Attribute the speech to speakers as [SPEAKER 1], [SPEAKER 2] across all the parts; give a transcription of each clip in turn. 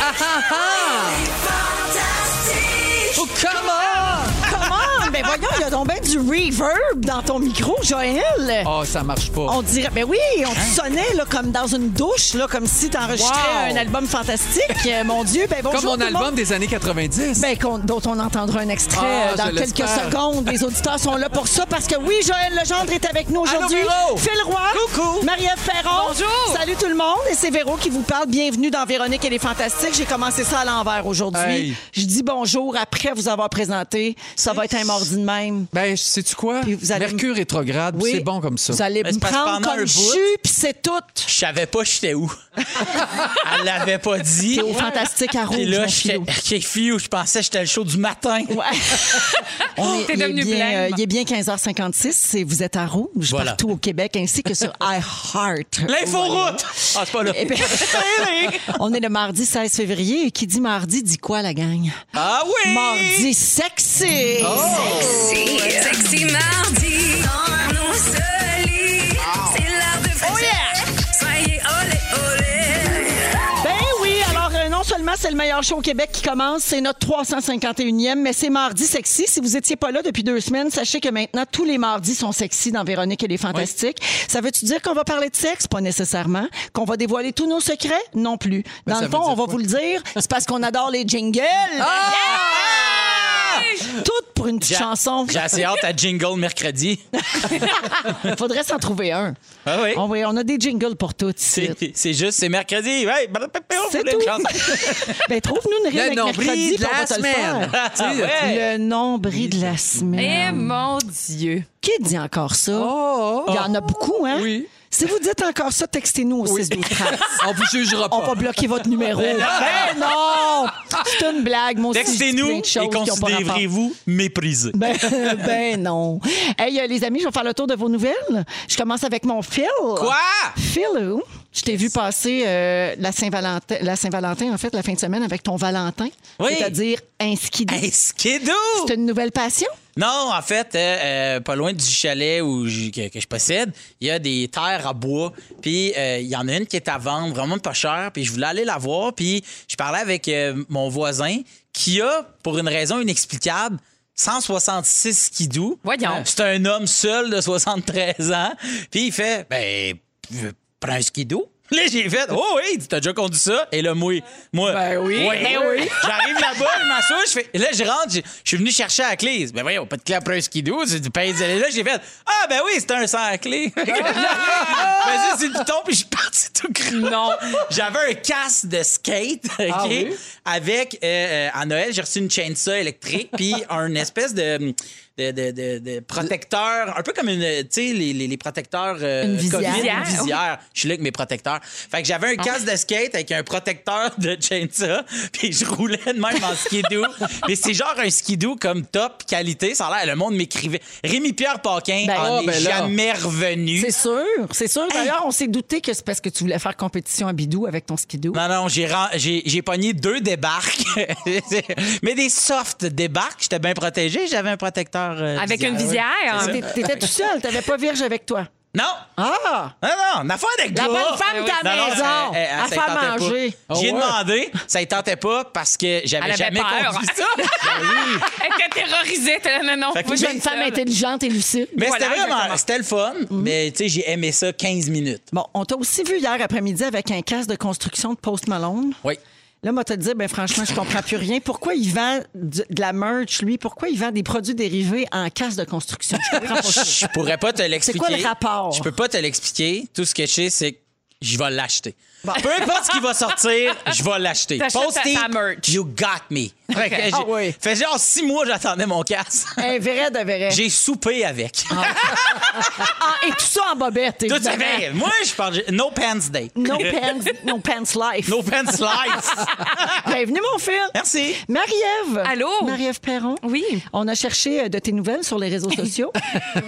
[SPEAKER 1] Ah, ah, ah. Oh, come on!
[SPEAKER 2] Comment? Ben voyons, il y a donc bien du reverb dans ton micro, Joël.
[SPEAKER 1] Oh, ça marche pas. Hein?
[SPEAKER 2] On dirait, ben oui, on te sonnait là, comme dans une douche, là, comme si t'enregistrais
[SPEAKER 1] Wow.
[SPEAKER 2] un album fantastique. Euh, Mon Dieu, ben bonjour
[SPEAKER 1] Comme mon
[SPEAKER 2] tout le
[SPEAKER 1] album
[SPEAKER 2] monde.
[SPEAKER 1] des années 90.
[SPEAKER 2] Ben, qu'on- dont on entendra un extrait
[SPEAKER 1] Ah,
[SPEAKER 2] euh,
[SPEAKER 1] je
[SPEAKER 2] dans quelques
[SPEAKER 1] l'espère.
[SPEAKER 2] secondes. Les auditeurs sont là pour ça parce que oui, Joël Legendre est avec nous aujourd'hui.
[SPEAKER 1] Véro!
[SPEAKER 2] Phil Roy.
[SPEAKER 1] Coucou!
[SPEAKER 2] Marie-Ève Ferron.
[SPEAKER 3] Bonjour!
[SPEAKER 2] Salut tout le monde. Et c'est Véro qui vous parle. Bienvenue dans Véronique et les Fantastiques. J'ai commencé ça à l'envers aujourd'hui.
[SPEAKER 1] Hey.
[SPEAKER 2] Je dis bonjour après vous avoir présenté. Ça va être un mardi de même.
[SPEAKER 1] Ben, sais-tu quoi?
[SPEAKER 2] Puis vous allez-
[SPEAKER 1] Mercure rétrograde, puis
[SPEAKER 2] Oui.
[SPEAKER 1] c'est bon comme ça.
[SPEAKER 2] Vous allez
[SPEAKER 4] Mais
[SPEAKER 2] me
[SPEAKER 4] Ben, c'est parce que
[SPEAKER 2] prendre
[SPEAKER 4] pendant
[SPEAKER 2] comme
[SPEAKER 4] un bout-
[SPEAKER 2] jus, puis c'est tout.
[SPEAKER 4] Je savais pas j'étais où. Elle l'avait pas dit.
[SPEAKER 2] T'es au Fantastique à
[SPEAKER 4] Puis
[SPEAKER 2] rouge,
[SPEAKER 4] là,
[SPEAKER 2] mon
[SPEAKER 4] j'étais
[SPEAKER 2] Philo.
[SPEAKER 4] Quel filou, je pensais que j'étais le show du matin.
[SPEAKER 2] Ouais. On est-
[SPEAKER 3] T'es
[SPEAKER 2] il, est
[SPEAKER 3] devenu
[SPEAKER 2] bien,
[SPEAKER 3] blême.
[SPEAKER 2] euh, il est bien 15h56 et vous êtes à Rouge
[SPEAKER 4] Voilà.
[SPEAKER 2] partout au Québec ainsi que sur iHeart.
[SPEAKER 4] L'inforoute! Ah, c'est pas là.
[SPEAKER 2] Eh ben, on est le mardi 16 février et qui dit mardi dit quoi la gang?
[SPEAKER 4] Ah oui!
[SPEAKER 2] Mardi sexy!
[SPEAKER 3] Oh,
[SPEAKER 5] Sexy, sexy mardi, dans nos solis. C'est l'heure de
[SPEAKER 3] Oh,
[SPEAKER 5] faire. Soyez olé, olé.
[SPEAKER 2] Ben oui, alors euh, non seulement c'est le meilleur show au Québec qui commence, c'est notre 351e, mais c'est mardi sexy. Si vous étiez pas là depuis deux semaines, sachez que maintenant tous les mardis sont sexy dans Véronique et les Fantastiques. Ça veut-tu dire qu'on va parler de sexe? Pas nécessairement. Qu'on va dévoiler tous nos secrets? Non plus. Dans
[SPEAKER 1] Ben, ça
[SPEAKER 2] le fond,
[SPEAKER 1] veut
[SPEAKER 2] on
[SPEAKER 1] dire
[SPEAKER 2] va
[SPEAKER 1] quoi? Ah!
[SPEAKER 2] vous le dire, c'est parce qu'on adore les jingles. Yeah! Toutes pour une petite
[SPEAKER 4] J'ai-
[SPEAKER 2] chanson.
[SPEAKER 4] J'ai assez hâte à Jingle mercredi.
[SPEAKER 2] Faudrait s'en trouver un.
[SPEAKER 4] Ah oui.
[SPEAKER 2] On, va- on a des jingles pour toutes.
[SPEAKER 4] C'est c'est juste, c'est mercredi. Ouais,
[SPEAKER 2] C'est
[SPEAKER 4] une
[SPEAKER 2] tout.
[SPEAKER 4] chance.
[SPEAKER 2] Ben, trouve-nous une rime
[SPEAKER 1] Le
[SPEAKER 2] avec
[SPEAKER 1] nombril
[SPEAKER 2] mercredi,
[SPEAKER 1] de la
[SPEAKER 2] puis on va te le faire.
[SPEAKER 1] semaine. Tu sais,
[SPEAKER 4] Ah
[SPEAKER 2] Le
[SPEAKER 4] Ouais.
[SPEAKER 2] nombril de la
[SPEAKER 3] Eh
[SPEAKER 2] semaine.
[SPEAKER 3] mon Dieu.
[SPEAKER 2] Qui dit encore ça?
[SPEAKER 1] Oh, oh.
[SPEAKER 2] Il y en a beaucoup, hein?
[SPEAKER 1] Oui.
[SPEAKER 2] Si vous dites encore ça, textez-nous au 6 12 13.
[SPEAKER 1] On vous jugera
[SPEAKER 2] On va
[SPEAKER 1] pas.
[SPEAKER 2] bloquer votre numéro. Ben non! C'est une blague, moi aussi. je dis
[SPEAKER 4] Textez-nous
[SPEAKER 2] plein de choses
[SPEAKER 4] et
[SPEAKER 2] qui ont pas rapport.
[SPEAKER 4] considérez-vous méprisé.
[SPEAKER 2] Ben, ben non. Hey, euh, les amis, je vais faire le tour de vos nouvelles. Je commence avec mon Phil.
[SPEAKER 4] Quoi?
[SPEAKER 2] Philou, je t'ai vu passer euh, la Saint-Valentin, la Saint-Valentin, en fait, la fin de semaine avec ton Valentin.
[SPEAKER 4] Oui.
[SPEAKER 2] C'est-à-dire un skidoo.
[SPEAKER 4] Hey, skidoo!
[SPEAKER 2] C'est une nouvelle passion?
[SPEAKER 4] Non, en fait, euh, euh, pas loin du chalet où je- que, que je possède, il y a des terres à bois. Puis euh, il y en a une qui est à vendre, vraiment pas chère. Puis je voulais aller la voir. Puis je parlais avec euh, mon voisin qui a, pour une raison inexplicable, 166 skidoo.
[SPEAKER 3] Voyons.
[SPEAKER 4] C'est un homme seul de 73 ans. Puis il fait, ben, euh, prends un skidoo. Là, j'ai fait, oh oui, t'as déjà conduit ça? Et là, moi, moi,
[SPEAKER 1] Ben oui.
[SPEAKER 3] Ben oui.
[SPEAKER 4] J'arrive là-bas, je m'assois, je fais. Là, je rentre, je, je suis venu chercher la clé. Ben voyons, pas de clé après un skidoo, c'est du pain. Là, j'ai fait. Ah, ben oui, c'était un sans à clé.
[SPEAKER 3] Ah!
[SPEAKER 4] Vas-y, c'est le bouton, puis je suis parti tout cru.
[SPEAKER 3] Non.
[SPEAKER 4] J'avais un casque de skate, OK?
[SPEAKER 1] Ah oui?
[SPEAKER 4] Avec, euh, euh, à Noël, j'ai reçu une chainsaw électrique, puis un espèce de, de, de- de- de protecteur, un peu comme une, tu sais, les, les- les protecteurs euh,
[SPEAKER 2] Une visière.
[SPEAKER 4] COVID,
[SPEAKER 3] Visière,
[SPEAKER 4] une visière. Je suis là avec mes protecteurs. Fait que j'avais un casque de skate avec un protecteur de chainsaw, puis je roulais de même en skidoo. Mais c'est genre un skidoo comme top qualité. Ça a l'air, le monde m'écrivait. Rémi-Pierre Paquin
[SPEAKER 2] Ben,
[SPEAKER 4] en
[SPEAKER 1] oh,
[SPEAKER 4] est
[SPEAKER 1] ben là.
[SPEAKER 4] jamais revenu.
[SPEAKER 2] C'est sûr, c'est sûr. D'ailleurs, on s'est douté que c'est parce que tu voulais faire compétition à Bidou avec ton skidoo.
[SPEAKER 4] Non, non, j'ai, ren- j'ai, j'ai pogné deux débarques. Mais des soft débarques. J'étais bien protégé. J'avais un protecteur. euh,
[SPEAKER 3] Avec une
[SPEAKER 4] oui.
[SPEAKER 3] visière. hein.
[SPEAKER 2] T'é- T'étais tout seul, t'avais pas Vierge avec toi.
[SPEAKER 4] Non!
[SPEAKER 2] Ah!
[SPEAKER 4] Non, non, une affaire de gars.
[SPEAKER 2] bonne femme de ta
[SPEAKER 4] Non, non,
[SPEAKER 2] maison,
[SPEAKER 4] euh, euh,
[SPEAKER 2] à
[SPEAKER 4] ça
[SPEAKER 2] faire
[SPEAKER 4] tentait pas.
[SPEAKER 2] manger.
[SPEAKER 1] Oh, ouais.
[SPEAKER 4] J'ai demandé, ça ne tentait pas parce que j'avais
[SPEAKER 3] Elle avait
[SPEAKER 4] jamais
[SPEAKER 3] peur.
[SPEAKER 4] conduit ça.
[SPEAKER 3] Elle était terrorisée. Elle était là, non, non.
[SPEAKER 4] Fait que
[SPEAKER 3] moi,
[SPEAKER 4] moi,
[SPEAKER 3] je
[SPEAKER 4] j'ai
[SPEAKER 3] suis
[SPEAKER 2] Une femme
[SPEAKER 3] seule.
[SPEAKER 2] intelligente et lucide.
[SPEAKER 4] Mais
[SPEAKER 3] Voilà,
[SPEAKER 4] c'était
[SPEAKER 3] exactement. Mhm.
[SPEAKER 4] vraiment, c'était le fun. Mais tu sais, j'ai aimé ça 15 minutes.
[SPEAKER 2] Bon, on t'a aussi vu hier après-midi avec un casque de construction de Post Malone.
[SPEAKER 4] Oui.
[SPEAKER 2] Là, moi, te dire, ben franchement, je comprends plus rien. Pourquoi il vend du- de la merch, lui? Pourquoi il vend des produits dérivés en casque de construction? Je comprends pas ça.
[SPEAKER 4] Je pourrais pas te l'expliquer.
[SPEAKER 2] quoi le rapport?
[SPEAKER 4] Je peux pas te l'expliquer. Tout ce que je sais, c'est que je vais l'acheter. Peu importe ce qui va sortir, je vais l'acheter.
[SPEAKER 3] T'achètes
[SPEAKER 4] Post-it,
[SPEAKER 3] ta- ta merch.
[SPEAKER 4] You got me. Fait, que j'ai-
[SPEAKER 2] Ah oui.
[SPEAKER 4] fait genre six mois, j'attendais mon casque.
[SPEAKER 2] Un vrai de vrai.
[SPEAKER 4] J'ai soupé avec.
[SPEAKER 2] Ah, et tout ça en bobette,
[SPEAKER 4] Tout
[SPEAKER 2] évidemment.
[SPEAKER 4] avec. Moi, je parle. No pants day.
[SPEAKER 2] No pants, no pants life.
[SPEAKER 4] No pants life.
[SPEAKER 2] Bienvenue, Ben, mon fils.
[SPEAKER 4] Merci.
[SPEAKER 2] Marie-Ève.
[SPEAKER 3] Allô?
[SPEAKER 2] Marie-Ève Perron.
[SPEAKER 3] Oui.
[SPEAKER 2] On a cherché euh, de tes nouvelles sur les réseaux sociaux.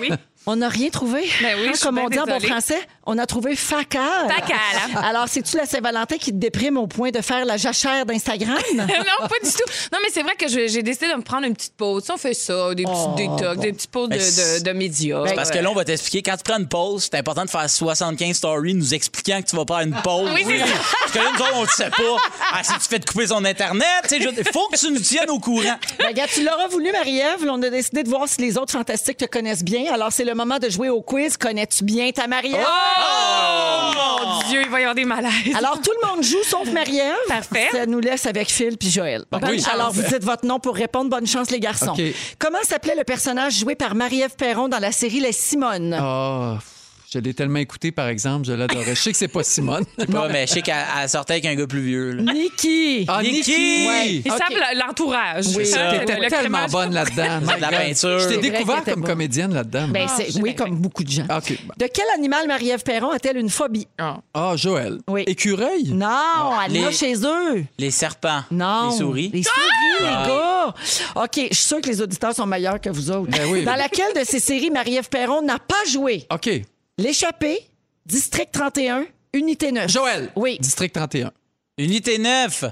[SPEAKER 3] Oui.
[SPEAKER 2] On n'a rien trouvé. Hein,
[SPEAKER 3] Ben oui, je suis
[SPEAKER 2] Comme
[SPEAKER 3] bien
[SPEAKER 2] on dit en bon
[SPEAKER 3] désolée.
[SPEAKER 2] français, on a trouvé facal.
[SPEAKER 3] Facal. hein?
[SPEAKER 2] Alors, c'est c'est-tu la Saint-Valentin qui te déprime au point de faire la jachère d'Instagram?
[SPEAKER 3] non, pas du tout. Non, mais c'est vrai que je- j'ai décidé de me prendre une petite pause. Si on fait ça, des petits détox, des petites pauses de,
[SPEAKER 4] Ben, c'est-
[SPEAKER 3] de, de médias.
[SPEAKER 4] Parce que là, on va t'expliquer. Quand tu prends une pause, c'est important de faire 75 stories nous expliquant que tu vas prendre une pause.
[SPEAKER 3] Oui, c'est ça.
[SPEAKER 4] Parce que là, nous autres, on ne sait pas. Ah, si tu fais de couper son Internet, il faut que tu nous tiennes au courant.
[SPEAKER 2] Ben, regarde, tu l'auras voulu, Marie-Ève. Là, On a décidé de voir si les autres fantastiques te connaissent bien. Alors, c'est le moment de jouer au quiz. Connais-tu bien ta Marie-Ève?
[SPEAKER 3] Oh! Mon Dieu, il va y avoir des malaises.
[SPEAKER 2] Alors, tout le monde joue sauf Marie-Ève.
[SPEAKER 3] Parfait.
[SPEAKER 2] Ça nous laisse avec Phil puis Joël.
[SPEAKER 1] oui. Ah, chance.
[SPEAKER 2] Alors, vous dites votre nom pour répondre. Bonne chance, les garçons.
[SPEAKER 1] OK.
[SPEAKER 2] Comment s'appelait le personnage joué par Marie-Ève Perron dans la série Les Simones?
[SPEAKER 1] Ah, pff, je l'ai tellement écouté, par exemple, je l'adorais. Je sais que c'est pas Simone.
[SPEAKER 4] Ouais, mais je sais qu'elle elle sortait avec un gars plus vieux. là.
[SPEAKER 2] Nikki.
[SPEAKER 1] Ah, Nikki!
[SPEAKER 2] Ouais.
[SPEAKER 3] Ils
[SPEAKER 2] OK.
[SPEAKER 3] savent l'entourage.
[SPEAKER 2] Oui.
[SPEAKER 3] C'est ça,
[SPEAKER 1] T'étais
[SPEAKER 3] le- le
[SPEAKER 1] tellement
[SPEAKER 3] crémage.
[SPEAKER 1] bonne là-dedans.
[SPEAKER 4] C'est de la
[SPEAKER 1] My God.
[SPEAKER 4] peinture.
[SPEAKER 1] Je
[SPEAKER 4] C'est
[SPEAKER 1] t'ai
[SPEAKER 4] vrai
[SPEAKER 1] découvert
[SPEAKER 2] qu'elle était
[SPEAKER 1] comme
[SPEAKER 2] bonne.
[SPEAKER 1] comédienne là-dedans.
[SPEAKER 2] Ben,
[SPEAKER 3] Ah,
[SPEAKER 2] c'est-
[SPEAKER 3] j'ai
[SPEAKER 2] oui,
[SPEAKER 3] bien
[SPEAKER 2] comme beaucoup de gens.
[SPEAKER 1] Ah, OK. bon.
[SPEAKER 2] De quel animal Marie-Ève Perron a-t-elle une phobie?
[SPEAKER 3] Ah.
[SPEAKER 1] Ah, Joël.
[SPEAKER 2] Oui. Mm.
[SPEAKER 1] Écureuil?
[SPEAKER 2] Non,
[SPEAKER 1] Ah.
[SPEAKER 2] elle
[SPEAKER 4] Les-
[SPEAKER 2] l'a chez eux.
[SPEAKER 4] Les serpents.
[SPEAKER 2] Non.
[SPEAKER 4] Les souris.
[SPEAKER 2] Les souris,
[SPEAKER 1] Ah.
[SPEAKER 2] les gars. OK, je suis sûre que les auditeurs sont meilleurs que vous autres.
[SPEAKER 1] Ben oui.
[SPEAKER 2] Dans laquelle de ces séries Marie-Ève Perron n'a pas joué?
[SPEAKER 1] OK.
[SPEAKER 2] L'échappée, District 31, Unité 9.
[SPEAKER 1] Joël.
[SPEAKER 2] Oui.
[SPEAKER 1] District 31.
[SPEAKER 4] Unité 9.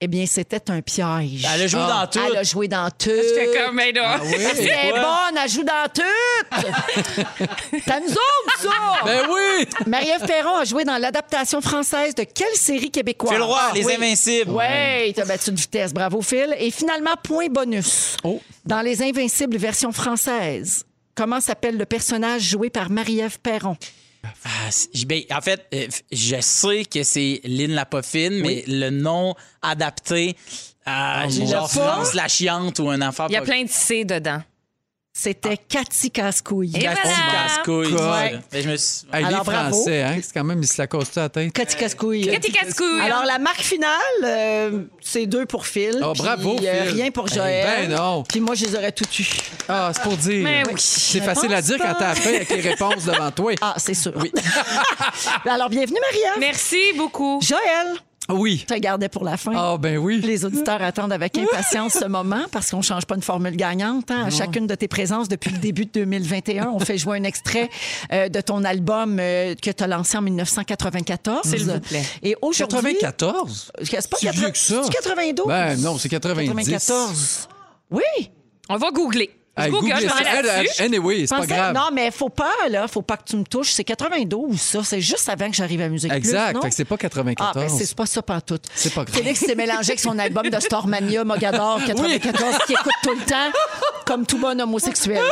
[SPEAKER 2] Eh bien, c'était un piège.
[SPEAKER 4] Elle a joué dans tout.
[SPEAKER 2] Elle a joué dans tout.
[SPEAKER 3] J'étais comme, mais
[SPEAKER 1] Euh,
[SPEAKER 2] Ah
[SPEAKER 3] là,
[SPEAKER 2] Elle est bonne, elle joue dans tout. T'as nous autres, ça!
[SPEAKER 1] Ben oui!
[SPEAKER 2] Marie-Ève Perron a joué dans l'adaptation française de quelle série québécoise?
[SPEAKER 4] Phil Roy,
[SPEAKER 2] Ah,
[SPEAKER 4] Les
[SPEAKER 2] oui.
[SPEAKER 4] Invincibles.
[SPEAKER 2] Oui, t'as battu de vitesse. Bravo, Phil. Et finalement, point bonus.
[SPEAKER 1] Oh.
[SPEAKER 2] Dans Les Invincibles version française, comment s'appelle le personnage joué par Marie-Ève Perron?
[SPEAKER 4] Ah, c'est- j- ben, en fait, euh, f- je sais que c'est Lynn Lapoffine, mais le nom adapté, à
[SPEAKER 1] mon
[SPEAKER 4] genre
[SPEAKER 1] Dieu.
[SPEAKER 4] France la chiante ou un enfant.
[SPEAKER 3] il y a plein de C dedans.
[SPEAKER 2] C'était
[SPEAKER 4] Ah.
[SPEAKER 2] Cathy Cascouille.
[SPEAKER 3] Et- Voilà.
[SPEAKER 4] casse-couilles.
[SPEAKER 1] Ouais.
[SPEAKER 4] Ben, je me suis-
[SPEAKER 1] Hey,
[SPEAKER 2] Alors,
[SPEAKER 1] les
[SPEAKER 2] bravo.
[SPEAKER 1] Français, hein, c'est quand même, ils se la causent la tête.
[SPEAKER 2] Cathy Cascouille.
[SPEAKER 3] Cathy Cascouille.
[SPEAKER 2] Alors, la marque finale, euh, c'est deux pour Phil.
[SPEAKER 1] Oh,
[SPEAKER 2] puis, euh,
[SPEAKER 1] bravo, Phil.
[SPEAKER 2] Rien pour
[SPEAKER 1] Eh
[SPEAKER 2] Joël.
[SPEAKER 1] ben non.
[SPEAKER 2] Puis moi, je les aurais tout eus.
[SPEAKER 1] Ah, c'est pour dire.
[SPEAKER 3] Mais oui.
[SPEAKER 1] C'est
[SPEAKER 2] Je
[SPEAKER 1] facile à
[SPEAKER 2] pense
[SPEAKER 1] dire
[SPEAKER 2] pas.
[SPEAKER 1] quand t'as fait avec les réponses devant toi.
[SPEAKER 2] Ah, c'est sûr. Alors, bienvenue, Marie-Ève.
[SPEAKER 3] Merci beaucoup.
[SPEAKER 2] Joël,
[SPEAKER 1] Oui.
[SPEAKER 2] je te gardais pour la fin.
[SPEAKER 1] Ah, ben oui.
[SPEAKER 2] Les auditeurs attendent avec impatience ce moment parce qu'on ne change pas une formule gagnante. hein. À chacune de tes présences depuis le début de 2021, on fait jouer un extrait euh, de ton album euh, que tu as lancé en 1994.
[SPEAKER 3] S'il vous plaît.
[SPEAKER 2] Et aujourd'hui.
[SPEAKER 1] 94?
[SPEAKER 2] C'est pas
[SPEAKER 1] C'est vieux que ça.
[SPEAKER 2] c'est 92.
[SPEAKER 1] Ben non, c'est 90.
[SPEAKER 2] 94. Oui.
[SPEAKER 3] On va googler. Je
[SPEAKER 1] Hey,
[SPEAKER 3] Google, je
[SPEAKER 1] googlez
[SPEAKER 3] m'en vais
[SPEAKER 1] ça.
[SPEAKER 3] là-dessus.
[SPEAKER 1] Hey, Anyway, c'est pas
[SPEAKER 2] Pensais-
[SPEAKER 1] grave.
[SPEAKER 2] Non, mais faut pas, là. Faut pas que tu me touches. C'est 92, ça. C'est juste avant que j'arrive à Musique Plus,
[SPEAKER 1] Exact.
[SPEAKER 2] non?
[SPEAKER 1] Fait que c'est pas
[SPEAKER 2] Ah, ben
[SPEAKER 1] 94.
[SPEAKER 2] c'est pas ça pantoute.
[SPEAKER 1] C'est pas grave.
[SPEAKER 2] Félix s'est mélangé avec son album de Stormania Mogador 94 qui écoute tout le temps comme tout bon homosexuel.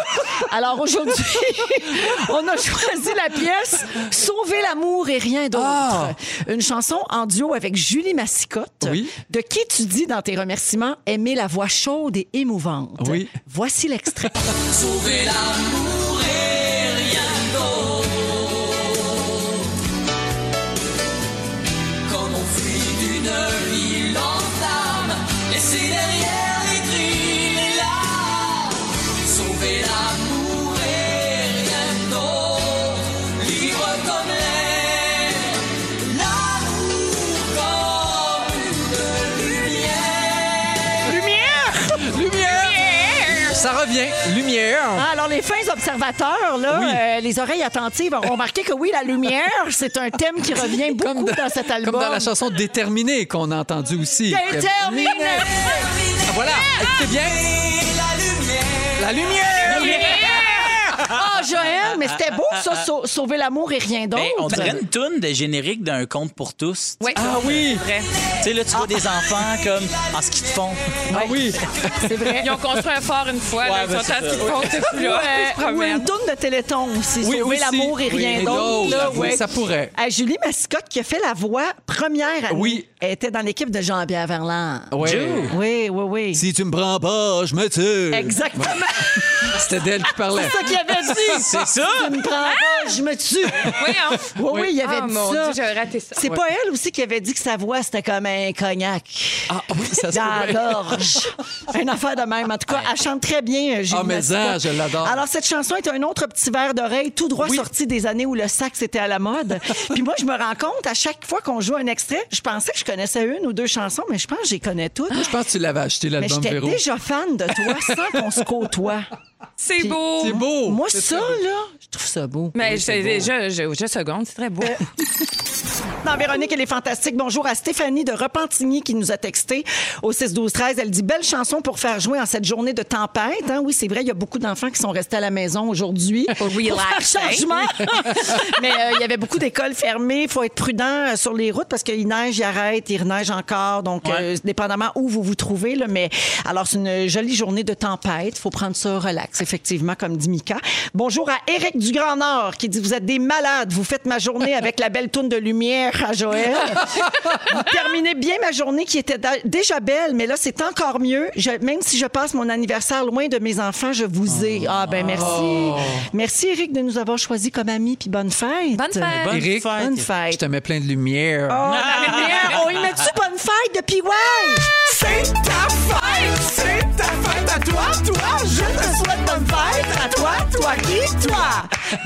[SPEAKER 2] Alors aujourd'hui, on a choisi la pièce Sauver l'amour et rien d'autre.
[SPEAKER 1] Ah.
[SPEAKER 2] Une chanson en duo avec Julie Massicotte.
[SPEAKER 1] Oui.
[SPEAKER 2] De qui tu dis dans tes remerciements aimer la voix chaude et émouvante.
[SPEAKER 1] Oui.
[SPEAKER 2] Voici l'extrait.
[SPEAKER 1] Ça revient. Lumière.
[SPEAKER 2] Ah, alors, les fins observateurs, là,
[SPEAKER 1] Oui.
[SPEAKER 2] euh, les oreilles attentives ont remarqué que oui, la lumière, c'est un thème qui revient beaucoup dans, cet album.
[SPEAKER 1] Comme dans la chanson Déterminée qu'on a entendue aussi.
[SPEAKER 2] Déterminé.
[SPEAKER 1] Voilà. Écoutez bien. La lumière. La lumière.
[SPEAKER 2] Ah, Joël, mais c'était beau, ça, sau- sauver l'amour et rien d'autre.
[SPEAKER 4] Ben, on dirait une toune de générique d'un conte pour tous.
[SPEAKER 3] Ouais.
[SPEAKER 1] Ah oui.
[SPEAKER 3] C'est vrai.
[SPEAKER 4] Tu sais, là, tu vois des enfants comme en ce qu'ils te font.
[SPEAKER 1] Ah oui.
[SPEAKER 2] C'est vrai.
[SPEAKER 3] Ils ont construit un fort une fois. là,
[SPEAKER 4] Ouais,
[SPEAKER 3] ils
[SPEAKER 4] ben,
[SPEAKER 3] sont
[SPEAKER 4] c'est
[SPEAKER 3] en
[SPEAKER 4] ça.
[SPEAKER 3] ski de fond, c'est plus là. Je
[SPEAKER 2] Euh, ou
[SPEAKER 3] promets.
[SPEAKER 2] une tourne de Téléthon aussi.
[SPEAKER 1] Oui,
[SPEAKER 2] Sauver
[SPEAKER 1] aussi.
[SPEAKER 2] l'amour et rien
[SPEAKER 1] Oui,
[SPEAKER 2] d'autre. là,
[SPEAKER 1] oui,
[SPEAKER 2] ouais.
[SPEAKER 1] Ça pourrait.
[SPEAKER 2] À Julie Mascotte qui a fait la voix première année.
[SPEAKER 1] Oui.
[SPEAKER 2] Elle était dans l'équipe de Jean-Pierre Verland.
[SPEAKER 1] Ouais.
[SPEAKER 2] Oui, oui, oui.
[SPEAKER 1] Si tu me prends pas, je me tue.
[SPEAKER 2] Exactement.
[SPEAKER 1] C'était d'elle qui parlait.
[SPEAKER 2] C'est ça qu'il avait dit.
[SPEAKER 4] C'est ça?
[SPEAKER 2] Tu me prends pas, je me tue.
[SPEAKER 3] Oui, hein?
[SPEAKER 2] Oui, oui, il avait
[SPEAKER 3] Ah,
[SPEAKER 2] dit
[SPEAKER 3] mon
[SPEAKER 2] ça.
[SPEAKER 3] Dieu, j'avais raté ça.
[SPEAKER 2] C'est pas elle aussi qui avait dit que sa voix, c'était comme un cognac
[SPEAKER 1] Ah oui, ça se
[SPEAKER 2] dans la
[SPEAKER 1] pourrait.
[SPEAKER 2] gorge. Une affaire de même. En tout cas, elle chante très bien, euh, Julie
[SPEAKER 1] Ah, mais
[SPEAKER 2] Mascotte.
[SPEAKER 1] ça, je l'adore.
[SPEAKER 2] Alors, cette chanson est un autre petit verre d'oreille tout droit
[SPEAKER 1] Oui.
[SPEAKER 2] sorti des années où le sac, c'était à la mode. Puis moi, je me rends compte, à chaque fois qu'on joue un extrait, je pensais que je connaissais une ou deux chansons, mais je pense que j'y connais toutes.
[SPEAKER 1] Je pense que tu l'avais acheté,
[SPEAKER 2] Mais
[SPEAKER 1] l'album
[SPEAKER 2] j'étais
[SPEAKER 1] Ah, Véro.
[SPEAKER 2] déjà fan de toi sans qu'on se côtoie.
[SPEAKER 3] C'est beau.
[SPEAKER 1] C'est beau.
[SPEAKER 2] Moi,
[SPEAKER 1] Oh, C'est
[SPEAKER 2] ça,
[SPEAKER 1] très beau.
[SPEAKER 2] là, je trouve ça beau.
[SPEAKER 3] Mais je, je, je- je seconde, c'est très beau.
[SPEAKER 2] dans Véronique, elle est fantastique. Bonjour à Stéphanie de Repentigny qui nous a texté au 6-12-13. Elle dit Belle chanson pour faire jouer en cette journée de tempête. Hein, oui, c'est vrai, il y a beaucoup d'enfants qui sont restés à la maison aujourd'hui.
[SPEAKER 3] Pour relaxer.
[SPEAKER 2] faire changement. Mais euh, il y avait beaucoup d'écoles fermées. Il faut être prudent euh, sur les routes parce qu'il neige, il arrête, il reneige encore. Donc, euh, dépendamment où vous vous trouvez. Là, mais alors, c'est une jolie journée de tempête. Il faut prendre ça relax, effectivement, comme dit Mika. Bonjour à Éric du Grand Nord qui dit Vous êtes des malades. Vous faites ma journée avec la belle tourne de lumière à Joël. vous terminez bien ma journée qui était da- déjà belle, mais là, c'est encore mieux. Je- même si je passe mon anniversaire loin de mes enfants, je vous
[SPEAKER 1] Oh.
[SPEAKER 2] ai. Ah, ben merci. Merci, Éric, de nous avoir choisis comme amis. Puis bonne fête.
[SPEAKER 3] Bonne fête.
[SPEAKER 4] Bonne
[SPEAKER 1] Éric,
[SPEAKER 4] fête.
[SPEAKER 2] Bonne
[SPEAKER 1] Je
[SPEAKER 2] fête.
[SPEAKER 1] te mets plein de lumière.
[SPEAKER 2] Oh, la lumière. On y met-tu bonne fête de PY?
[SPEAKER 6] C'est ta fête, c'est ta fête à toi, toi. Je te souhaite bonne fête à toi, toi qui, toi.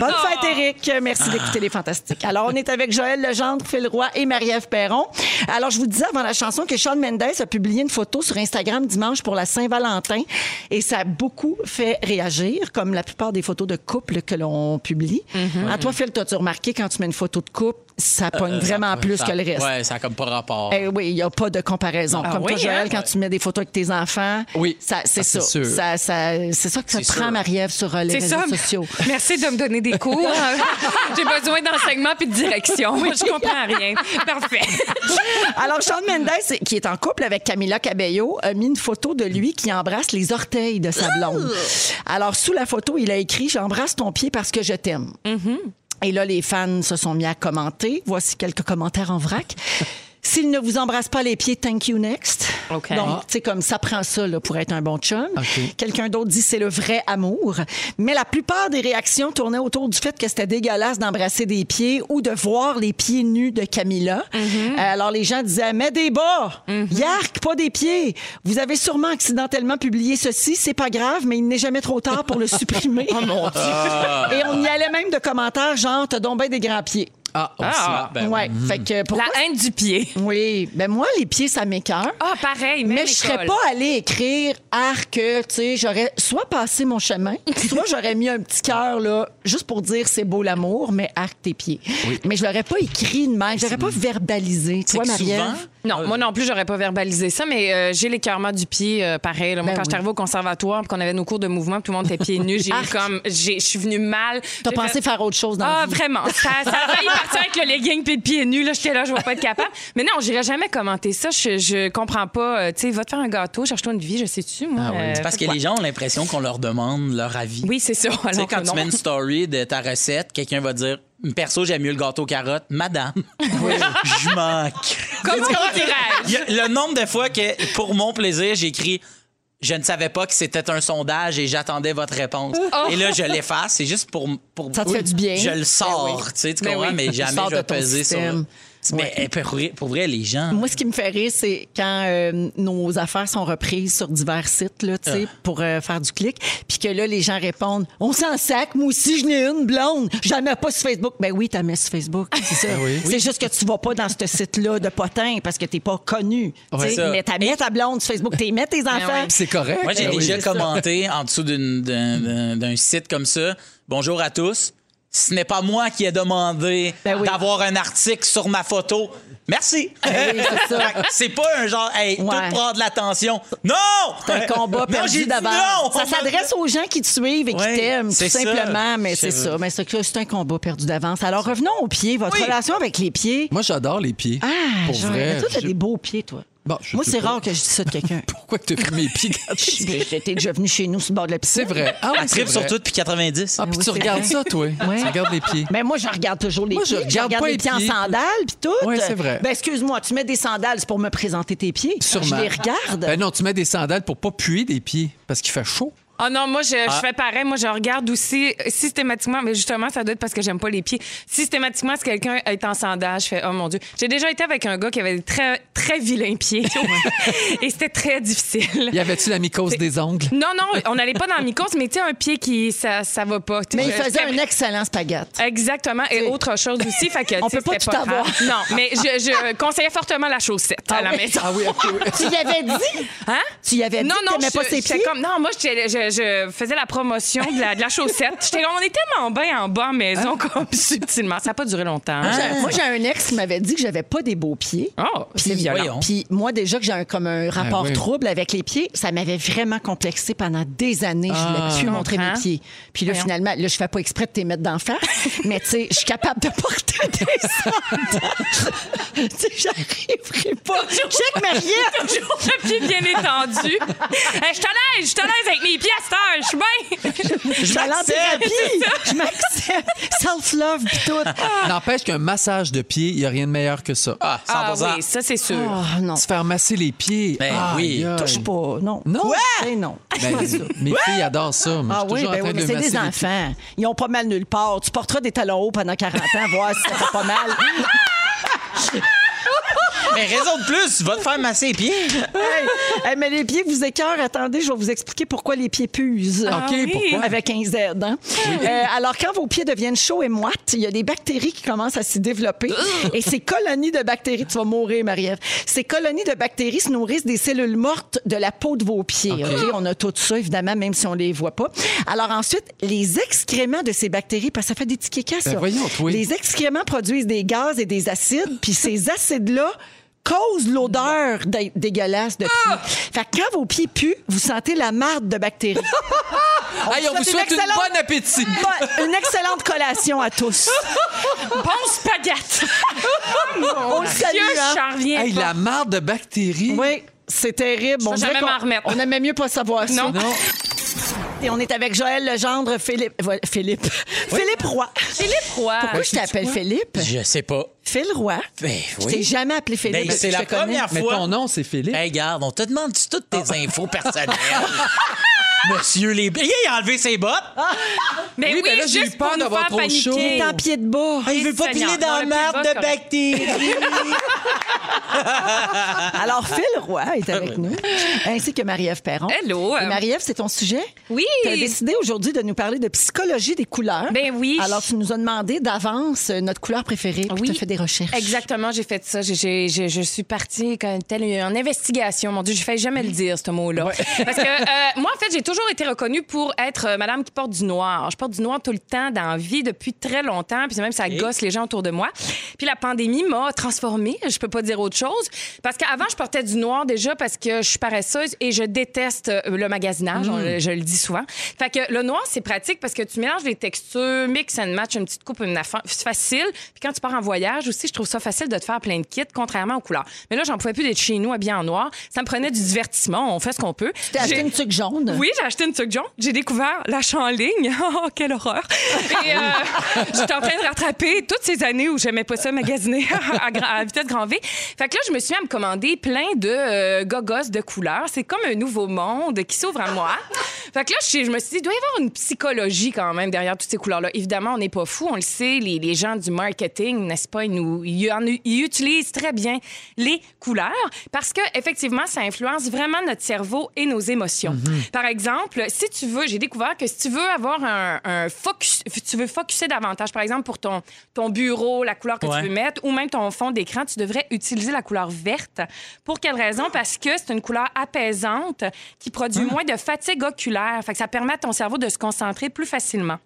[SPEAKER 2] Bonne fête, Eric. Merci d'écouter Les Fantastiques. Alors, on est avec Joël Legendre, Phil Roy et Marie-Ève Perron. Alors, je vous disais avant la chanson que Sean Mendes a publié une photo sur Instagram dimanche pour la Saint-Valentin et ça a beaucoup fait réagir, comme la plupart des photos de couple que l'on publie. À toi, Phil, t'as-tu remarqué quand tu mets une photo de couple, ça pogne vraiment plus
[SPEAKER 4] Euh, Ça-
[SPEAKER 2] que le reste?
[SPEAKER 4] Ouais, ça a comme pas rapport.
[SPEAKER 2] Eh oui, il n'y a pas de comparaison.
[SPEAKER 3] Ah
[SPEAKER 2] Comme
[SPEAKER 3] oui,
[SPEAKER 2] toi, Joël,
[SPEAKER 3] hein?
[SPEAKER 2] quand tu mets des photos avec tes enfants,
[SPEAKER 1] Oui.
[SPEAKER 2] ça, c'est
[SPEAKER 1] Ah,
[SPEAKER 2] ça.
[SPEAKER 1] c'est sûr.
[SPEAKER 2] Ça- ça- c'est ça que ça
[SPEAKER 4] C'est
[SPEAKER 2] prend,
[SPEAKER 4] sûr.
[SPEAKER 2] Marie-Ève, sur euh, les
[SPEAKER 3] C'est
[SPEAKER 2] réseaux
[SPEAKER 3] ça.
[SPEAKER 2] sociaux.
[SPEAKER 3] Merci de me donner des cours. J'ai besoin d'enseignement puis de direction. Je comprends rien. Parfait.
[SPEAKER 2] Alors, Sean Mendes, qui est en couple avec Camila Cabello, a mis une photo de lui qui embrasse les orteils de sa blonde. Alors, sous la photo, il a écrit J'embrasse ton pied parce que je t'aime.
[SPEAKER 3] Mm-hmm.
[SPEAKER 2] Et là, les fans se sont mis à commenter. Voici quelques commentaires en vrac. S'il ne vous embrasse pas les pieds, thank you next.
[SPEAKER 3] OK.
[SPEAKER 2] Donc, tu sais, comme ça prend ça là, pour être un bon chum.
[SPEAKER 1] OK.
[SPEAKER 2] Quelqu'un d'autre dit c'est le vrai amour. Mais la plupart des réactions tournaient autour du fait que c'était dégueulasse d'embrasser des pieds ou de voir les pieds nus de Camilla. Euh, Alors les gens disaient mets des bas, yark, pas des pieds. Vous avez sûrement accidentellement publié ceci, c'est pas grave, mais il n'est jamais trop tard pour le supprimer. oh mon Dieu. Et on y allait même de commentaires genre t'as donc ben des grands pieds.
[SPEAKER 1] Ah, on se
[SPEAKER 3] Ah.
[SPEAKER 1] lave. Ben
[SPEAKER 2] ouais, fait que pourquoi
[SPEAKER 3] La haine du pied.
[SPEAKER 2] Oui, ben moi les pieds ça m'écœure.
[SPEAKER 3] Ah, pareil.
[SPEAKER 2] Mais
[SPEAKER 3] même
[SPEAKER 2] je serais
[SPEAKER 3] école.
[SPEAKER 2] pas allée écrire arc, tu sais, j'aurais soit passé mon chemin, soit j'aurais mis un petit cœur là, juste pour dire c'est beau l'amour, mais arc tes pieds. Mais je l'aurais pas écrit de même, je l'aurais pas verbalisé.
[SPEAKER 4] C'est
[SPEAKER 2] Toi,
[SPEAKER 4] Mm. que
[SPEAKER 2] Marie-Ève? euh,
[SPEAKER 4] souvent,
[SPEAKER 3] Non, moi non plus, j'aurais pas verbalisé ça, mais euh, j'ai l'écœurement du pied, euh, pareil. là. Moi,
[SPEAKER 2] Ben
[SPEAKER 3] quand je
[SPEAKER 2] oui.
[SPEAKER 3] suis arrivée au conservatoire, puis qu'on avait nos cours de mouvement, puis tout le monde était pieds nus, j'ai eu
[SPEAKER 2] Arc.
[SPEAKER 3] comme. j'ai- Je suis venue mal.
[SPEAKER 2] T'as
[SPEAKER 3] J'ai
[SPEAKER 2] pensé
[SPEAKER 3] fait-
[SPEAKER 2] faire autre chose dans
[SPEAKER 3] Ah,
[SPEAKER 2] la vie.
[SPEAKER 3] vraiment. Ça, ça a failli partir avec le legging puis le pied nu. Là, j'étais là, je vais pas être capable. Mais non, j'irai jamais commenter ça. Je, je comprends pas. Euh, Tu sais, va te faire un gâteau, cherche-toi une vie, je sais-tu, moi.
[SPEAKER 1] Ah oui.
[SPEAKER 4] C'est parce que
[SPEAKER 3] faites
[SPEAKER 4] les gens ont l'impression qu'on leur demande leur avis.
[SPEAKER 3] quoi. Oui, c'est ça.
[SPEAKER 4] Tu sais,
[SPEAKER 3] alors
[SPEAKER 4] quand
[SPEAKER 3] que
[SPEAKER 4] tu
[SPEAKER 3] non.
[SPEAKER 4] mets une story de ta recette, quelqu'un va dire Perso, j'aime mieux le gâteau aux carottes. Madame, je manque.
[SPEAKER 3] Comment dirais-je?
[SPEAKER 4] Il y a Le nombre de fois que, pour mon plaisir, j'écris Je ne savais pas que c'était un sondage et j'attendais votre réponse. Et là, je l'efface. C'est juste pour. pour
[SPEAKER 2] Oh. Ça te fait du bien.
[SPEAKER 4] Je le sors.
[SPEAKER 2] Ben oui.
[SPEAKER 4] Tu sais, tu
[SPEAKER 2] Ben
[SPEAKER 4] comprends,
[SPEAKER 2] oui.
[SPEAKER 4] mais
[SPEAKER 2] Tu
[SPEAKER 4] jamais
[SPEAKER 2] sors
[SPEAKER 4] je
[SPEAKER 2] de
[SPEAKER 4] vais
[SPEAKER 2] ton
[SPEAKER 4] peser sur.
[SPEAKER 2] système.
[SPEAKER 4] Mais eh, pour, vrai- pour vrai, les gens.
[SPEAKER 2] Moi, ce qui me fait rire, c'est quand euh, nos affaires sont reprises sur divers sites, là, tu
[SPEAKER 4] Ah.
[SPEAKER 2] sais, pour euh, faire du clic, puis que là, les gens répondent « On s'en sac, moi aussi, je n'ai une blonde, je la mets pas sur Facebook. » Ben oui, tu mets sur Facebook, c'est ça.
[SPEAKER 4] Ben
[SPEAKER 2] C'est juste que tu vas pas dans ce site-là de potin parce que t'es pas connu. tu
[SPEAKER 4] Ouais,
[SPEAKER 2] sais.
[SPEAKER 4] ça. Ben
[SPEAKER 2] Mais t'as mis ta blonde sur Facebook, t'es mets tes enfants.
[SPEAKER 1] Puis C'est correct.
[SPEAKER 4] Moi, j'ai
[SPEAKER 1] Ben oui.
[SPEAKER 4] déjà commenté en dessous d'une- d'un d'un- d'un site comme ça. Bonjour à tous. Ce n'est pas moi qui ai demandé
[SPEAKER 2] Ben oui.
[SPEAKER 4] d'avoir un article sur ma photo. Merci.
[SPEAKER 2] Ben oui, c'est ça.
[SPEAKER 4] c'est pas un genre, hey, tout
[SPEAKER 2] Ouais.
[SPEAKER 4] prendre de l'attention. Non!
[SPEAKER 2] C'est un combat
[SPEAKER 4] Non, j'ai
[SPEAKER 2] perdu
[SPEAKER 4] dit
[SPEAKER 2] d'avance.
[SPEAKER 4] non!
[SPEAKER 2] Ça s'adresse aux gens qui te suivent et qui
[SPEAKER 4] Ouais,
[SPEAKER 2] t'aiment, tout
[SPEAKER 4] c'est ça.
[SPEAKER 2] simplement, mais c'est
[SPEAKER 4] C'est
[SPEAKER 2] ça.
[SPEAKER 4] vrai.
[SPEAKER 2] Mais c'est c'est un combat perdu d'avance. Alors, revenons aux pieds. Votre
[SPEAKER 4] Oui.
[SPEAKER 2] relation avec les pieds,
[SPEAKER 1] Moi, j'adore les pieds.
[SPEAKER 2] Ah,
[SPEAKER 1] pour
[SPEAKER 2] genre,
[SPEAKER 1] vrai.
[SPEAKER 2] mais toi, t'as
[SPEAKER 1] Je-
[SPEAKER 2] des beaux pieds, toi.
[SPEAKER 1] Bon, je
[SPEAKER 2] Moi,
[SPEAKER 1] sais
[SPEAKER 2] c'est
[SPEAKER 1] pas.
[SPEAKER 2] rare que je dise ça de quelqu'un.
[SPEAKER 1] Pourquoi que t'as pris mes pieds quand tu-
[SPEAKER 2] J'étais déjà venu chez nous sur le bord de la piscine.
[SPEAKER 1] C'est vrai. Ah oui,
[SPEAKER 4] Elle
[SPEAKER 1] c'est
[SPEAKER 4] tripe sur
[SPEAKER 1] vrai.
[SPEAKER 4] tout depuis 90.
[SPEAKER 1] Ah, puis
[SPEAKER 2] oui,
[SPEAKER 1] tu
[SPEAKER 2] c'est
[SPEAKER 1] regardes
[SPEAKER 2] vrai.
[SPEAKER 1] ça, toi.
[SPEAKER 2] Ouais.
[SPEAKER 1] Tu regardes les pieds.
[SPEAKER 2] Mais moi, je regarde toujours les
[SPEAKER 1] Moi, je
[SPEAKER 2] pieds.
[SPEAKER 1] regarde pas
[SPEAKER 2] les
[SPEAKER 1] les
[SPEAKER 2] pieds en
[SPEAKER 1] pieds.
[SPEAKER 2] sandales, puis tout.
[SPEAKER 1] Ouais, c'est vrai.
[SPEAKER 2] Ben, excuse-moi, tu mets des sandales, c'est pour me présenter tes pieds.
[SPEAKER 1] Sûrement.
[SPEAKER 2] Je les regarde.
[SPEAKER 1] Ben non, tu mets des sandales pour pas puer des pieds parce qu'il fait chaud.
[SPEAKER 3] Ah non, moi, je, je fais pareil. Moi, je regarde aussi euh, systématiquement, mais justement, ça doit être parce que j'aime pas les pieds. Systématiquement, si quelqu'un est en sandales, je fais, oh mon Dieu. J'ai déjà été avec un gars qui avait des très, très vilains pieds. Et c'était très difficile.
[SPEAKER 1] Y avait-tu la mycose des ongles?
[SPEAKER 3] Non, non, on n'allait pas dans le mycose, mais tu sais, un pied qui, ça, ça va pas.
[SPEAKER 2] mais il
[SPEAKER 3] Je-
[SPEAKER 2] faisait
[SPEAKER 3] je-
[SPEAKER 2] un excellent spaghetti.
[SPEAKER 3] Exactement. Et
[SPEAKER 2] T'sais.
[SPEAKER 3] autre chose aussi. Fait que,
[SPEAKER 2] On
[SPEAKER 3] t'sais,
[SPEAKER 2] peut pas
[SPEAKER 3] c'était
[SPEAKER 2] tout
[SPEAKER 3] grave.
[SPEAKER 2] avoir.
[SPEAKER 3] Non, mais je, je conseillais fortement la chaussette à la maison.
[SPEAKER 1] Ah oui, ok, oui.
[SPEAKER 2] Tu y avais dit?
[SPEAKER 3] Hein?
[SPEAKER 2] Tu y avais dit
[SPEAKER 3] non,
[SPEAKER 2] que
[SPEAKER 3] non,
[SPEAKER 2] t'aimais
[SPEAKER 3] je-
[SPEAKER 2] pas ses
[SPEAKER 3] j'étais
[SPEAKER 2] pieds?
[SPEAKER 3] Comme, non, moi, j'étais- je, je faisais la promotion de la, de la chaussette. J'étais comme, on est tellement bien en bas à maison, comme subtilement. Ça n'a pas duré longtemps. hein.
[SPEAKER 2] Hein?
[SPEAKER 7] Moi, j'ai un ex qui m'avait dit que j'avais pas des beaux pieds.
[SPEAKER 3] Oh, Ah. c'est
[SPEAKER 7] Puis-
[SPEAKER 3] violent.
[SPEAKER 4] Voyons.
[SPEAKER 7] Puis moi, déjà que j'ai un, comme un rapport
[SPEAKER 1] oui.
[SPEAKER 7] trouble avec les pieds, ça m'avait vraiment complexé pendant des années.
[SPEAKER 4] Ah.
[SPEAKER 7] je voulais plus
[SPEAKER 3] Je
[SPEAKER 7] montrer mes
[SPEAKER 3] comprends.
[SPEAKER 7] pieds. Puis là,
[SPEAKER 3] Voyons.
[SPEAKER 7] finalement, là, je fais pas exprès de t'y mettre d'en face, mais tu sais, je suis capable de porter des sandages. tu sais, j'arriverai pas. Check ma
[SPEAKER 3] Toujours le pied bien étendu. Hey, je te l'aise, je te l'aise avec mes pieds à cette heure, je suis bien.
[SPEAKER 7] Je vais aller en thérapie. Je m'accepte. Self-love, puis tout.
[SPEAKER 1] N'empêche qu'un massage de pied, il n'y a rien de meilleur que ça.
[SPEAKER 4] Ah, 100
[SPEAKER 3] Ah oui, ça c'est sûr.
[SPEAKER 7] Ah, non.
[SPEAKER 1] Se faire masser les pieds.
[SPEAKER 4] Ben
[SPEAKER 1] Ah, aïe,
[SPEAKER 4] oui.
[SPEAKER 1] aïe.
[SPEAKER 7] Touche pas, non.
[SPEAKER 1] Non.
[SPEAKER 7] Ben non.
[SPEAKER 1] Ben, mes filles adorent ça. Moi,
[SPEAKER 7] Ah
[SPEAKER 1] je suis
[SPEAKER 7] oui,
[SPEAKER 1] toujours
[SPEAKER 7] ben
[SPEAKER 1] en
[SPEAKER 7] oui, mais
[SPEAKER 1] train de
[SPEAKER 7] c'est
[SPEAKER 1] masser
[SPEAKER 7] des
[SPEAKER 1] les pieds.
[SPEAKER 7] enfants. Ils ont pas mal nulle part. Tu porteras des talons hauts pendant 40 ans, voir si ça fait pas mal.
[SPEAKER 4] Mais raison de plus, va te faire masser les pieds.
[SPEAKER 2] Hey, hey, mais les pieds vous écœurent. Attendez, je vais vous expliquer pourquoi les pieds puent.
[SPEAKER 1] OK,
[SPEAKER 3] oui.
[SPEAKER 1] pourquoi?
[SPEAKER 2] Avec un Z. hein. Euh, alors, quand vos pieds deviennent chauds et moites, il y a des bactéries qui commencent à s'y développer. et ces colonies de bactéries, tu vas mourir, Marie-Ève. Ces colonies de bactéries se nourrissent des cellules mortes de la peau de vos pieds. OK? On a tout ça, évidemment, même si on les voit pas. Alors, ensuite, les excréments de ces bactéries, parce que ça fait des tickets
[SPEAKER 1] Ben voyons, toi.
[SPEAKER 2] Les excréments produisent des gaz et des acides, puis ces acides-là causent l'odeur dé- dégueulasse de pieds. Fait que quand vos pieds puent, vous sentez la marde de bactéries.
[SPEAKER 1] Hey, on vous souhaite une
[SPEAKER 2] excellente-
[SPEAKER 1] bonne appétit.
[SPEAKER 2] Bon- une excellente collation à tous.
[SPEAKER 3] Bon spaghetti.
[SPEAKER 2] On le salue,
[SPEAKER 3] Dieu,
[SPEAKER 2] hein?
[SPEAKER 3] j'en reviens
[SPEAKER 1] Hey,
[SPEAKER 3] pas.
[SPEAKER 1] la marre de bactéries.
[SPEAKER 2] Oui, c'est terrible.
[SPEAKER 3] vais
[SPEAKER 2] On dirait
[SPEAKER 3] jamais
[SPEAKER 2] qu'on-
[SPEAKER 3] m'en remettre.
[SPEAKER 2] On aimait mieux pas savoir ça.
[SPEAKER 3] Non.
[SPEAKER 1] Non.
[SPEAKER 2] Et on est avec Joël Legendre, Philippe... voilà, Philippe. Philippe Roy.
[SPEAKER 3] Philippe Roy.
[SPEAKER 7] Pourquoi je t'appelle Philippe?
[SPEAKER 4] Je sais pas.
[SPEAKER 2] Phil Roy.
[SPEAKER 4] Ben
[SPEAKER 7] Je t'ai
[SPEAKER 4] oui.
[SPEAKER 7] jamais appelé Philippe.
[SPEAKER 4] Ben,
[SPEAKER 7] depuis
[SPEAKER 4] c'est
[SPEAKER 7] que je
[SPEAKER 4] la
[SPEAKER 7] te connais.
[SPEAKER 4] première
[SPEAKER 1] Mais ton
[SPEAKER 4] fois. Ben,
[SPEAKER 1] nom, c'est Philippe.
[SPEAKER 4] Hey, garde, on te demande toutes
[SPEAKER 2] Ah.
[SPEAKER 4] tes infos personnelles. Monsieur les... Il a enlevé ses bottes.
[SPEAKER 3] Mais
[SPEAKER 1] Oui,
[SPEAKER 3] oui,
[SPEAKER 1] ben là, j'ai eu
[SPEAKER 3] juste
[SPEAKER 1] peur
[SPEAKER 3] pour nous
[SPEAKER 1] d'avoir
[SPEAKER 3] faire
[SPEAKER 1] trop chaud.
[SPEAKER 3] paniquer.
[SPEAKER 2] Il est en pied de bas.
[SPEAKER 4] Ah, il veut pas
[SPEAKER 3] Seigneur,
[SPEAKER 4] piler
[SPEAKER 3] dans
[SPEAKER 4] dans la
[SPEAKER 3] le
[SPEAKER 4] marde
[SPEAKER 3] plus bas,
[SPEAKER 4] de bactéries.
[SPEAKER 2] Alors,
[SPEAKER 3] Ah.
[SPEAKER 2] Phil Roy est avec nous, ainsi que Marie-Ève Perron.
[SPEAKER 3] Hello. euh.
[SPEAKER 2] Et Marie-Ève, c'est ton sujet?
[SPEAKER 3] Oui.
[SPEAKER 2] Tu as décidé aujourd'hui de nous parler de psychologie des couleurs.
[SPEAKER 3] Ben oui.
[SPEAKER 2] Alors, tu nous as demandé d'avance euh, notre couleur préférée, puis
[SPEAKER 3] Oui.
[SPEAKER 2] tu as fait des recherches.
[SPEAKER 3] Exactement, j'ai fait ça. J'ai- j'ai- j'ai- je suis partie comme telle une- en investigation. Mon Dieu, je fais jamais le dire, ce mot-là. Parce que euh, moi, en fait, j'ai toujours été reconnue pour être euh, madame qui porte du noir. Je porte du noir tout le temps dans la vie depuis très longtemps. Puis même, ça gosse les gens autour de moi. Puis la pandémie m'a transformée. Je peux pas dire autre chose. Parce qu'avant, je portais du noir déjà parce que je suis paresseuse et je déteste euh, le magasinage.
[SPEAKER 2] Mm.
[SPEAKER 3] On le- je le dis souvent. Fait que le noir, c'est pratique parce que tu mélanges les textures, mix and match, une petite coupe, une affaire. C'est facile. Puis quand tu pars en voyage aussi, je trouve ça facile de te faire plein de kits, contrairement aux couleurs. Mais là, j'en pouvais plus d'être chez nous habillée en noir. Ça me prenait du divertissement. On fait ce qu'on peut.
[SPEAKER 2] Tu as acheté
[SPEAKER 3] J'ai-
[SPEAKER 2] une tuque jaune.
[SPEAKER 3] oui, j'ai acheté une tuque jaune. J'ai découvert la ligne. Oh, quelle horreur. Et euh, j'étais en train de rattraper toutes ces années où j'aimais pas ça magasiner à, gra- à vitesse grand V. Fait que là, je me suis mis à me commander plein de euh, gogos de couleurs. C'est comme un nouveau monde qui s'ouvre à moi. Fait que là, je, je me suis dit, il doit y avoir une psychologie quand même derrière toutes ces couleurs-là. Évidemment, on n'est pas fous, on le sait. Les, les gens du marketing, n'est-ce pas, ils, nous, ils en- ils utilisent très bien les couleurs parce que effectivement, ça influence vraiment notre cerveau et nos émotions. Par exemple, si tu veux, j'ai découvert que si tu veux avoir un, un focus, tu veux focuser davantage, par exemple pour ton ton bureau, la couleur que
[SPEAKER 4] Ouais.
[SPEAKER 3] tu veux mettre, ou même ton fond d'écran, tu devrais utiliser la couleur verte. Pour quelle raison Parce que c'est une couleur apaisante qui produit moins de fatigue oculaire. Fait que ça permet à ton cerveau de se concentrer plus facilement.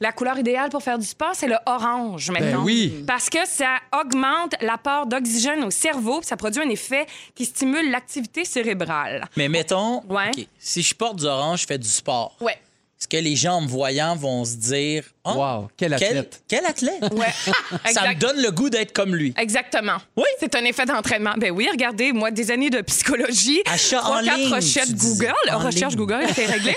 [SPEAKER 3] La couleur idéale pour faire du sport, c'est le orange
[SPEAKER 4] Ben
[SPEAKER 3] maintenant.
[SPEAKER 1] oui.
[SPEAKER 3] Parce que ça augmente l'apport d'oxygène au cerveau, puis ça produit un effet qui stimule l'activité cérébrale.
[SPEAKER 4] Mais mettons,
[SPEAKER 3] Ouais.
[SPEAKER 4] OK, si je porte du orange, je fais du sport.
[SPEAKER 3] Ouais.
[SPEAKER 4] Est-ce que les gens en me voyant vont se dire Ah,
[SPEAKER 1] Wow, quel athlète.
[SPEAKER 4] Quel, athlète
[SPEAKER 3] Ouais.
[SPEAKER 4] Ça me
[SPEAKER 3] Exact-
[SPEAKER 4] donne le goût d'être comme lui.
[SPEAKER 3] Exactement. Oui. C'est un effet d'entraînement. Ben oui, regardez, moi, des années de psychologie.
[SPEAKER 4] Achat
[SPEAKER 3] trois,
[SPEAKER 4] en
[SPEAKER 3] quatre
[SPEAKER 4] ligne,
[SPEAKER 3] recherches
[SPEAKER 4] tu dis.
[SPEAKER 3] Google.
[SPEAKER 4] En
[SPEAKER 3] recherche
[SPEAKER 4] ligne.
[SPEAKER 3] Google, c'est réglé.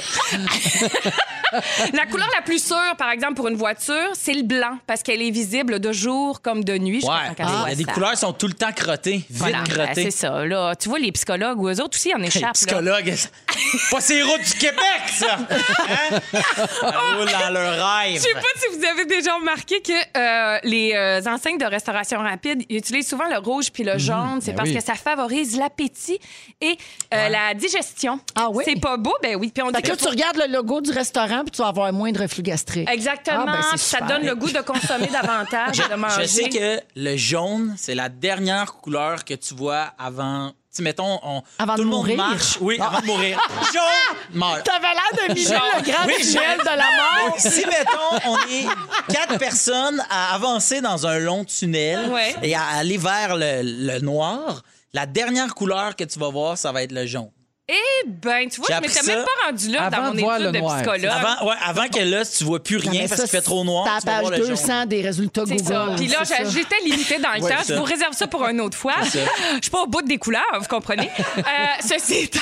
[SPEAKER 3] la couleur la plus sûre, par exemple, pour une voiture, c'est le blanc, parce qu'elle est visible de jour comme de nuit. Je comprends
[SPEAKER 4] Ouais, Ah.
[SPEAKER 3] qu'elle soit
[SPEAKER 4] les, les
[SPEAKER 3] Ah, ça.
[SPEAKER 4] couleurs sont tout le temps crottées, vite
[SPEAKER 3] Voilà. Ben,
[SPEAKER 4] crottées.
[SPEAKER 3] c'est ça. Là, tu vois, les psychologues ou eux autres aussi, ils en
[SPEAKER 4] Hey,
[SPEAKER 3] échappent. là.
[SPEAKER 4] psychologue, pas ces routes du Québec, ça! Hein? Ça roule dans leur rêve.
[SPEAKER 3] Je sais pas si vous avez déjà remarqué que euh, les euh, enseignes de restauration rapide ils utilisent souvent le rouge puis le jaune. C'est
[SPEAKER 1] ben
[SPEAKER 3] parce
[SPEAKER 1] oui.
[SPEAKER 3] que ça favorise l'appétit et euh, la digestion.
[SPEAKER 7] Ah oui?
[SPEAKER 3] C'est pas beau? Ben oui. Puis on dit
[SPEAKER 7] Fait que là, tu regardes le logo du restaurant, puis tu vas avoir moins de reflux gastrique.
[SPEAKER 3] Exactement.
[SPEAKER 7] Ah, ben, c'est
[SPEAKER 3] Puis ça
[SPEAKER 7] super.
[SPEAKER 3] donne le goût de consommer davantage et de manger.
[SPEAKER 4] Je sais que le jaune, c'est la dernière couleur que tu vois avant Tu sais, mettons, on,
[SPEAKER 7] Avant
[SPEAKER 4] tout
[SPEAKER 7] de
[SPEAKER 4] le monde
[SPEAKER 7] mourir. Ah!
[SPEAKER 4] marche. Oui, avant de mourir. Joe meurt.
[SPEAKER 2] T'avais l'air de Michel
[SPEAKER 4] Genre,
[SPEAKER 2] le grand
[SPEAKER 4] oui,
[SPEAKER 2] Michel
[SPEAKER 4] mais-
[SPEAKER 2] de la mort.
[SPEAKER 4] Si, mettons, on est quatre personnes à avancer dans un long tunnel
[SPEAKER 3] Ouais.
[SPEAKER 4] et à aller vers le, le noir, la dernière couleur que tu vas voir, ça va être le jaune.
[SPEAKER 3] Eh ben, tu vois,
[SPEAKER 4] J'ai
[SPEAKER 3] je m'étais
[SPEAKER 4] appris ça
[SPEAKER 3] même pas rendu là
[SPEAKER 1] avant
[SPEAKER 3] dans
[SPEAKER 1] de
[SPEAKER 3] mon
[SPEAKER 1] voir
[SPEAKER 3] étude
[SPEAKER 1] le
[SPEAKER 3] de
[SPEAKER 1] noir.
[SPEAKER 3] psychologue.
[SPEAKER 4] Avant, ouais, avant que là, tu vois plus
[SPEAKER 7] Non,
[SPEAKER 4] rien
[SPEAKER 7] mais
[SPEAKER 4] parce
[SPEAKER 7] ça,
[SPEAKER 4] qu'il fait trop noir,
[SPEAKER 7] c'est
[SPEAKER 4] tu
[SPEAKER 7] à
[SPEAKER 4] vas
[SPEAKER 7] la
[SPEAKER 4] voir
[SPEAKER 7] page
[SPEAKER 4] le
[SPEAKER 7] 200
[SPEAKER 4] jaune.
[SPEAKER 7] des résultats
[SPEAKER 3] C'est ça.
[SPEAKER 7] Google.
[SPEAKER 3] Puis là,
[SPEAKER 7] c'est
[SPEAKER 3] j'a-
[SPEAKER 7] ça.
[SPEAKER 3] j'étais limitée dans le
[SPEAKER 4] Ouais,
[SPEAKER 3] temps.
[SPEAKER 4] c'est
[SPEAKER 3] Je
[SPEAKER 4] ça.
[SPEAKER 3] vous réserve ça pour une autre fois. Je suis pas au bout des couleurs, vous comprenez. Euh, ceci étant,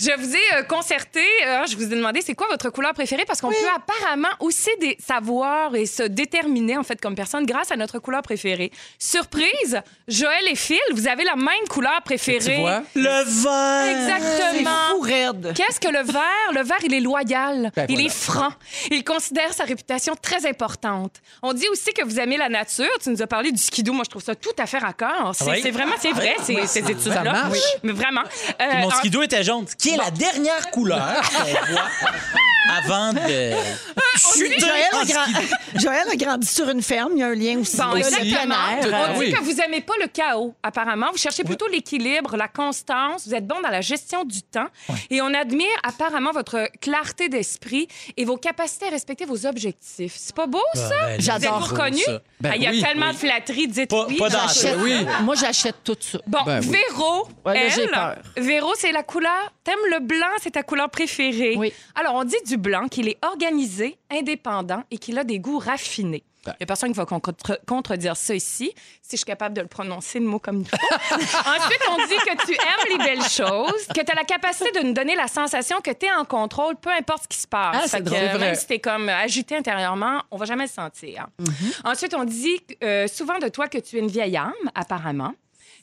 [SPEAKER 3] je vous ai euh, concerté, euh, je vous ai demandé c'est quoi votre couleur préférée parce qu'on peut apparemment aussi des- savoir et se déterminer en fait comme personne grâce à notre couleur préférée. Surprise, Joël et Phil, vous avez la même couleur préférée.
[SPEAKER 1] Tu vois?
[SPEAKER 4] Le vert!
[SPEAKER 2] C'est fou,
[SPEAKER 3] Exactement.
[SPEAKER 2] raide.
[SPEAKER 3] Qu'est-ce que le vert? Le vert, il est loyal.
[SPEAKER 1] Ben,
[SPEAKER 3] il
[SPEAKER 1] voilà.
[SPEAKER 3] est franc. Il considère sa réputation très importante. On dit aussi que vous aimez la nature. Tu nous as parlé du skido. Moi, je trouve ça tout à fait raccord. C'est
[SPEAKER 4] Oui.
[SPEAKER 3] c'est vraiment, c'est vrai,
[SPEAKER 1] Ah,
[SPEAKER 3] ces, ces études-là.
[SPEAKER 1] marche.
[SPEAKER 3] Oui. Mais vraiment. Euh,
[SPEAKER 4] Puis mon
[SPEAKER 3] en-
[SPEAKER 4] skido était jaune, ce qui est la dernière couleur qu'on voit avant de
[SPEAKER 3] Ah,
[SPEAKER 4] chuter Ah,
[SPEAKER 2] Joël
[SPEAKER 4] en
[SPEAKER 2] a, grand-
[SPEAKER 4] skido.
[SPEAKER 2] Joël a grandi sur une ferme, il y a un lien aussi.
[SPEAKER 3] Bon,
[SPEAKER 2] Le- le
[SPEAKER 3] exactement.
[SPEAKER 2] plein air.
[SPEAKER 1] Ah
[SPEAKER 3] On dit
[SPEAKER 1] oui.
[SPEAKER 3] que vous aimez pas le chaos, apparemment. Vous cherchez plutôt l'équilibre, la constance. Vous êtes bon dans la gestion du temps. Et on admire apparemment votre clarté d'esprit et vos capacités à respecter vos objectifs. C'est pas beau, ça?
[SPEAKER 4] ben,
[SPEAKER 7] J'adore.
[SPEAKER 3] Vous êtes-vous reconnu?
[SPEAKER 4] ça.
[SPEAKER 1] Ben
[SPEAKER 3] Ah, il y a
[SPEAKER 1] oui.
[SPEAKER 3] tellement de flatteries, dites
[SPEAKER 4] Pas-
[SPEAKER 3] oui.
[SPEAKER 4] pas dans la
[SPEAKER 3] J'achète-
[SPEAKER 7] J'achète-
[SPEAKER 1] oui.
[SPEAKER 7] Moi, j'achète tout ça.
[SPEAKER 3] Bon,
[SPEAKER 1] Ben oui.
[SPEAKER 3] Véro,
[SPEAKER 7] Ouais, là, j'ai
[SPEAKER 3] elle,
[SPEAKER 7] peur.
[SPEAKER 3] Véro, c'est la couleur. T'aimes le blanc, c'est ta couleur préférée.
[SPEAKER 7] Oui.
[SPEAKER 3] Alors, on dit du blanc qu'il est organisé, indépendant et qu'il a des goûts raffinés. Il n'y a personne qui va contre- contredire ça ici, si je suis capable de le prononcer le mot comme il faut. Ensuite, on dit que tu aimes les belles choses, que tu as la capacité de nous donner la sensation que tu es en contrôle, peu importe ce qui se passe.
[SPEAKER 7] Ah, c'est
[SPEAKER 3] Fait que,
[SPEAKER 7] drôle.
[SPEAKER 3] euh,
[SPEAKER 7] C'est vrai.
[SPEAKER 3] Même si tu es comme agité intérieurement, on va jamais le sentir.
[SPEAKER 7] Mm-hmm.
[SPEAKER 3] Ensuite, on dit euh, souvent de toi que tu es une vieille âme, apparemment.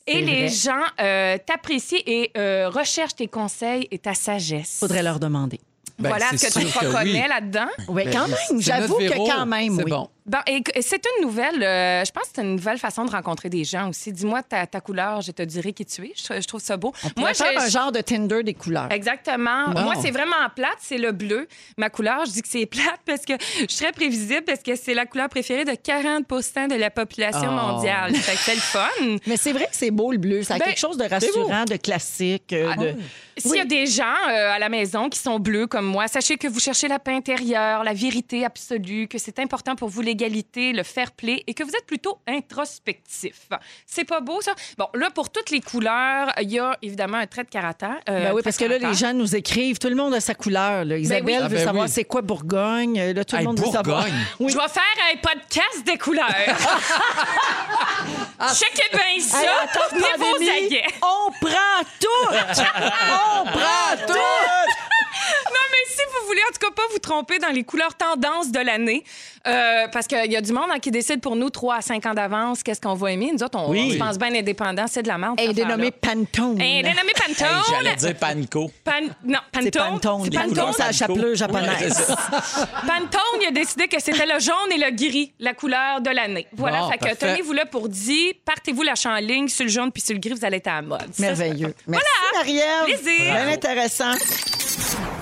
[SPEAKER 3] Et
[SPEAKER 7] vrai.
[SPEAKER 3] les gens euh, t'apprécient et euh, recherchent tes conseils et ta sagesse.
[SPEAKER 7] Faudrait leur demander.
[SPEAKER 1] Ben,
[SPEAKER 3] voilà
[SPEAKER 1] c'est
[SPEAKER 3] ce que tu
[SPEAKER 1] sûr que
[SPEAKER 3] reconnais
[SPEAKER 1] oui.
[SPEAKER 3] là-dedans.
[SPEAKER 7] Oui,
[SPEAKER 1] Ben,
[SPEAKER 7] quand
[SPEAKER 1] c'est-
[SPEAKER 7] même.
[SPEAKER 1] c'est
[SPEAKER 7] J'avoue que
[SPEAKER 1] notre Véro.
[SPEAKER 7] quand même,
[SPEAKER 1] C'est
[SPEAKER 7] oui.
[SPEAKER 1] bon.
[SPEAKER 3] Bon, et que- c'est une nouvelle, euh, je pense que c'est une nouvelle façon de rencontrer des gens aussi. Dis-moi ta, ta couleur, je te dirai qui tu es. Je, je trouve ça beau.
[SPEAKER 7] Moi,
[SPEAKER 3] Moi,
[SPEAKER 7] j'ai
[SPEAKER 3] je-
[SPEAKER 7] un genre de Tinder des couleurs.
[SPEAKER 3] Exactement.
[SPEAKER 1] Wow.
[SPEAKER 3] Moi, c'est vraiment plate, c'est le bleu. Ma couleur, je dis que c'est plate parce que je suis très prévisible parce que c'est la couleur préférée de 40 de la population
[SPEAKER 1] Oh.
[SPEAKER 3] mondiale. Fait que c'est le fun.
[SPEAKER 7] Mais c'est vrai que c'est beau le bleu. Ça a
[SPEAKER 3] Ben,
[SPEAKER 7] quelque chose de rassurant.
[SPEAKER 2] Rassurant, de classique. euh, de-
[SPEAKER 3] S'il y a des gens euh, à la maison qui sont bleus comme moi, sachez que vous cherchez la paix intérieure, la vérité absolue, que c'est important pour vous l'égalité, le fair play et que vous êtes plutôt introspectif. C'est pas beau, ça? Bon, là, pour toutes les couleurs, il y a évidemment un trait de caractère. euh,
[SPEAKER 7] Ben oui,
[SPEAKER 3] trait
[SPEAKER 7] parce
[SPEAKER 3] de
[SPEAKER 7] que là,
[SPEAKER 3] caractère.
[SPEAKER 7] les gens nous écrivent. Tout le monde a sa couleur. là. Isabelle
[SPEAKER 3] oui.
[SPEAKER 7] veut
[SPEAKER 1] Ah, ben
[SPEAKER 7] savoir
[SPEAKER 1] oui.
[SPEAKER 7] c'est quoi Bourgogne. Euh, Là, tout le
[SPEAKER 1] Hey,
[SPEAKER 7] monde veut savoir.
[SPEAKER 1] Bourgogne.
[SPEAKER 3] Je vais faire un podcast des couleurs.
[SPEAKER 7] Ah.
[SPEAKER 3] Checkez bien ça.
[SPEAKER 2] Hey, attends,
[SPEAKER 3] Tenez vos
[SPEAKER 2] pandémie,
[SPEAKER 3] aguets.
[SPEAKER 2] on prend tout! on prend tout!
[SPEAKER 3] Non, mais si vous voulez, en tout cas, pas vous tromper dans les couleurs tendances de l'année, euh, parce qu'il y a du monde hein, qui décide pour nous, 3 à 5 ans d'avance, qu'est-ce qu'on va aimer. Nous autres, on, on se pense bien indépendant, c'est de la merde.
[SPEAKER 7] Elle est
[SPEAKER 3] cette affaire-là.
[SPEAKER 7] dénommée Pantone.
[SPEAKER 3] Un dénommé Pantone.
[SPEAKER 4] Hey, J'allais dire panko.
[SPEAKER 3] Pan- Non, Pantone.
[SPEAKER 7] C'est Pantone.
[SPEAKER 3] C'est
[SPEAKER 7] Les
[SPEAKER 3] Pantone.
[SPEAKER 7] couleurs, c'est la chapelure japonaise.
[SPEAKER 3] Pantone, il a décidé que c'était le jaune et le gris, la couleur de l'année. Voilà,
[SPEAKER 1] Bon,
[SPEAKER 3] fait que
[SPEAKER 1] parfait.
[SPEAKER 3] tenez-vous là pour 10, partez-vous la en ligne sur le jaune puis sur le gris, vous allez être à la mode. Ça,
[SPEAKER 7] Merveilleux.
[SPEAKER 2] Merci, Marie-Ève.
[SPEAKER 3] Plaisir.
[SPEAKER 2] Bien intéressant.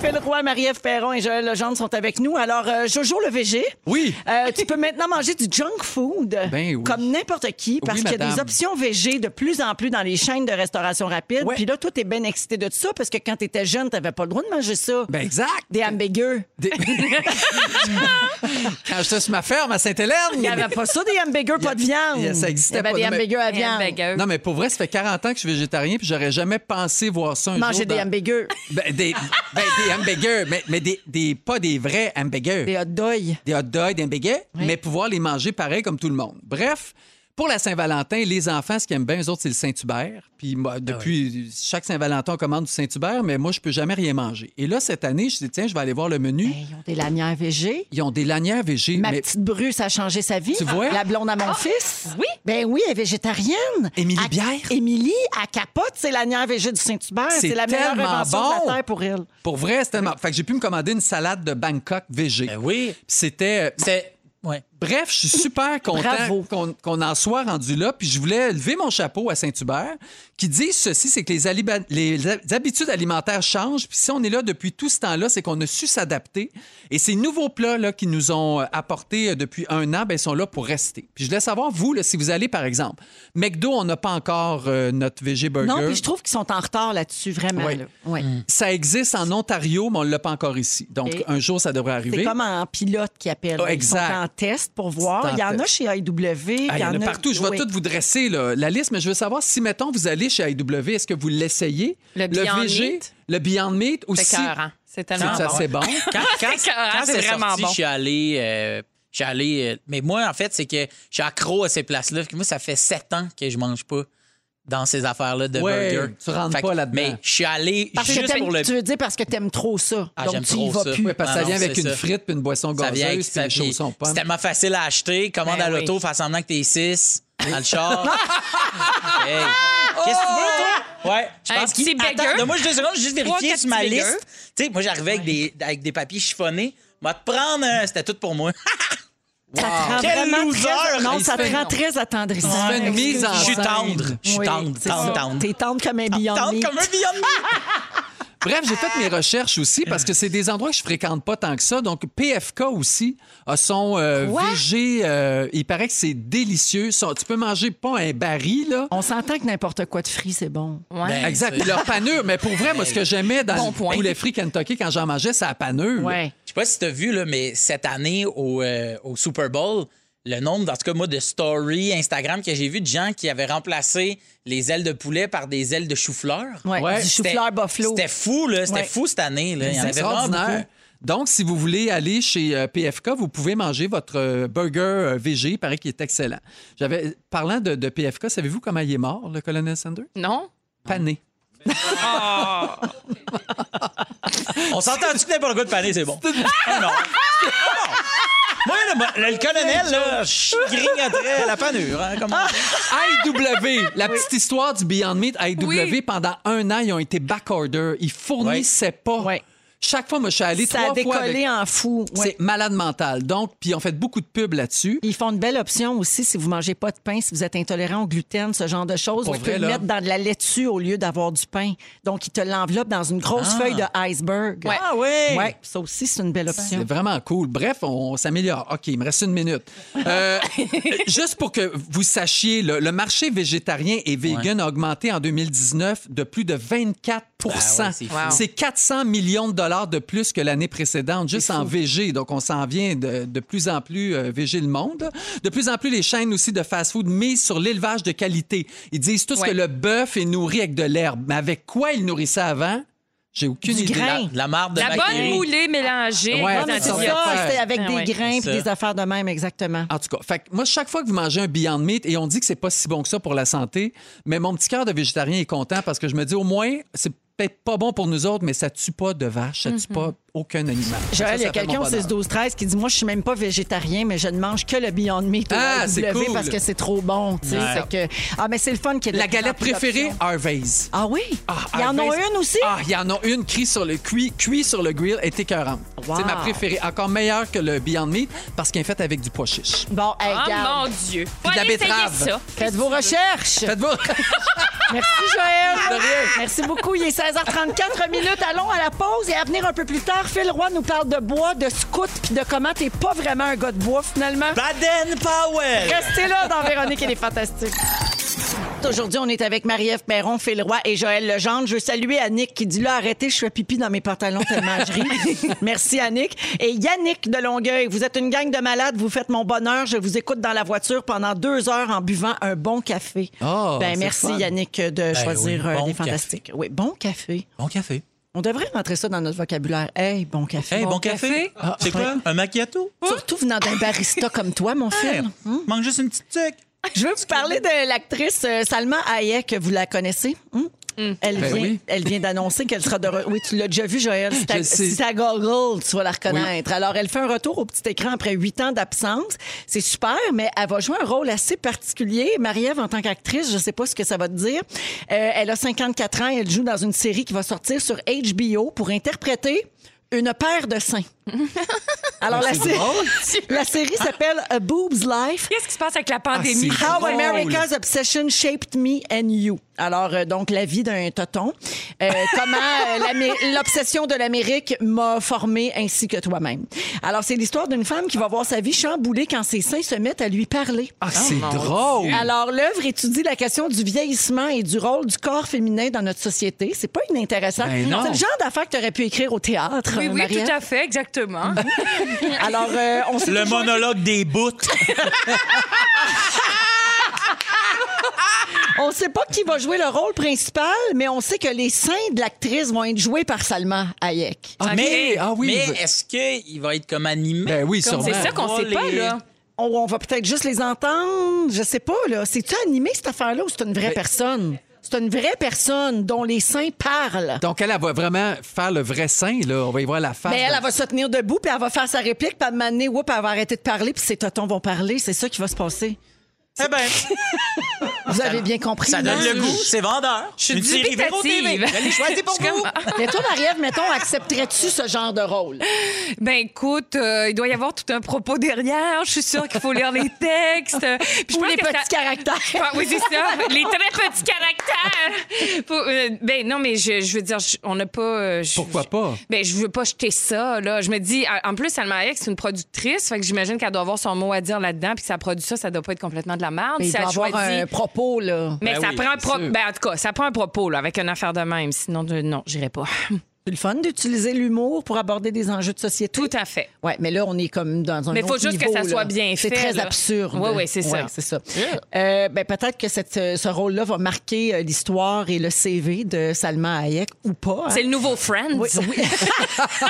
[SPEAKER 2] Phil Roy, Marie-Ève Perron et Joël Legendre sont avec nous. Alors, euh, Jojo le VG.
[SPEAKER 1] Oui.
[SPEAKER 2] Euh, tu peux maintenant manger du junk food
[SPEAKER 1] Ben oui.
[SPEAKER 2] comme n'importe qui parce qu'il y a
[SPEAKER 1] madame.
[SPEAKER 2] des options VG de plus en plus dans les chaînes de restauration rapide.
[SPEAKER 1] Ouais.
[SPEAKER 2] Puis là, toi, t'es bien excité de ça parce que quand t'étais jeune, t'avais pas le droit de manger ça.
[SPEAKER 1] Ben exact.
[SPEAKER 2] Des hamburgers.
[SPEAKER 1] Des- Quand j'étais sur ma ferme à Sainte-Hélène,
[SPEAKER 2] Il n'y avait pas ça, des hamburgers, pas de viande. Eh ben,
[SPEAKER 1] ça
[SPEAKER 7] Il y
[SPEAKER 1] existait
[SPEAKER 7] avait
[SPEAKER 1] pas.
[SPEAKER 7] des
[SPEAKER 1] Non, mais-
[SPEAKER 7] hamburgers à
[SPEAKER 3] Un
[SPEAKER 7] viande.
[SPEAKER 3] hamburger.
[SPEAKER 1] Non, mais pour vrai, ça fait 40 ans que je suis végétarien, puis j'aurais jamais pensé voir ça un
[SPEAKER 7] Manger
[SPEAKER 1] jour.
[SPEAKER 7] des
[SPEAKER 1] dans-
[SPEAKER 7] hamburgers,
[SPEAKER 1] Ben, des, ben, des hamburgers, mais, mais des, des- pas des vrais hamburgers.
[SPEAKER 7] des
[SPEAKER 1] Des,
[SPEAKER 7] hot dogs.
[SPEAKER 1] hot dogs, des hamburgers, mais pouvoir les manger pareil comme tout le monde. Bref, pour la Saint-Valentin, les enfants, ce qu'ils aiment bien, eux autres, c'est le Saint-Hubert. Puis
[SPEAKER 7] Ah
[SPEAKER 1] moi, depuis chaque Saint-Valentin, on commande du Saint-Hubert, mais moi, je peux jamais rien manger. Et là, cette année, je dis, tiens, je vais aller voir le menu.
[SPEAKER 7] Hey, Ils ont des lanières végé.
[SPEAKER 1] Ils ont des lanières végé.
[SPEAKER 7] Ma
[SPEAKER 1] mais-
[SPEAKER 7] petite Bruce a changé sa vie.
[SPEAKER 1] Tu vois?
[SPEAKER 7] La blonde à mon fils.
[SPEAKER 3] oui.
[SPEAKER 7] Ben oui, elle est végétarienne.
[SPEAKER 1] Émilie
[SPEAKER 7] Elle-
[SPEAKER 1] Bière?
[SPEAKER 7] Émilie,
[SPEAKER 2] À capote, c'est l'anière végé du Saint-Hubert.
[SPEAKER 1] C'est
[SPEAKER 2] C'est la meilleure
[SPEAKER 1] tellement
[SPEAKER 2] invention de
[SPEAKER 1] bon.
[SPEAKER 2] la Terre pour elle.
[SPEAKER 1] Pour vrai, c'est tellement. Fait que j'ai pu me commander une salade de Bangkok végé.
[SPEAKER 4] Ben oui.
[SPEAKER 1] Puis C'était. euh,
[SPEAKER 3] Ah,
[SPEAKER 4] C'est. Ouais.
[SPEAKER 1] Bref, je suis super content
[SPEAKER 7] Bravo.
[SPEAKER 1] qu'on qu'on en soit rendu là. Puis je voulais lever mon chapeau à Saint-Hubert qui dit ceci, c'est que les, aliba- les a- les habitudes alimentaires changent. Puis si on est là depuis tout ce temps-là, c'est qu'on a su s'adapter. Et ces nouveaux plats là, qui nous ont euh, apportés euh, depuis un an, ben, sont là pour rester. Puis je voulais savoir, vous, là, si vous allez, par exemple, McDo, on n'a pas encore euh, notre VG Burger.
[SPEAKER 2] Non, puis je trouve qu'ils sont en retard là-dessus, vraiment.
[SPEAKER 1] Oui.
[SPEAKER 2] là.
[SPEAKER 7] Ouais.
[SPEAKER 1] Ça existe en Ontario, mais on ne l'a pas encore ici. Donc,
[SPEAKER 2] Et-
[SPEAKER 1] un jour, ça devrait
[SPEAKER 2] C'est
[SPEAKER 1] arriver.
[SPEAKER 2] comme en pilote qui appelle.
[SPEAKER 1] Ah, exact.
[SPEAKER 2] Ils sont en test pour
[SPEAKER 1] C'est
[SPEAKER 2] voir.
[SPEAKER 1] en
[SPEAKER 2] Il y en a
[SPEAKER 1] test.
[SPEAKER 2] chez IW.
[SPEAKER 1] Ah, il y en a partout. Je vais
[SPEAKER 2] Oui.
[SPEAKER 1] tout vous dresser là, la liste, mais je veux savoir si, mettons, vous allez chez IW, est-ce que vous l'essayez?
[SPEAKER 3] Le Beyond
[SPEAKER 1] VG,
[SPEAKER 3] Meat?
[SPEAKER 1] le Beyond Meat ou
[SPEAKER 3] C'est
[SPEAKER 1] si...
[SPEAKER 3] écœurant. C'est tellement
[SPEAKER 1] C'est
[SPEAKER 3] bon.
[SPEAKER 1] assez bon.
[SPEAKER 4] Quand, quand,
[SPEAKER 3] C'est écœurant,
[SPEAKER 4] quand
[SPEAKER 3] c'est
[SPEAKER 4] c'est
[SPEAKER 3] vraiment
[SPEAKER 4] sorti,
[SPEAKER 3] bon.
[SPEAKER 4] je suis allé. euh, je suis allé, euh, mais moi, en fait, c'est que je suis accro à ces places-là. Parce que Moi, ça fait sept ans que je mange pas dans ces affaires-là de
[SPEAKER 1] Ouais,
[SPEAKER 4] burger.
[SPEAKER 1] tu rentres
[SPEAKER 4] que-
[SPEAKER 1] pas là-dedans.
[SPEAKER 4] Mais je suis allé
[SPEAKER 7] Parce que
[SPEAKER 4] juste
[SPEAKER 7] t'aimes-
[SPEAKER 4] pour le.
[SPEAKER 7] tu veux dire parce que t'aimes trop ça.
[SPEAKER 4] Ah,
[SPEAKER 7] donc
[SPEAKER 4] j'aime
[SPEAKER 7] tu y
[SPEAKER 4] trop
[SPEAKER 7] vas
[SPEAKER 4] ça.
[SPEAKER 7] plus.
[SPEAKER 1] Ouais, parce que
[SPEAKER 4] Ah
[SPEAKER 1] ça
[SPEAKER 4] non,
[SPEAKER 1] vient avec
[SPEAKER 4] c'est
[SPEAKER 1] une
[SPEAKER 4] ça.
[SPEAKER 1] frite puis une boisson
[SPEAKER 4] Ça vient avec
[SPEAKER 1] gazeuse puis
[SPEAKER 4] ça,
[SPEAKER 1] des
[SPEAKER 4] puis
[SPEAKER 1] chaussons pommes.
[SPEAKER 4] C'est tellement facile à acheter. Commande
[SPEAKER 3] Ben
[SPEAKER 4] à l'auto,
[SPEAKER 3] oui.
[SPEAKER 4] faire semblant que t'es 6 dans le char. Hey. Qu'est-ce que tu veux, toi? Ouais. Je
[SPEAKER 3] Oh! Un
[SPEAKER 4] pense
[SPEAKER 3] petit
[SPEAKER 4] qu'il-
[SPEAKER 3] bagger.
[SPEAKER 4] Attends, donne-moi juste deux secondes, je vais juste
[SPEAKER 3] Trois,
[SPEAKER 4] vérifier
[SPEAKER 3] quatre
[SPEAKER 4] sur ma
[SPEAKER 3] petits
[SPEAKER 4] liste.
[SPEAKER 3] baggers.
[SPEAKER 4] Tu sais, moi, j'arrivais avec des, avec des papiers chiffonnés. Va te prendre un- C'était tout pour moi.
[SPEAKER 2] Ça te rend
[SPEAKER 4] Quel
[SPEAKER 2] vraiment
[SPEAKER 4] loser!
[SPEAKER 2] très... Non,
[SPEAKER 4] Il
[SPEAKER 2] ça
[SPEAKER 1] se
[SPEAKER 2] te
[SPEAKER 1] fait-
[SPEAKER 2] rend très attendrissant.
[SPEAKER 1] se fait une mise en
[SPEAKER 4] Je suis
[SPEAKER 1] scène.
[SPEAKER 4] tendre. Je suis
[SPEAKER 2] Oui,
[SPEAKER 4] tendre,
[SPEAKER 2] c'est
[SPEAKER 4] tendre,
[SPEAKER 2] ça.
[SPEAKER 4] tendre.
[SPEAKER 2] T'es tendre comme un Beyond
[SPEAKER 4] Tendre
[SPEAKER 2] Meat.
[SPEAKER 4] comme un Beyond Meat.
[SPEAKER 1] Bref, j'ai fait
[SPEAKER 4] Ah!
[SPEAKER 1] mes recherches aussi parce que c'est des endroits que je fréquente pas tant que ça. Donc, PFK aussi a son euh, VG. euh, il paraît que c'est délicieux. Ça- tu peux manger pas un baril, là.
[SPEAKER 7] On s'entend que n'importe quoi de frit, c'est bon.
[SPEAKER 3] Ouais.
[SPEAKER 4] Ben,
[SPEAKER 1] Exact.
[SPEAKER 4] c'est-
[SPEAKER 1] Puis leur panure. Mais pour vrai, moi, ce que j'aimais dans
[SPEAKER 3] Bon
[SPEAKER 1] le
[SPEAKER 3] point.
[SPEAKER 1] poulet frit Kentucky quand j'en mangeais, c'est la panure.
[SPEAKER 7] Ouais.
[SPEAKER 4] Je sais pas si t'as vu, là, mais cette année au, euh, au Super Bowl, le nombre, en tout cas, moi, de stories Instagram que j'ai vu de gens qui avaient remplacé les ailes de poulet par des ailes de chou-fleur.
[SPEAKER 7] Ouais,
[SPEAKER 1] Ouais,
[SPEAKER 7] du
[SPEAKER 4] C'était-
[SPEAKER 7] chou-fleur buffalo.
[SPEAKER 4] C'était fou, là. C'était
[SPEAKER 7] Ouais.
[SPEAKER 4] fou cette année. Là. Il y en
[SPEAKER 1] C'est
[SPEAKER 4] avait vraiment
[SPEAKER 1] extraordinaire.
[SPEAKER 4] beaucoup.
[SPEAKER 1] Donc, si vous voulez aller chez euh, PFK, vous pouvez manger votre euh, burger euh, VG. Il paraît qu'il est excellent. J'avais Parlant de, de PFK, savez-vous comment il est mort, le colonel Sanders?
[SPEAKER 3] Non?
[SPEAKER 1] Pané.
[SPEAKER 4] On s'entend-tu que n'importe quoi de pané, c'est bon? Ah non. Ah non. Moi, le, le- le colonel, là, je grignoterais la panure. hein, comme on dit.
[SPEAKER 1] IW, la petite histoire du Beyond Meat, IW,
[SPEAKER 3] Oui.
[SPEAKER 1] pendant un an, ils ont été backorder. Ils fournissaient pas.
[SPEAKER 7] Ouais.
[SPEAKER 1] Chaque fois, moi, je suis allé
[SPEAKER 2] Ça a
[SPEAKER 1] trois fois avec...
[SPEAKER 2] décollé en fou. Ouais.
[SPEAKER 1] C'est malade mental. Donc, puis ils ont fait beaucoup de pubs là-dessus.
[SPEAKER 2] Ils font une belle option aussi si vous mangez pas de pain, si vous êtes intolérant au gluten, ce genre de choses.
[SPEAKER 1] Pour
[SPEAKER 2] Vous
[SPEAKER 1] vrai,
[SPEAKER 2] pouvez le
[SPEAKER 1] là.
[SPEAKER 2] mettre dans de la laitue au lieu d'avoir du pain. Donc, ils te l'enveloppent dans une
[SPEAKER 1] Ah.
[SPEAKER 2] grosse feuille de iceberg.
[SPEAKER 3] Ouais. Ah
[SPEAKER 2] oui! Ouais, ça aussi, c'est une belle option.
[SPEAKER 1] C'est vraiment cool. Bref, on s'améliore. OK, il me reste une minute. Euh, juste pour que vous sachiez, le, le marché végétarien et vegan a augmenté en 2019 de plus de 24
[SPEAKER 4] Ah ouais, c'est fou.
[SPEAKER 3] Wow.
[SPEAKER 1] C'est 400 millions de dollars de plus que l'année précédente, juste en VG. Donc, on s'en vient de, de plus en plus euh, VG le monde. De plus en plus, les chaînes aussi de fast-food misent sur l'élevage de qualité. Ils disent tous
[SPEAKER 3] Ouais.
[SPEAKER 1] que le bœuf est nourri avec de l'herbe. Mais avec quoi ils nourrissaient avant? J'ai aucune idée.
[SPEAKER 4] La, la marde de
[SPEAKER 3] La bonne
[SPEAKER 4] Maquerie.
[SPEAKER 3] moulée mélangée.
[SPEAKER 1] Ouais,
[SPEAKER 3] avec
[SPEAKER 1] c'est
[SPEAKER 3] un
[SPEAKER 2] C'est
[SPEAKER 1] ça.
[SPEAKER 3] petit-
[SPEAKER 2] ça, c'est avec
[SPEAKER 3] Ah
[SPEAKER 2] des
[SPEAKER 3] ouais.
[SPEAKER 2] grains et
[SPEAKER 4] C'est ça.
[SPEAKER 2] des affaires de même, exactement.
[SPEAKER 1] En tout cas, fait que moi, chaque fois que vous mangez un Beyond Meat, et on dit que c'est pas si bon que ça pour la santé, mais mon petit cœur de végétarien est content parce que je me dis au moins, c'est peut-être pas bon pour nous autres, mais ça tue pas de vache, ça tue pas aucun animal. Ça,
[SPEAKER 2] Mhm. Joël, il y a
[SPEAKER 1] ça fait mon
[SPEAKER 2] quelqu'un au
[SPEAKER 1] bonheur.
[SPEAKER 2] 6 12 13 qui dit Moi, je suis même pas végétarien, mais je ne mange que le Beyond Meat au
[SPEAKER 1] Ah, c'est
[SPEAKER 2] IW
[SPEAKER 1] cool.
[SPEAKER 2] parce que c'est trop bon. tu sais. Fait que- Ah, mais c'est le fun qui est
[SPEAKER 1] La galette préférée, Harvey's.
[SPEAKER 2] Ah oui?
[SPEAKER 1] Ah,
[SPEAKER 2] Il y en a
[SPEAKER 1] Harvey's.
[SPEAKER 2] une aussi?
[SPEAKER 1] Ah, il y en a une cuit sur le cuit, cuit sur le grill, est écœurante.
[SPEAKER 2] Wow.
[SPEAKER 1] C'est ma préférée. Encore meilleure que le Beyond Meat parce qu'il est fait avec du pois chiche.
[SPEAKER 2] Bon, hey,
[SPEAKER 3] Oh
[SPEAKER 2] garde.
[SPEAKER 3] mon Dieu. Faut
[SPEAKER 1] de la
[SPEAKER 3] aller essayer
[SPEAKER 1] betterave.
[SPEAKER 3] ça.
[SPEAKER 2] Faites vos recherches.
[SPEAKER 1] Faites-vous.
[SPEAKER 2] Merci, Joël.
[SPEAKER 1] De rien.
[SPEAKER 2] Merci beaucoup. Il est 16h34 minutes. Allons à la pause et à venir un peu plus tard. Phil Roy nous parle de bois, de scout, puis de comment t'es pas vraiment un gars de bois, finalement.
[SPEAKER 4] Baden Powell.
[SPEAKER 2] Restez là dans Véronique, elle est fantastique. Aujourd'hui, on est avec Marie-Ève Perron, Phil Roy et Joël Legendre. Je veux saluer Annick qui dit là, arrêtez, je fais pipi dans mes pantalons tellement je ris. Merci, Annick. Et Yannick de Longueuil, vous êtes une gang de malades, vous faites mon bonheur. Je vous écoute dans la voiture pendant deux heures en buvant un bon café.
[SPEAKER 1] Oh,
[SPEAKER 2] ben,
[SPEAKER 1] c'est
[SPEAKER 2] merci,
[SPEAKER 1] fun.
[SPEAKER 2] Yannick, de choisir
[SPEAKER 4] Ben oui,
[SPEAKER 2] euh,
[SPEAKER 4] bon
[SPEAKER 2] les
[SPEAKER 4] café.
[SPEAKER 2] fantastiques. Oui, bon café.
[SPEAKER 4] Bon café.
[SPEAKER 2] On devrait rentrer ça dans notre vocabulaire. Hey, bon café.
[SPEAKER 4] Hey, bon, café. c'est quoi? Un macchiato?
[SPEAKER 7] Surtout venant d'un barista comme toi, mon
[SPEAKER 4] Hey,
[SPEAKER 7] fils.
[SPEAKER 4] Manque juste une petite tuque.
[SPEAKER 2] Je veux vous parler de l'actrice euh, Salma Hayek. Vous la connaissez? Hum? Elle,
[SPEAKER 1] Ben
[SPEAKER 2] vient,
[SPEAKER 1] oui.
[SPEAKER 2] elle vient d'annoncer qu'elle sera de re- Oui, tu l'as déjà vu, Joël. Si
[SPEAKER 1] Je
[SPEAKER 2] t'as
[SPEAKER 1] sais.
[SPEAKER 2] si t'as Google, tu vas la reconnaître. Alors, elle fait un retour au petit écran après huit ans d'absence. C'est super, mais elle va jouer un rôle assez particulier. Marie-Ève, en tant qu'actrice, je sais pas ce que ça va te dire. Euh, elle a 54 ans. Elle joue dans une série qui va sortir sur HBO pour interpréter une paire de seins. Alors, la,
[SPEAKER 1] Ben, C'est
[SPEAKER 2] sé-
[SPEAKER 1] drôle.
[SPEAKER 2] la série s'appelle A Boob's Life.
[SPEAKER 3] Qu'est-ce qui se passe avec la pandémie?
[SPEAKER 1] Ah, c'est
[SPEAKER 2] How
[SPEAKER 1] drôle.
[SPEAKER 2] America's Obsession Shaped Me and You. Alors, euh, donc, la vie d'un toton. Euh, comment euh, l'Amé- l'obsession de l'Amérique m'a formé ainsi que toi-même. Alors, c'est l'histoire d'une femme qui va voir sa vie chamboulée quand ses seins se mettent à lui parler.
[SPEAKER 1] Ah, c'est drôle.
[SPEAKER 2] Alors, l'œuvre étudie la question du vieillissement et du rôle du corps féminin dans notre société. C'est pas inintéressant.
[SPEAKER 1] Ben non.
[SPEAKER 2] C'est le genre d'affaire que tu aurais pu écrire au
[SPEAKER 1] Oh,
[SPEAKER 2] théâtre.
[SPEAKER 3] Oui, oui,
[SPEAKER 2] Marianne.
[SPEAKER 3] tout à fait, exactement.
[SPEAKER 2] Alors, euh, on sait
[SPEAKER 4] Le
[SPEAKER 2] toujours-
[SPEAKER 4] monologue des bouts.
[SPEAKER 2] On sait pas qui va jouer le rôle principal, mais on sait que les seins de l'actrice vont être joués par Salma Hayek.
[SPEAKER 1] Ah, mais, ah oui.
[SPEAKER 4] mais est-ce qu'il va être comme animé?
[SPEAKER 1] ben oui, sûrement.
[SPEAKER 3] C'est ça qu'on sait pas,
[SPEAKER 4] les-
[SPEAKER 3] là.
[SPEAKER 2] On, on va peut-être juste les entendre. Je sais pas, là. C'est-tu animé, cette affaire-là, ou c'est une vraie personne? C'est une vraie personne dont les seins parlent.
[SPEAKER 1] Donc, elle, elle va vraiment faire le vrai sein, là. On va y voir la face.
[SPEAKER 2] Mais elle, elle va se tenir debout, puis elle va faire sa réplique, puis à un moment donné, whoop, elle va arrêter de parler, puis ses totons vont parler. C'est ça qui va se passer.
[SPEAKER 4] Eh ben,
[SPEAKER 2] Vous avez bien compris.
[SPEAKER 4] ça donne
[SPEAKER 2] hein?
[SPEAKER 4] le goût, c'est vendeur.
[SPEAKER 3] Je suis
[SPEAKER 4] Une série Véro
[SPEAKER 3] dubitative.
[SPEAKER 4] TV. Allez, choisissez pour
[SPEAKER 3] Je suis
[SPEAKER 4] vous.
[SPEAKER 3] comme-
[SPEAKER 2] Mais toi, Marie-Ève, mettons, accepterais-tu ce genre de rôle?
[SPEAKER 3] Ben écoute, euh, il doit y avoir tout un propos derrière. Je suis sûre qu'il faut lire les textes. Euh, Puis je
[SPEAKER 2] Ou
[SPEAKER 3] pense
[SPEAKER 2] les
[SPEAKER 3] que
[SPEAKER 2] petits
[SPEAKER 3] ça-
[SPEAKER 2] caractères?
[SPEAKER 3] Ah, oui, c'est ça. Les très petits caractères. Faut- euh, ben non, mais je, je veux dire, je- on n'a pas. euh, je-
[SPEAKER 1] Pourquoi pas?
[SPEAKER 3] Ben je veux pas jeter ça. Là, je me dis, en- en plus, Salma Hayek, c'est une productrice, fait que j'imagine qu'elle doit avoir son mot à dire là-dedans, puis que ça produit ça, ça doit pas être complètement de la merde.
[SPEAKER 1] Ben,
[SPEAKER 2] Mais il
[SPEAKER 3] si
[SPEAKER 2] doit
[SPEAKER 3] elle
[SPEAKER 2] avoir
[SPEAKER 3] choisit-
[SPEAKER 2] un propos, là.
[SPEAKER 3] Mais
[SPEAKER 4] Ben
[SPEAKER 3] ça
[SPEAKER 4] oui,
[SPEAKER 3] prend un
[SPEAKER 4] c'est
[SPEAKER 3] pro-
[SPEAKER 4] sûr.
[SPEAKER 3] ben, en tout cas, ça prend un propos là, avec une affaire de même. Sinon, de- non, j'irai pas.
[SPEAKER 2] C'est le fun d'utiliser l'humour pour aborder des enjeux de société.
[SPEAKER 3] Tout à fait.
[SPEAKER 2] Ouais, mais là, on est comme dans un
[SPEAKER 3] Mais faut
[SPEAKER 2] autre
[SPEAKER 3] juste que
[SPEAKER 2] niveau,
[SPEAKER 3] ça
[SPEAKER 2] là.
[SPEAKER 3] soit bien
[SPEAKER 2] C'est
[SPEAKER 3] fait,
[SPEAKER 2] très
[SPEAKER 3] là.
[SPEAKER 2] absurde.
[SPEAKER 3] Ouais, ouais, c'est ça.
[SPEAKER 2] Ouais, c'est ça. Euh, ben, peut-être que cette, euh, ce rôle-là va marquer euh, l'histoire et le CV de Salma Hayek ou pas. hein.
[SPEAKER 3] C'est le nouveau Friends.
[SPEAKER 2] Oui, oui.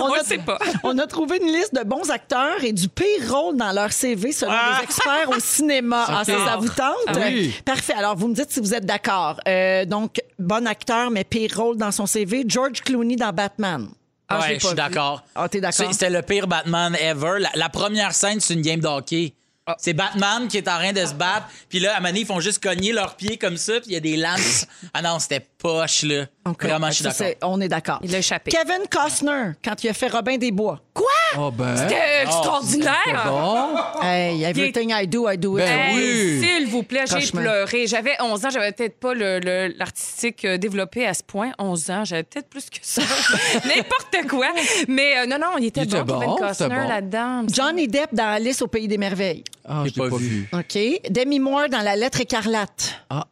[SPEAKER 3] on
[SPEAKER 2] a-
[SPEAKER 3] le sait
[SPEAKER 1] Hein?
[SPEAKER 3] pas.
[SPEAKER 2] On a trouvé une liste de bons acteurs et du pire rôle dans leur CV selon les experts au cinéma. Ah, ça, ça vous tente?
[SPEAKER 1] oui.
[SPEAKER 2] Parfait. Alors, vous me dites si vous êtes d'accord. Euh, donc, bon acteur, mais pire rôle dans son CV. George Clooney dans Batman.
[SPEAKER 4] Ouais,
[SPEAKER 2] l'ai
[SPEAKER 4] je
[SPEAKER 2] pas
[SPEAKER 4] suis
[SPEAKER 2] vu.
[SPEAKER 4] d'accord.
[SPEAKER 2] Ah, t'es d'accord?
[SPEAKER 4] C'est- C'était le pire Batman ever. La, la première scène, c'est une game d'hockey. C'est Batman qui est en train de se battre. Puis là, à un moment donné, ils font juste cogner leurs pieds comme ça. Puis il y a des lances. ah non, c'était poche, là.
[SPEAKER 2] OK.
[SPEAKER 4] Vraiment, je suis
[SPEAKER 2] Ça,
[SPEAKER 4] d'accord.
[SPEAKER 2] c'est- On est d'accord.
[SPEAKER 3] Il a échappé.
[SPEAKER 2] Kevin Costner, quand il a fait Robin des Bois. Quoi?
[SPEAKER 1] Oh, ben.
[SPEAKER 3] Euh, extraordinaire.
[SPEAKER 1] Bon.
[SPEAKER 2] Hey, everything I do, I do it.
[SPEAKER 1] Ben
[SPEAKER 3] Hey,
[SPEAKER 1] oui.
[SPEAKER 3] S'il vous plaît, j'ai
[SPEAKER 2] Franchement.
[SPEAKER 3] pleuré. J'avais 11 ans, j'avais peut-être pas le- le- l'artistique euh, développé à ce point. 11 ans, j'avais peut-être plus que ça. N'importe quoi. Mais euh, non, non, il était
[SPEAKER 1] Il
[SPEAKER 3] bon,
[SPEAKER 1] était bon,
[SPEAKER 3] Kevin Costner
[SPEAKER 1] c'était bon.
[SPEAKER 3] là-dedans.
[SPEAKER 2] Johnny Depp dans Alice au pays des merveilles.
[SPEAKER 1] Ah, je l'ai pas vu.
[SPEAKER 2] OK. Demi Moore dans La lettre écarlate.
[SPEAKER 1] Ah.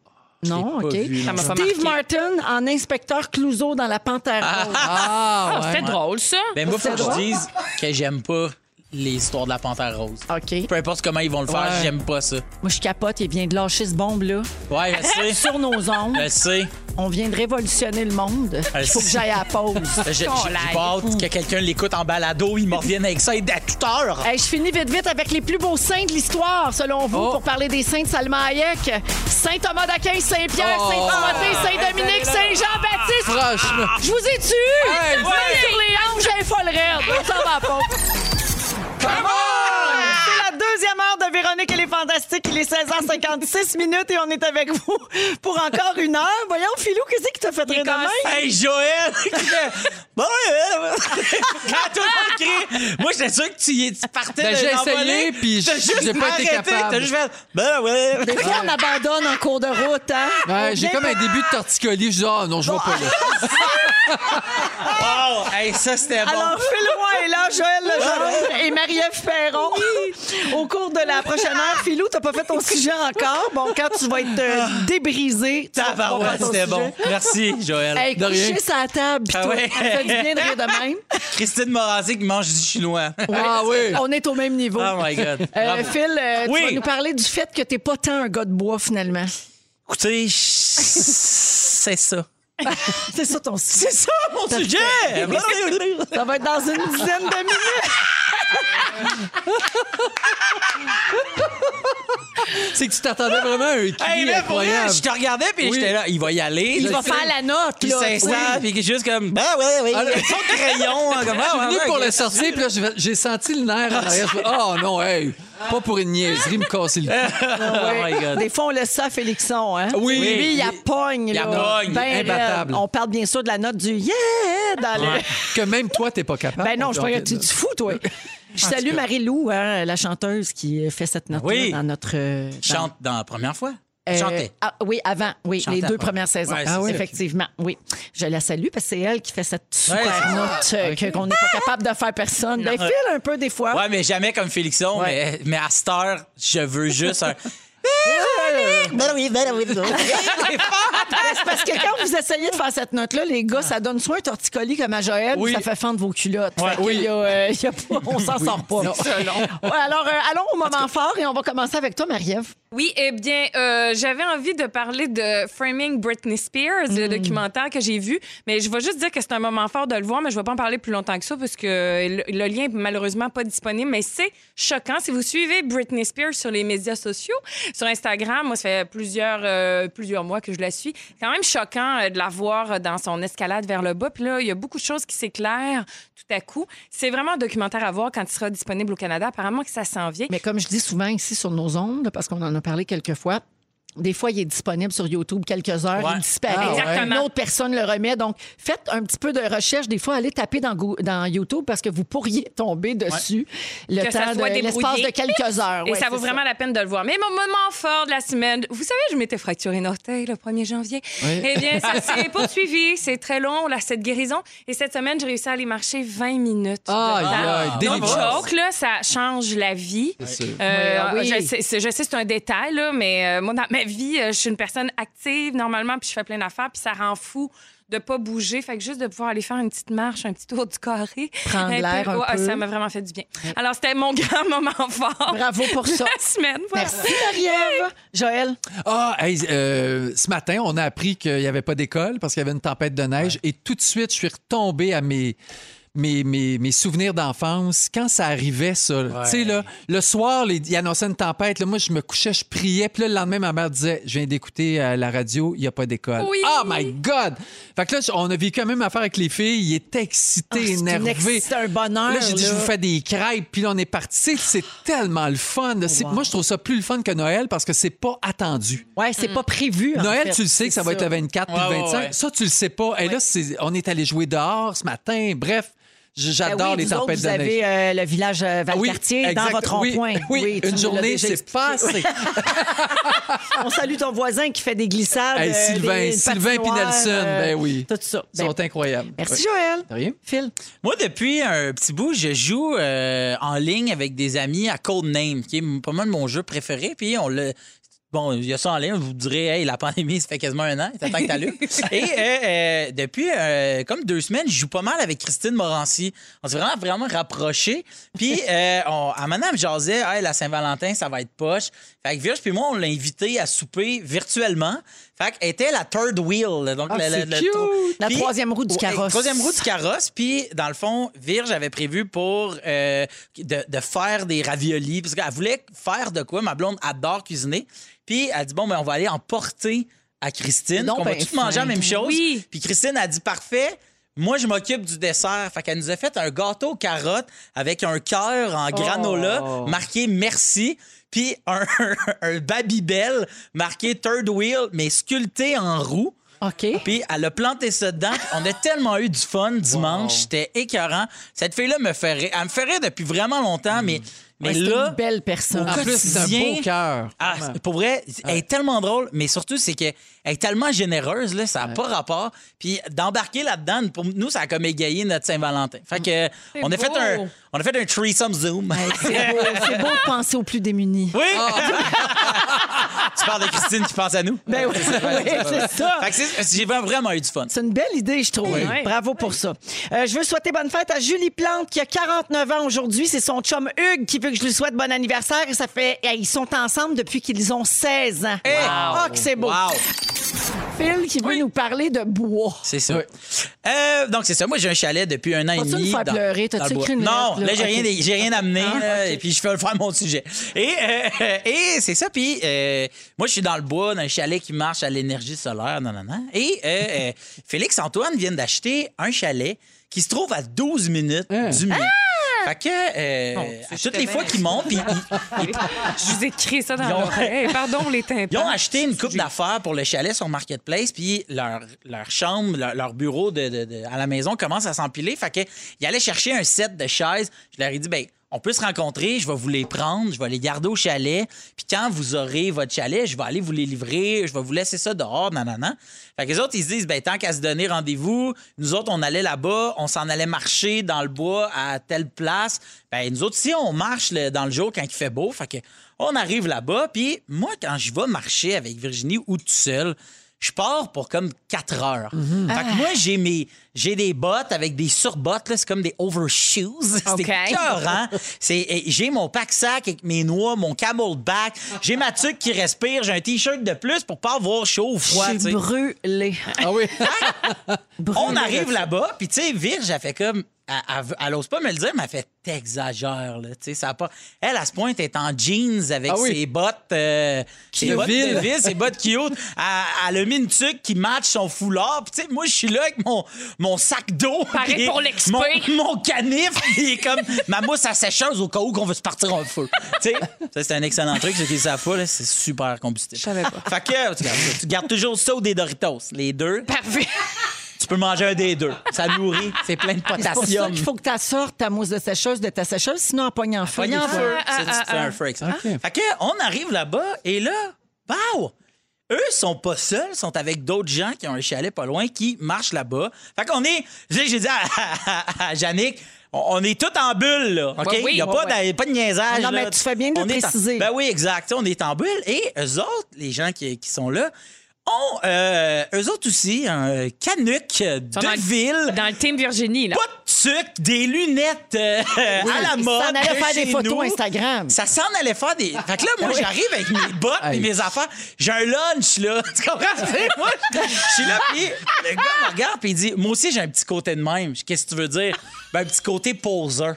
[SPEAKER 2] Non,
[SPEAKER 1] pas
[SPEAKER 2] OK.
[SPEAKER 1] vu,
[SPEAKER 3] Ça m'a pas
[SPEAKER 2] Steve
[SPEAKER 3] marqué.
[SPEAKER 2] Martin en inspecteur Clouseau dans La panthère rose.
[SPEAKER 1] Ah,
[SPEAKER 3] Ah,
[SPEAKER 1] ouais.
[SPEAKER 3] C'était drôle, ça.
[SPEAKER 4] Ben, moi,
[SPEAKER 2] C'est
[SPEAKER 4] faut que je
[SPEAKER 2] drôle.
[SPEAKER 4] dise que j'aime pas l'histoire de la panthère rose.
[SPEAKER 2] Ah, OK.
[SPEAKER 4] Peu importe comment ils vont le faire,
[SPEAKER 1] Ouais.
[SPEAKER 4] j'aime pas ça.
[SPEAKER 2] Moi, je capote. Il vient de lâcher ce bombe-là
[SPEAKER 4] Ouais, je sais.
[SPEAKER 2] sur nos ondes.
[SPEAKER 1] Ben,
[SPEAKER 4] Je sais.
[SPEAKER 2] On vient de révolutionner le monde. Il faut que j'aille à la pause.
[SPEAKER 4] J'ai j'ai- j'ai
[SPEAKER 3] Colère.
[SPEAKER 4] pas hâte que quelqu'un l'écoute en balado, il m'en revienne avec ça à toute heure.
[SPEAKER 2] Hey, je finis vite vite avec les plus beaux saints de l'histoire, selon vous,
[SPEAKER 1] Oh.
[SPEAKER 2] pour parler des saints de Salma Hayek. Saint Thomas d'Aquin, Saint Pierre,
[SPEAKER 1] Oh.
[SPEAKER 2] Saint Timothée, Saint Dominique, Saint Jean-Baptiste.
[SPEAKER 1] Franchement.
[SPEAKER 2] Je vous ai tué.
[SPEAKER 1] Hey,
[SPEAKER 2] Vous êtes sur les hanches, j'ai folle raide. On s'en va pas. C'est la deuxième heure de Véronique et les Fantastiques. Il est 16h56 minutes et on est avec vous pour encore une heure. Voyons, Philou, qu'est-ce qui t'a fait rire de même?
[SPEAKER 4] Hey Joël! Qui fait, bon, Joël! Quand tout le monde crie, moi j'étais sûr que tu, y- tu partais
[SPEAKER 1] Ben,
[SPEAKER 4] de
[SPEAKER 1] j'ai
[SPEAKER 4] l'envolée,
[SPEAKER 1] essayé, puis
[SPEAKER 4] t'as
[SPEAKER 1] j-
[SPEAKER 4] juste
[SPEAKER 1] j'ai pas été
[SPEAKER 4] arrêté,
[SPEAKER 1] capable.
[SPEAKER 4] T'as juste fait, ben ouais!
[SPEAKER 2] Des fois, on abandonne en cours de route, hein?
[SPEAKER 1] Ouais, j'ai comme un début de torticolis. Je dis, ah non, je vois pas là. Ah!
[SPEAKER 4] Wow! Hey, ça c'était bon!
[SPEAKER 2] Alors, Phil Roy est là, Joël Legendre et Marie-Ève Perron. Au cours de la prochaine heure, Philou, t'as pas fait ton sujet encore. Bon, quand tu vas être euh, débrisé, tu vas pouvoir faire
[SPEAKER 4] Ah. Tabarouette,
[SPEAKER 2] ton
[SPEAKER 4] c'était
[SPEAKER 2] sujet.
[SPEAKER 4] bon! Merci Joël!
[SPEAKER 2] Hey,
[SPEAKER 1] De rien.
[SPEAKER 2] couché sa table, pis
[SPEAKER 4] Ah
[SPEAKER 2] tout.
[SPEAKER 4] ouais.
[SPEAKER 2] Ça fait du bien de rire de même.
[SPEAKER 4] Christine Morancy qui mange du chinois!
[SPEAKER 1] Ah oui.
[SPEAKER 2] On est au même niveau.
[SPEAKER 4] Oh my God!
[SPEAKER 2] Euh,
[SPEAKER 4] Bravo.
[SPEAKER 2] Phil, euh,
[SPEAKER 4] Oui.
[SPEAKER 2] tu vas nous parler du fait que t'es pas tant un gars de bois, finalement.
[SPEAKER 4] Écoutez, c'est ça.
[SPEAKER 2] C'est ça ton sujet.
[SPEAKER 4] ça mon sujet!
[SPEAKER 2] Ça va être dans une dizaine de minutes.
[SPEAKER 1] C'est que tu t'attendais vraiment à un cri
[SPEAKER 4] hey, mais pour vrai,
[SPEAKER 1] incroyable.
[SPEAKER 4] je te regardais puis j'étais là, il va y aller.
[SPEAKER 2] Il
[SPEAKER 4] Je
[SPEAKER 2] va
[SPEAKER 4] sais.
[SPEAKER 2] faire la note,
[SPEAKER 4] Puis
[SPEAKER 2] là.
[SPEAKER 4] s'installe, puis juste comme, ah ouais, ouais,
[SPEAKER 1] Ah, là.
[SPEAKER 4] son crayon, hein, comme, ah,
[SPEAKER 1] Je suis
[SPEAKER 4] ouais,
[SPEAKER 1] venu
[SPEAKER 4] ouais,
[SPEAKER 1] pour
[SPEAKER 4] ok.
[SPEAKER 1] le sortir, puis là, j'ai- j'ai senti le nerf en arrière. Je fais, Oh non, hey! Pas pour une niaiserie me casser le cou.
[SPEAKER 4] Oh my God.
[SPEAKER 2] Ah Des fois, on laisse ça à Félixon. Hein?
[SPEAKER 1] Oui.
[SPEAKER 2] Lui, il appogne.
[SPEAKER 4] Il
[SPEAKER 2] là.
[SPEAKER 4] appogne.
[SPEAKER 2] Ben,
[SPEAKER 1] Imbattable.
[SPEAKER 2] raide. on parle bien sûr de la note du yeah dans le-
[SPEAKER 1] Que même toi, t'es pas capable. euh,
[SPEAKER 2] Ben non,
[SPEAKER 4] Ah,
[SPEAKER 2] je crois que tu tu fous, toi. Je salue Marie-Lou, hein, la chanteuse qui fait cette note
[SPEAKER 4] Ah Oui.
[SPEAKER 2] dans notre. euh, dans-
[SPEAKER 4] Chante dans la première fois.
[SPEAKER 2] euh,
[SPEAKER 4] Chantait.
[SPEAKER 2] ah, oui, avant, oui,
[SPEAKER 4] Chantait
[SPEAKER 2] les
[SPEAKER 4] la
[SPEAKER 2] deux
[SPEAKER 4] première.
[SPEAKER 2] premières saisons.
[SPEAKER 4] Ouais, c'est Ah oui, ça.
[SPEAKER 2] effectivement, oui. Je la salue parce que c'est elle qui fait cette super
[SPEAKER 4] Ouais, c'est
[SPEAKER 2] note euh, que- qu'on n'est pas capable de faire personne. Ben, file un peu des fois.
[SPEAKER 4] Ouais, mais jamais comme Félixon, mais, mais à cette heure, je veux juste un.
[SPEAKER 3] Eh,
[SPEAKER 7] Ah,
[SPEAKER 2] C'est parce que quand vous essayez de faire cette note-là, les gars, ça donne soit un torticolis comme à Joël,
[SPEAKER 4] Oui.
[SPEAKER 2] ça fait fendre vos culottes. Fait que
[SPEAKER 4] oui.
[SPEAKER 2] il y a, euh, il y a pas- on s'en sort pas. Ouais, alors, euh, allons au moment fort et on va commencer avec toi, Marie-Ève.
[SPEAKER 3] Oui, eh bien, euh, j'avais envie de parler de Framing Britney Spears, le documentaire que j'ai vu, mais je vais juste dire que c'est un moment fort de le voir, mais je ne vais pas en parler plus longtemps que ça parce que le, le lien est malheureusement pas disponible, mais c'est choquant. Si vous suivez Britney Spears sur les médias sociaux, sur Instagram, moi, ça fait plusieurs, euh, plusieurs mois que je la suis, c'est quand même choquant euh, de la voir dans son escalade vers le bas. Puis là, il y a beaucoup de choses qui s'éclairent tout à coup. C'est vraiment un documentaire à voir quand il sera disponible au Canada. Apparemment que ça s'en vient.
[SPEAKER 7] Mais comme je dis souvent ici sur nos ondes, parce qu'on en a parlé quelques fois, des fois, il est disponible sur YouTube quelques heures,
[SPEAKER 4] Ouais.
[SPEAKER 7] il disparaît.
[SPEAKER 3] Ah, ouais.
[SPEAKER 7] Une autre personne le remet. Donc, faites un petit peu de recherche. Des fois, allez taper dans, Goo- dans YouTube parce que vous pourriez tomber dessus le
[SPEAKER 3] Que ça
[SPEAKER 7] temps de-
[SPEAKER 3] soit
[SPEAKER 7] l'espace
[SPEAKER 3] débrouillé.
[SPEAKER 7] de quelques heures.
[SPEAKER 3] Et
[SPEAKER 7] Ouais,
[SPEAKER 3] ça vaut
[SPEAKER 7] c'est
[SPEAKER 3] vraiment la peine de le voir. Mais mon moment fort de la semaine, vous savez, je m'étais fracturé un orteil le 1er janvier. Eh bien, ça s'est poursuivi. C'est très long, là, cette guérison. Et cette semaine, j'ai réussi à aller marcher 20 minutes. de
[SPEAKER 1] Aïe,
[SPEAKER 3] temps.
[SPEAKER 1] aïe,
[SPEAKER 4] Ah,
[SPEAKER 3] No
[SPEAKER 1] délivrance.
[SPEAKER 3] joke, là, ça change la vie.
[SPEAKER 1] C'est sûr.
[SPEAKER 3] Euh,
[SPEAKER 7] Oui, oui.
[SPEAKER 3] Je sais, c'est- je sais, c'est un détail, là, mais euh, moi, dans ma vie, euh, je suis une personne active normalement, puis je fais plein d'affaires, puis ça rend fou de pas bouger. Fait que juste de pouvoir aller faire une petite marche, un petit tour du carré.
[SPEAKER 7] Prendre
[SPEAKER 3] peu-
[SPEAKER 7] l'air un
[SPEAKER 3] Ouais,
[SPEAKER 7] peu.
[SPEAKER 3] Ça m'a vraiment fait du bien. Alors, c'était mon grand moment fort.
[SPEAKER 7] Bravo pour ça.
[SPEAKER 3] La semaine, voilà.
[SPEAKER 7] Merci.
[SPEAKER 2] Marie-Ève. Joël.
[SPEAKER 1] Ah, hey, euh, ce matin, on a appris qu'il n'y avait pas d'école parce qu'il y avait une tempête de neige et tout de suite, je suis retombé à mes. Mes, mes, mes souvenirs d'enfance, quand ça arrivait, ça. là. Tu sais, là, le soir, les, il annonçait une tempête. Là, moi, je me couchais, je priais. Puis là, le lendemain, ma mère disait Je viens d'écouter à la radio, il n'y a pas d'école.
[SPEAKER 3] Oui.
[SPEAKER 1] Oh my God! Fait que là, on a vécu la même affaire avec les filles. Il était excité,
[SPEAKER 2] Ah, c'est une
[SPEAKER 1] énervé.
[SPEAKER 2] ex- c'est un bonheur,
[SPEAKER 1] Là, j'ai dit Je
[SPEAKER 2] là.
[SPEAKER 1] vous fais des crêpes, puis là, on est parti. Tu sais, C'est tellement le fun. là. C'est- Moi, je trouve ça plus le fun que Noël parce que c'est pas attendu.
[SPEAKER 2] Ouais, c'est pas prévu. en
[SPEAKER 1] Noël,
[SPEAKER 2] fait.
[SPEAKER 1] tu le sais que ça, va être le 24 puis
[SPEAKER 4] Ouais,
[SPEAKER 1] le
[SPEAKER 4] ouais,
[SPEAKER 1] 25.
[SPEAKER 4] ouais.
[SPEAKER 1] Ça, tu le sais pas. Et là, c'est- on est allé jouer dehors ce matin. Bref, j-
[SPEAKER 2] Ben
[SPEAKER 1] j'adore
[SPEAKER 2] oui,
[SPEAKER 1] les
[SPEAKER 2] vous
[SPEAKER 1] tempêtes
[SPEAKER 2] autres,
[SPEAKER 1] de
[SPEAKER 2] vous
[SPEAKER 1] neige. Ah
[SPEAKER 2] avez euh, le village euh,
[SPEAKER 1] Oui,
[SPEAKER 2] Valcartier dans
[SPEAKER 1] exact.
[SPEAKER 2] votre
[SPEAKER 1] Oui,
[SPEAKER 2] rond-point.
[SPEAKER 1] Oui,
[SPEAKER 2] tu nous
[SPEAKER 1] une
[SPEAKER 2] l'as
[SPEAKER 1] journée,
[SPEAKER 2] déjà
[SPEAKER 1] c'est
[SPEAKER 2] expliqué.
[SPEAKER 1] pas assez.
[SPEAKER 2] On salue ton voisin qui fait des glissades.
[SPEAKER 1] Hey,
[SPEAKER 2] euh,
[SPEAKER 1] Sylvain,
[SPEAKER 2] des- des
[SPEAKER 1] Sylvain
[SPEAKER 2] patinoires,
[SPEAKER 1] Pinelson,
[SPEAKER 2] euh,
[SPEAKER 1] ben oui.
[SPEAKER 2] Tout ça.
[SPEAKER 1] Ils
[SPEAKER 2] Ben,
[SPEAKER 1] sont incroyables.
[SPEAKER 2] merci,
[SPEAKER 1] Ouais.
[SPEAKER 2] Joël.
[SPEAKER 1] De rien.
[SPEAKER 2] Phil.
[SPEAKER 4] Moi, depuis un petit bout, je joue euh, en ligne avec des amis à Codename, qui est pas mal mon jeu préféré. Puis on le. Bon, il y a ça en ligne, vous direz, hey, la pandémie, ça fait quasiment un an, ça temps que t'allumes. Et euh, euh, depuis euh, comme deux semaines, je joue pas mal avec Christine Morancy. On s'est vraiment, vraiment rapprochés. Puis, euh, on, à Madame jasait, hey, la Saint-Valentin, ça va être poche. Fait que Virge, puis moi, on l'a invité à souper virtuellement. Fait qu'elle était la third wheel. Donc,
[SPEAKER 1] Ah,
[SPEAKER 4] le- le-
[SPEAKER 1] c'est
[SPEAKER 4] le-
[SPEAKER 1] cute.
[SPEAKER 2] La
[SPEAKER 4] Puis-
[SPEAKER 2] troisième roue du
[SPEAKER 4] Ouais,
[SPEAKER 2] carrosse.
[SPEAKER 4] Troisième roue du carrosse. Puis, dans le fond, Virge avait prévu pour euh, de, de faire des raviolis. Parce qu'elle voulait faire de quoi. Ma blonde adore cuisiner. Puis, elle dit, bon, ben, on va aller en porter à Christine.
[SPEAKER 7] Non,
[SPEAKER 4] On va
[SPEAKER 7] ben,
[SPEAKER 4] tous manger la même chose.
[SPEAKER 3] Oui.
[SPEAKER 4] Puis, Christine a dit, parfait. Moi, je m'occupe du dessert. Fait qu'elle nous a fait un gâteau aux carottes avec un cœur en granola marqué merci. Puis un, un Babybel marqué third wheel, mais sculpté en roue.
[SPEAKER 7] OK.
[SPEAKER 4] Puis elle a planté ça dedans. On a tellement eu du fun dimanche. C'était écœurant. Cette fille-là me fait rire. Elle me fait rire depuis vraiment longtemps, mais, mais
[SPEAKER 7] Ouais, c'est une
[SPEAKER 4] là. Ah,
[SPEAKER 7] belle personne.
[SPEAKER 4] au
[SPEAKER 1] En plus, c'est un
[SPEAKER 4] quotidien-
[SPEAKER 1] beau cœur.
[SPEAKER 4] Ah, c'est- pour vrai, elle est tellement drôle, mais surtout, c'est qu'elle est tellement généreuse, là, ça n'a pas rapport. Puis d'embarquer là-dedans, pour nous, ça a comme égayé notre Saint-Valentin. Fait que, on a,
[SPEAKER 3] beau.
[SPEAKER 4] fait un, on a fait un threesome Zoom.
[SPEAKER 7] C'est beau, c'est beau de penser aux plus démunis.
[SPEAKER 4] oui! tu parles de Christine qui pense à nous?
[SPEAKER 2] Ben oui, c'est ça.
[SPEAKER 4] Fait que c'est- j'ai vraiment eu du fun.
[SPEAKER 2] C'est une belle idée, je trouve.
[SPEAKER 3] Oui.
[SPEAKER 2] Bravo pour ça. Euh, je veux souhaiter bonne fête à Julie Plante, qui a 49 ans aujourd'hui. C'est son chum Hugues qui veut que je lui souhaite bon anniversaire. Et ça fait. eh, Ils sont ensemble depuis qu'ils ont 16 ans. Ah, que c'est beau.
[SPEAKER 4] Wow!
[SPEAKER 7] Phil qui veut nous parler de bois.
[SPEAKER 4] C'est ça. Euh, donc, c'est ça. Moi, j'ai un chalet depuis un an et
[SPEAKER 7] Vas-tu
[SPEAKER 4] demi.
[SPEAKER 7] nous faire
[SPEAKER 4] dans-
[SPEAKER 7] pleurer?
[SPEAKER 4] dans
[SPEAKER 7] T'as-tu
[SPEAKER 4] le bois.
[SPEAKER 7] écrit une
[SPEAKER 4] Non,
[SPEAKER 7] lettre,
[SPEAKER 4] là,
[SPEAKER 7] là?
[SPEAKER 4] j'ai rien,
[SPEAKER 7] Ok. Ah,
[SPEAKER 4] des- j'ai rien amené. là, Et puis, je fais faire mon sujet. Et, euh, et c'est ça. Puis, euh, moi, je suis dans le bois, dans un chalet qui marche à l'énergie solaire. Non, non, non. Et euh, euh,
[SPEAKER 7] Hein?
[SPEAKER 4] Félix-Antoine vient d'acheter un chalet qui se trouve à 12 minutes du mien.
[SPEAKER 7] Ah!
[SPEAKER 4] Fait que, euh,
[SPEAKER 3] Bon, c'est
[SPEAKER 4] à toutes les
[SPEAKER 3] très
[SPEAKER 4] fois
[SPEAKER 3] bien.
[SPEAKER 4] qu'ils montent, puis ils-
[SPEAKER 3] Je vous ai crié ça dans
[SPEAKER 4] Ils ont-
[SPEAKER 3] l'oreille. Pardon, les tympans.
[SPEAKER 4] Ils ont acheté une coupe
[SPEAKER 3] J'ai-
[SPEAKER 4] d'affaires pour le chalet sur Marketplace, puis leur, leur chambre, leur, leur bureau de, de- de- à la maison commence à s'empiler. Fait que, ils allaient chercher un set de chaises. Je leur ai dit, ben on peut se rencontrer, je vais vous les prendre, je vais les garder au chalet. Puis quand vous aurez votre chalet, je vais aller vous les livrer, je vais vous laisser ça dehors, nanana. Fait que les autres, ils se disent, ben tant qu'à se donner rendez-vous, nous autres, on allait là-bas, on s'en allait marcher dans le bois à telle place. Ben nous autres, si on marche le- dans le jour quand il fait beau, fait que on arrive là-bas, puis moi, quand je vais marcher avec Virginie ou tout seul, je pars pour comme 4 heures. Fait que moi, j'ai mes j'ai des bottes avec des surbottes, là, c'est comme des overshoes.
[SPEAKER 3] OK.
[SPEAKER 4] C'est écœurant. C'est- et J'ai mon pack-sac avec mes noix, mon camelback, j'ai ma tuque qui respire, j'ai un T-shirt de plus pour pas avoir chaud ou froid.
[SPEAKER 7] Je
[SPEAKER 4] tu sais.
[SPEAKER 7] suis brûlée.
[SPEAKER 1] Ah oui.
[SPEAKER 2] Hein?
[SPEAKER 4] On arrive là-bas, puis tu sais, Virge, elle fait comme. Elle, elle- elle ose pas me le dire, mais elle fait t'exagères, là. Tu sais, ça a pas. Elle, à ce point, est en jeans avec
[SPEAKER 1] Ah oui.
[SPEAKER 4] ses bottes. euh, ses
[SPEAKER 1] de
[SPEAKER 4] bottes
[SPEAKER 1] ville.
[SPEAKER 4] de ville, ses bottes qui Elle, elle a mis une tuque qui match son foulard. Puis tu sais, moi, je suis là avec mon, mon sac d'eau.
[SPEAKER 3] Pareil
[SPEAKER 4] puis
[SPEAKER 3] pour l'expé.
[SPEAKER 4] Mon, mon canif, il est comme ma mousse à sécheuse au cas où qu'on veut se partir en feu. tu sais, ça, c'est un excellent truc, ceux qui le savent pas, là, c'est super combustible.
[SPEAKER 3] Je savais pas.
[SPEAKER 4] Fait que, tu gardes, tu gardes toujours ça ou des Doritos. Les deux,
[SPEAKER 3] Parfait.
[SPEAKER 4] tu peux manger un des deux. Ça nourrit, c'est plein de
[SPEAKER 7] C'est pour ça
[SPEAKER 4] potassium.
[SPEAKER 7] qu'il faut que tu sortes ta mousse de sécheuse de ta sécheuse, sinon en pogne en feu.
[SPEAKER 4] Pognant
[SPEAKER 7] des
[SPEAKER 4] en
[SPEAKER 7] fois.
[SPEAKER 4] feu.
[SPEAKER 3] Ah,
[SPEAKER 4] C'est
[SPEAKER 3] ah,
[SPEAKER 4] c'est un freak, ça. Fait que, on arrive là-bas et là, wow! Eux sont pas seuls, sont avec d'autres gens qui ont un chalet pas loin qui marchent là-bas. Fait qu'on est, j'ai j'ai dit à, à, à Yannick, on on est tous en bulle, là. OK?
[SPEAKER 3] Ouais, oui,
[SPEAKER 4] Il n'y a
[SPEAKER 3] ouais,
[SPEAKER 4] pas,
[SPEAKER 3] ouais.
[SPEAKER 4] d'a- pas de niaisage.
[SPEAKER 7] Non,
[SPEAKER 4] là.
[SPEAKER 7] mais tu fais bien de
[SPEAKER 4] On
[SPEAKER 7] le
[SPEAKER 4] est en-
[SPEAKER 7] préciser.
[SPEAKER 4] Ben oui, exact. Tu sais, On est en bulle. Et eux autres, les gens qui, qui sont là, ont, euh, eux autres aussi, un canuc
[SPEAKER 3] Ils sont dans
[SPEAKER 4] de
[SPEAKER 3] le-
[SPEAKER 4] ville.
[SPEAKER 3] Dans le team Virginie, là.
[SPEAKER 4] pas de sucre, des lunettes euh, à la
[SPEAKER 7] Ils s'en
[SPEAKER 4] mode.
[SPEAKER 7] allaient
[SPEAKER 4] de
[SPEAKER 7] faire des
[SPEAKER 4] chez
[SPEAKER 7] photos
[SPEAKER 4] nous.
[SPEAKER 7] Instagram.
[SPEAKER 4] Ça s'en allait faire des. Fait que là, moi, j'arrive avec mes bottes et mes affaires. J'ai un lunch, là. Tu comprends? Tu sais, moi, je suis là, puis le gars me regarde, puis il dit Moi aussi, j'ai un petit côté de même. Je dis, Qu'est-ce que tu veux dire? Ben, un petit côté poseur.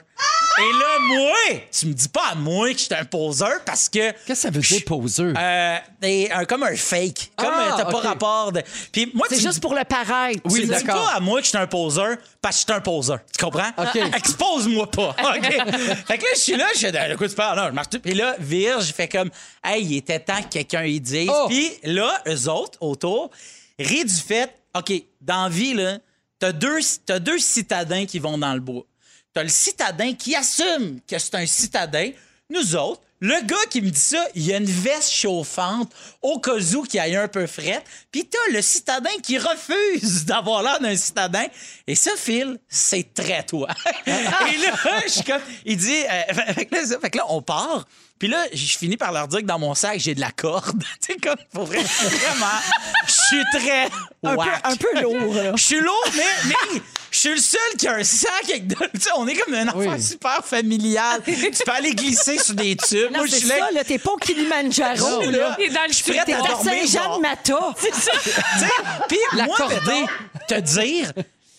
[SPEAKER 4] Et là, moi, tu me dis pas à moi que je suis un poseur parce que.
[SPEAKER 1] Qu'est-ce que ça veut dire poseux?
[SPEAKER 4] euh, des- un- comme un fake. Comme
[SPEAKER 1] Ah,
[SPEAKER 4] euh, t'as
[SPEAKER 1] ok.
[SPEAKER 4] pas rapport de. Puis moi,
[SPEAKER 7] C'est
[SPEAKER 4] tu-
[SPEAKER 7] juste pour le paraître.
[SPEAKER 1] Oui,
[SPEAKER 4] tu me dis
[SPEAKER 1] d'accord.
[SPEAKER 4] pas à moi que je suis un poseur parce que je suis un poseur. Tu comprends? Ah,
[SPEAKER 1] OK.
[SPEAKER 4] Expose-moi pas. OK. fait que là, je suis là, je suis de quoi tu parles? Non, je marche tout. Puis là, Virge fait comme, hey, il était temps que quelqu'un y dise.
[SPEAKER 1] Oh!
[SPEAKER 4] Puis là, eux autres, autour, rient du fait, OK, dans la vie, là, t'as deux, t'as deux citadins qui vont dans le bois. T'as le citadin qui assume que c'est un citadin. Nous autres, le gars qui me dit ça, il a une veste chauffante au cas où qu'il aille un peu frette. Puis t'as le citadin qui refuse d'avoir l'air d'un citadin. Et ça, Phil, c'est très toi. Et là, je suis comme... Il dit... euh, fait- fait que là, ça- fait que là, on part. Puis là, je finis par leur dire que dans mon sac, j'ai de la corde. tu sais, comme, pour vrai, vraiment, je suis très
[SPEAKER 2] Un peu,
[SPEAKER 4] whack.
[SPEAKER 2] un peu lourd, là.
[SPEAKER 4] Je suis lourd, mais, mais je suis le seul qui a un sac avec de... tu sais, on est comme un enfant
[SPEAKER 1] Oui.
[SPEAKER 4] super familial. tu peux aller glisser sur des tubes.
[SPEAKER 2] Non,
[SPEAKER 4] Moi, je
[SPEAKER 2] c'est
[SPEAKER 4] suis
[SPEAKER 2] ça,
[SPEAKER 4] là.
[SPEAKER 2] là. T'es pas au Kilimanjaro,
[SPEAKER 4] Non,
[SPEAKER 2] là.
[SPEAKER 3] Il est dans le
[SPEAKER 4] Je suis
[SPEAKER 3] team.
[SPEAKER 4] prêt à
[SPEAKER 2] T'es à
[SPEAKER 4] dormir dehors.
[SPEAKER 2] Saint-Jean-de-Mata.
[SPEAKER 4] Tu sais, Puis
[SPEAKER 1] La
[SPEAKER 4] moi,
[SPEAKER 1] cordée.
[SPEAKER 4] mettons, te dire,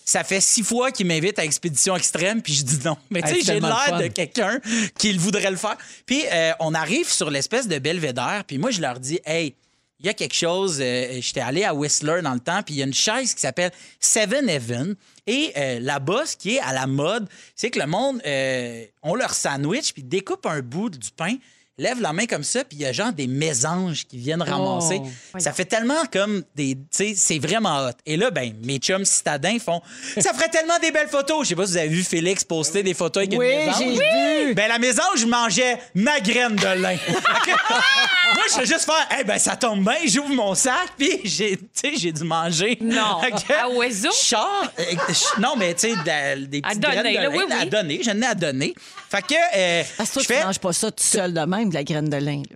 [SPEAKER 4] ça fait six fois qu'il m'invite à Expédition Extrême, puis je dis non. Mais tu
[SPEAKER 1] Hey,
[SPEAKER 4] sais,
[SPEAKER 1] c'est
[SPEAKER 4] j'ai
[SPEAKER 1] tellement le
[SPEAKER 4] l'air
[SPEAKER 1] fun.
[SPEAKER 4] de quelqu'un qui le voudrait le faire. Puis euh, on arrive sur l'espèce de belvédère, puis moi, je leur dis, hey, il y a quelque chose, euh, j'étais allé à Whistler dans le temps, puis il y a une chaise qui s'appelle Seven Heaven. Et euh, là-bas, ce qui est à la mode, c'est que le monde, euh, on leur sandwich, puis découpe un bout du pain, lève la main comme ça, puis il y a genre des mésanges qui viennent
[SPEAKER 3] Oh,
[SPEAKER 4] ramasser. Ça fait tellement comme des. Tu sais, c'est vraiment hot. Et là, ben, mes chums citadins font. Ça ferait tellement des belles photos. Je sais pas si vous avez vu Félix poster des photos avec
[SPEAKER 2] Oui,
[SPEAKER 4] une mésange.
[SPEAKER 2] j'ai
[SPEAKER 4] Ben, la mésange mangeait ma graine de lin. Fait que- Moi, je fais juste faire. Eh ben, ça tombe bien, j'ouvre mon sac, puis j'ai, tu sais, j'ai dû manger.
[SPEAKER 3] Non.
[SPEAKER 4] Fait que-
[SPEAKER 3] À oiseau?
[SPEAKER 4] Char, euh, ch- non, mais tu sais, de- des
[SPEAKER 3] À
[SPEAKER 4] petites
[SPEAKER 3] donner,
[SPEAKER 4] graines de
[SPEAKER 3] là,
[SPEAKER 4] lin,
[SPEAKER 3] oui, oui.
[SPEAKER 4] à donner. J'en ai à donner. Fait que. euh,
[SPEAKER 7] Parce que
[SPEAKER 4] je
[SPEAKER 7] toi,
[SPEAKER 4] fais-
[SPEAKER 7] tu manges pas ça tout seul de même, de la graine de lin. là.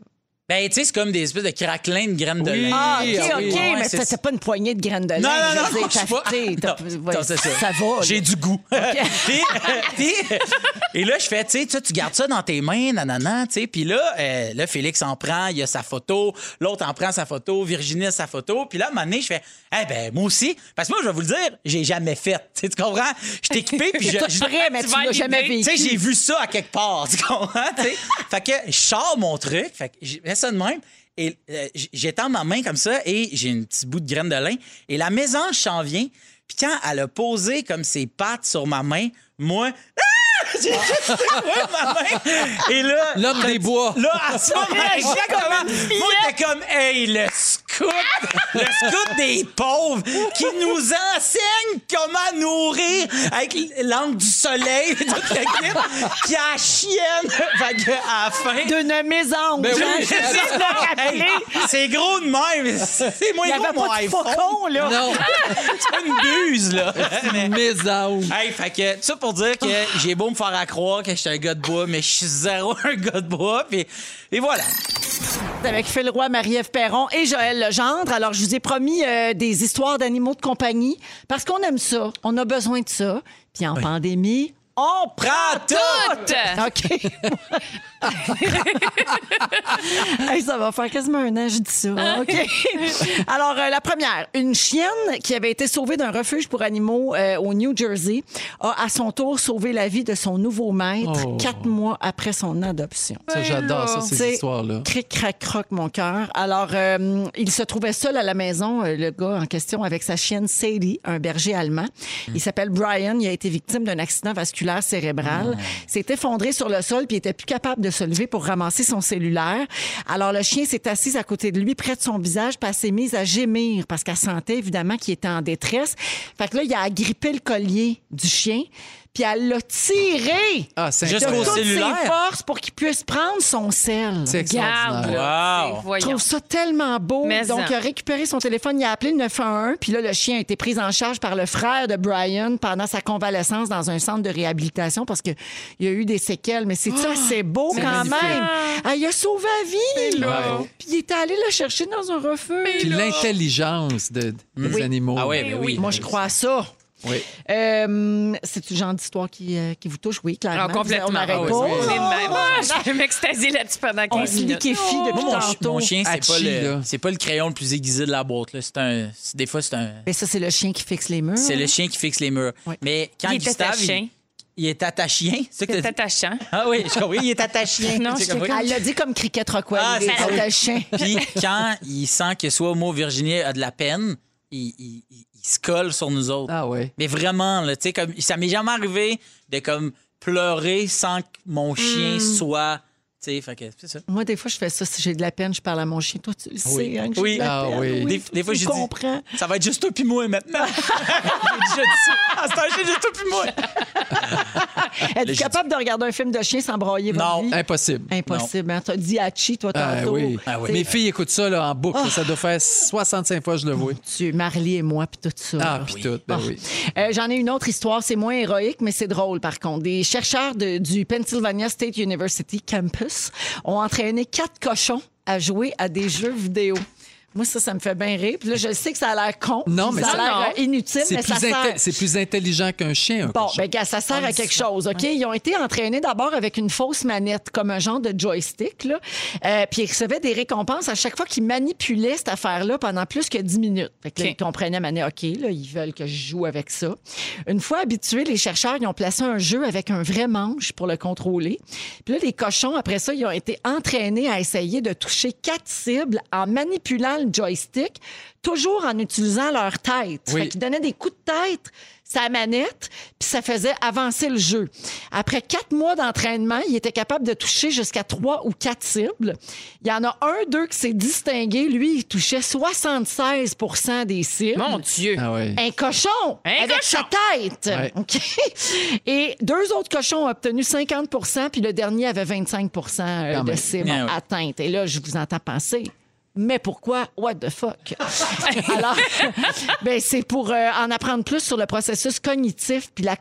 [SPEAKER 4] Ben, tu sais, c'est comme des espèces de craquelins de graines de lin.
[SPEAKER 1] Ah,
[SPEAKER 7] OK,
[SPEAKER 1] oui,
[SPEAKER 7] OK,
[SPEAKER 1] oui.
[SPEAKER 4] Ouais,
[SPEAKER 7] mais
[SPEAKER 4] c'est
[SPEAKER 7] t'as
[SPEAKER 4] ça.
[SPEAKER 7] t'as pas une poignée de graines de lin.
[SPEAKER 4] Non,
[SPEAKER 7] je
[SPEAKER 4] non,
[SPEAKER 7] veux
[SPEAKER 4] non,
[SPEAKER 7] dire,
[SPEAKER 4] non, je
[SPEAKER 7] t'as-
[SPEAKER 4] suis pas-
[SPEAKER 7] t'sais, t'as-
[SPEAKER 4] Non,
[SPEAKER 7] ouais,
[SPEAKER 4] non, c'est ça.
[SPEAKER 2] Ah,
[SPEAKER 7] va. là.
[SPEAKER 4] J'ai du goût. Puis- puis- et là, je fais, tu sais, tu- tu gardes ça dans tes mains, nanana, tu sais. Puis là, euh, là, Félix en prend, il a sa photo. L'autre en prend sa photo. Virginie a sa photo. Puis là, à un moment donné, je fais, eh ben, moi aussi. Parce que moi, je vais vous le dire, j'ai jamais fait. Tu sais, tu comprends? Je t'ai équipé, puis je.
[SPEAKER 7] Toi,
[SPEAKER 4] je-
[SPEAKER 7] prêt, mais tu
[SPEAKER 3] vas
[SPEAKER 7] l'as jamais
[SPEAKER 3] l'aider.
[SPEAKER 7] vécu.
[SPEAKER 4] tu sais, j'ai vu ça à quelque part, tu comprends? tu sais? fait que je sors mon truc, fait que je mets ça de même, et euh, j- j'étends ma main comme ça, et j'ai un petit bout de graine de lin, et la mésange s'en vient, puis quand elle a posé comme ses pattes sur ma main, moi... Ah! J'ai juste secoué ma main. Et là.
[SPEAKER 1] L'homme des bois.
[SPEAKER 4] Là, à ce moment-là, exactement. Moi, j'étais comme, hey, le scout, le scout des pauvres qui nous enseigne comment nourrir avec l'angle du soleil, toute l'équipe, qui a la chienne. Fait que, à la fin.
[SPEAKER 2] D'une mésange.
[SPEAKER 1] Ben oui.
[SPEAKER 2] hein, je veux juste le rappeler.
[SPEAKER 4] Hey, c'est gros de même. C'est moins
[SPEAKER 2] Il n'y
[SPEAKER 4] gros
[SPEAKER 2] avait
[SPEAKER 4] que mon
[SPEAKER 2] pas de
[SPEAKER 4] iPhone.
[SPEAKER 2] faucon, Oh, là.
[SPEAKER 1] Non,
[SPEAKER 4] C'est une buse, là. Mais-
[SPEAKER 1] mes âmes.
[SPEAKER 4] Hey, fait que, ça pour dire que j'ai beau me faire à croire que je suis un gars de bois, mais je suis zéro un gars de bois, puis et voilà.
[SPEAKER 2] avec Phil Roy, Marie-Ève Perron et Joël Legendre. Alors, je vous ai promis euh, des histoires d'animaux de compagnie parce qu'on aime ça. On a besoin de ça. Puis en pandémie, on prend
[SPEAKER 4] Prends tout!
[SPEAKER 3] Tout!
[SPEAKER 2] OK. Hey, ça va faire quasiment un an, je dis ça. OK. Alors, euh, la première, une chienne qui avait été sauvée d'un refuge pour animaux euh, au New Jersey a à son tour sauvé la vie de son nouveau maître
[SPEAKER 1] Oh.
[SPEAKER 2] quatre mois après son adoption.
[SPEAKER 1] Ça, j'adore ça, ces
[SPEAKER 2] C'est
[SPEAKER 1] histoires-là.
[SPEAKER 2] Cric, crac, croc, mon cœur. Alors, euh, il se trouvait seul à la maison, euh, le gars en question, avec sa chienne Sadie, un berger allemand. Il s'appelle Brian. Il a été victime d'un accident vasculaire
[SPEAKER 1] Ah.
[SPEAKER 2] cérébral. S'est effondré sur le sol puis il était plus capable de se lever pour ramasser son cellulaire. Alors, le chien s'est assis à côté de lui, près de son visage, puis elle s'est mise à gémir parce qu'elle sentait évidemment qu'il était en détresse. Fait que là, il a agrippé le collier du chien puis elle l'a tiré
[SPEAKER 1] Ah, c'est
[SPEAKER 4] Juste
[SPEAKER 2] de
[SPEAKER 4] au
[SPEAKER 1] incroyable.
[SPEAKER 2] toutes ses
[SPEAKER 4] cellulaire.
[SPEAKER 2] forces pour qu'il puisse prendre son sel.
[SPEAKER 1] C'est
[SPEAKER 3] Garde,
[SPEAKER 1] extraordinaire.
[SPEAKER 3] là.
[SPEAKER 4] Wow.
[SPEAKER 3] C'est-
[SPEAKER 2] Je
[SPEAKER 3] Voyons.
[SPEAKER 2] trouve ça tellement beau.
[SPEAKER 3] Mais
[SPEAKER 2] Donc,
[SPEAKER 3] en.
[SPEAKER 2] il a récupéré son téléphone, il a appelé le 911, puis là, le chien a été pris en charge par le frère de Brian pendant sa convalescence dans un centre de réhabilitation parce qu'il y a eu des séquelles. Mais c'est
[SPEAKER 3] Ah!
[SPEAKER 2] ça, c'est beau
[SPEAKER 1] c'est
[SPEAKER 2] quand
[SPEAKER 1] magnifique.
[SPEAKER 2] même. Ah, il a sauvé la vie. Ah!
[SPEAKER 1] là. Ouais.
[SPEAKER 2] Puis il est allé le chercher dans un refuge.
[SPEAKER 1] Puis l'intelligence de, des animaux.
[SPEAKER 4] Ah ouais, ben oui.
[SPEAKER 2] Moi, je crois à ça.
[SPEAKER 1] Oui.
[SPEAKER 2] Euh, c'est le genre d'histoire qui, euh, qui vous touche, oui, clairement.
[SPEAKER 3] Ah, complètement.
[SPEAKER 2] On n'arrête
[SPEAKER 3] Ah oui,
[SPEAKER 2] pas.
[SPEAKER 3] oui, oui. On est de même. Ah, je vais m'extasier là-dessus pendant
[SPEAKER 2] On
[SPEAKER 3] 15
[SPEAKER 2] se
[SPEAKER 3] minutes.
[SPEAKER 2] liquéfie
[SPEAKER 4] Moi,
[SPEAKER 2] depuis
[SPEAKER 4] mon, chi-
[SPEAKER 2] tantôt.
[SPEAKER 4] mon chien, c'est pas,
[SPEAKER 1] Hachi, là.
[SPEAKER 4] le, c'est pas le crayon le plus aiguisé de la boîte. Là. C'est un, c'est- des fois, c'est un.
[SPEAKER 2] Mais Ben, ça, c'est le chien qui fixe les murs.
[SPEAKER 4] C'est le chien qui fixe les murs.
[SPEAKER 2] Mm. Ouais.
[SPEAKER 4] Mais quand
[SPEAKER 3] Il est
[SPEAKER 4] Gustave,
[SPEAKER 3] attachien.
[SPEAKER 4] il, il est attachien. C'est ça que
[SPEAKER 3] C'est
[SPEAKER 4] t'as dit?
[SPEAKER 3] attachant.
[SPEAKER 4] Ah oui, je comprends. Il est attachien.
[SPEAKER 3] Non,
[SPEAKER 4] Tu
[SPEAKER 3] je
[SPEAKER 4] comprends?
[SPEAKER 2] Elle l'a dit comme cricket rockwell.
[SPEAKER 4] Ah,
[SPEAKER 2] il est
[SPEAKER 4] c'est ça, oui.
[SPEAKER 2] attaché.
[SPEAKER 4] Puis quand il sent que soit moi ou Virginie a de la peine, il, il- il- il se colle sur nous autres.
[SPEAKER 1] Ah ouais.
[SPEAKER 4] Mais vraiment, là, tu sais, comme ça m'est jamais arrivé de comme pleurer sans que mon chien soit. Tu sais, fait que c'est ça.
[SPEAKER 2] Moi, des fois, je fais ça. Si j'ai de la peine, je parle à mon chien. Toi, tu le sais.
[SPEAKER 4] Oui.
[SPEAKER 2] hein, que j'ai
[SPEAKER 4] Oui.
[SPEAKER 2] de la
[SPEAKER 1] Ah
[SPEAKER 2] peine.
[SPEAKER 1] oui.
[SPEAKER 4] Des, des fois,
[SPEAKER 2] je
[SPEAKER 4] j'ai
[SPEAKER 2] comprends.
[SPEAKER 4] dit. Ça va être juste toi puis moi maintenant. j'ai déjà dit ça. Ah, c'est un chien, juste toi puis moi.
[SPEAKER 2] Êtes-vous capable de regarder un film de chien sans broyer votre
[SPEAKER 4] Non.
[SPEAKER 2] vie?
[SPEAKER 1] Impossible.
[SPEAKER 2] Impossible. hein. T'as dit Hachi, toi,
[SPEAKER 1] Ah
[SPEAKER 2] tantôt. Ah.
[SPEAKER 1] oui.
[SPEAKER 4] Ah oui.
[SPEAKER 1] Mes filles écoutent ça là, en boucle. Ça doit faire 65 fois que je le vois.
[SPEAKER 2] Tu, Marley et moi, puis tout ça.
[SPEAKER 1] Ah,
[SPEAKER 2] là.
[SPEAKER 1] puis tout. Ben oui.
[SPEAKER 2] Euh, J'en ai une autre histoire, c'est moins héroïque, mais c'est drôle par contre. Des chercheurs de- du Pennsylvania State University campus ont entraîné quatre cochons à jouer à des jeux vidéo. Moi, ça, ça me fait bien rire. Puis là, je sais que ça a l'air con.
[SPEAKER 1] Non,
[SPEAKER 2] puis
[SPEAKER 1] mais
[SPEAKER 2] ça a
[SPEAKER 1] ça-
[SPEAKER 2] l'air euh, inutile,
[SPEAKER 1] C'est
[SPEAKER 2] mais ça
[SPEAKER 1] plus, inte-
[SPEAKER 2] sert.
[SPEAKER 1] c'est plus intelligent qu'un chien. un
[SPEAKER 2] Bon,
[SPEAKER 1] cochon.
[SPEAKER 2] ben, gars, ça sert à quelque chose, OK? Ils ont été entraînés d'abord avec une fausse manette, comme un genre de joystick, là. Euh, puis ils recevaient des récompenses à chaque fois qu'ils manipulaient cette affaire-là pendant plus que 10 minutes. Fait que là,
[SPEAKER 3] OK.
[SPEAKER 2] ils comprenaient, mané, OK, là, ils veulent que je joue avec ça. Une fois habitués, les chercheurs, ils ont placé un jeu avec un vrai manche pour le contrôler. Puis là, les cochons, après ça, ils ont été entraînés à essayer de toucher quatre cibles en manipulant le joystick, toujours en utilisant leur tête.
[SPEAKER 1] Oui.
[SPEAKER 2] Fait qu'ils donnait des coups de tête sa manette, puis ça faisait avancer le jeu. Après quatre mois d'entraînement, il était capable de toucher jusqu'à trois ou quatre cibles. Il y en a un d'eux qui s'est distingué. Lui, il touchait 76 des cibles.
[SPEAKER 3] Mon
[SPEAKER 2] ben,
[SPEAKER 3] Dieu.
[SPEAKER 1] Ah ouais.
[SPEAKER 2] Un cochon
[SPEAKER 3] Un
[SPEAKER 2] avec
[SPEAKER 3] cochon!
[SPEAKER 2] sa tête.
[SPEAKER 1] Ouais.
[SPEAKER 2] OK? Et deux autres cochons ont obtenu 50 puis le dernier avait 25 euh,
[SPEAKER 1] Quand
[SPEAKER 2] de
[SPEAKER 1] même.
[SPEAKER 2] cibles
[SPEAKER 4] Ah ouais.
[SPEAKER 2] atteintes. Et là, je vous entends penser. Mais pourquoi? What the fuck? Alors, ben, c'est pour euh, en apprendre plus sur le processus cognitif puis la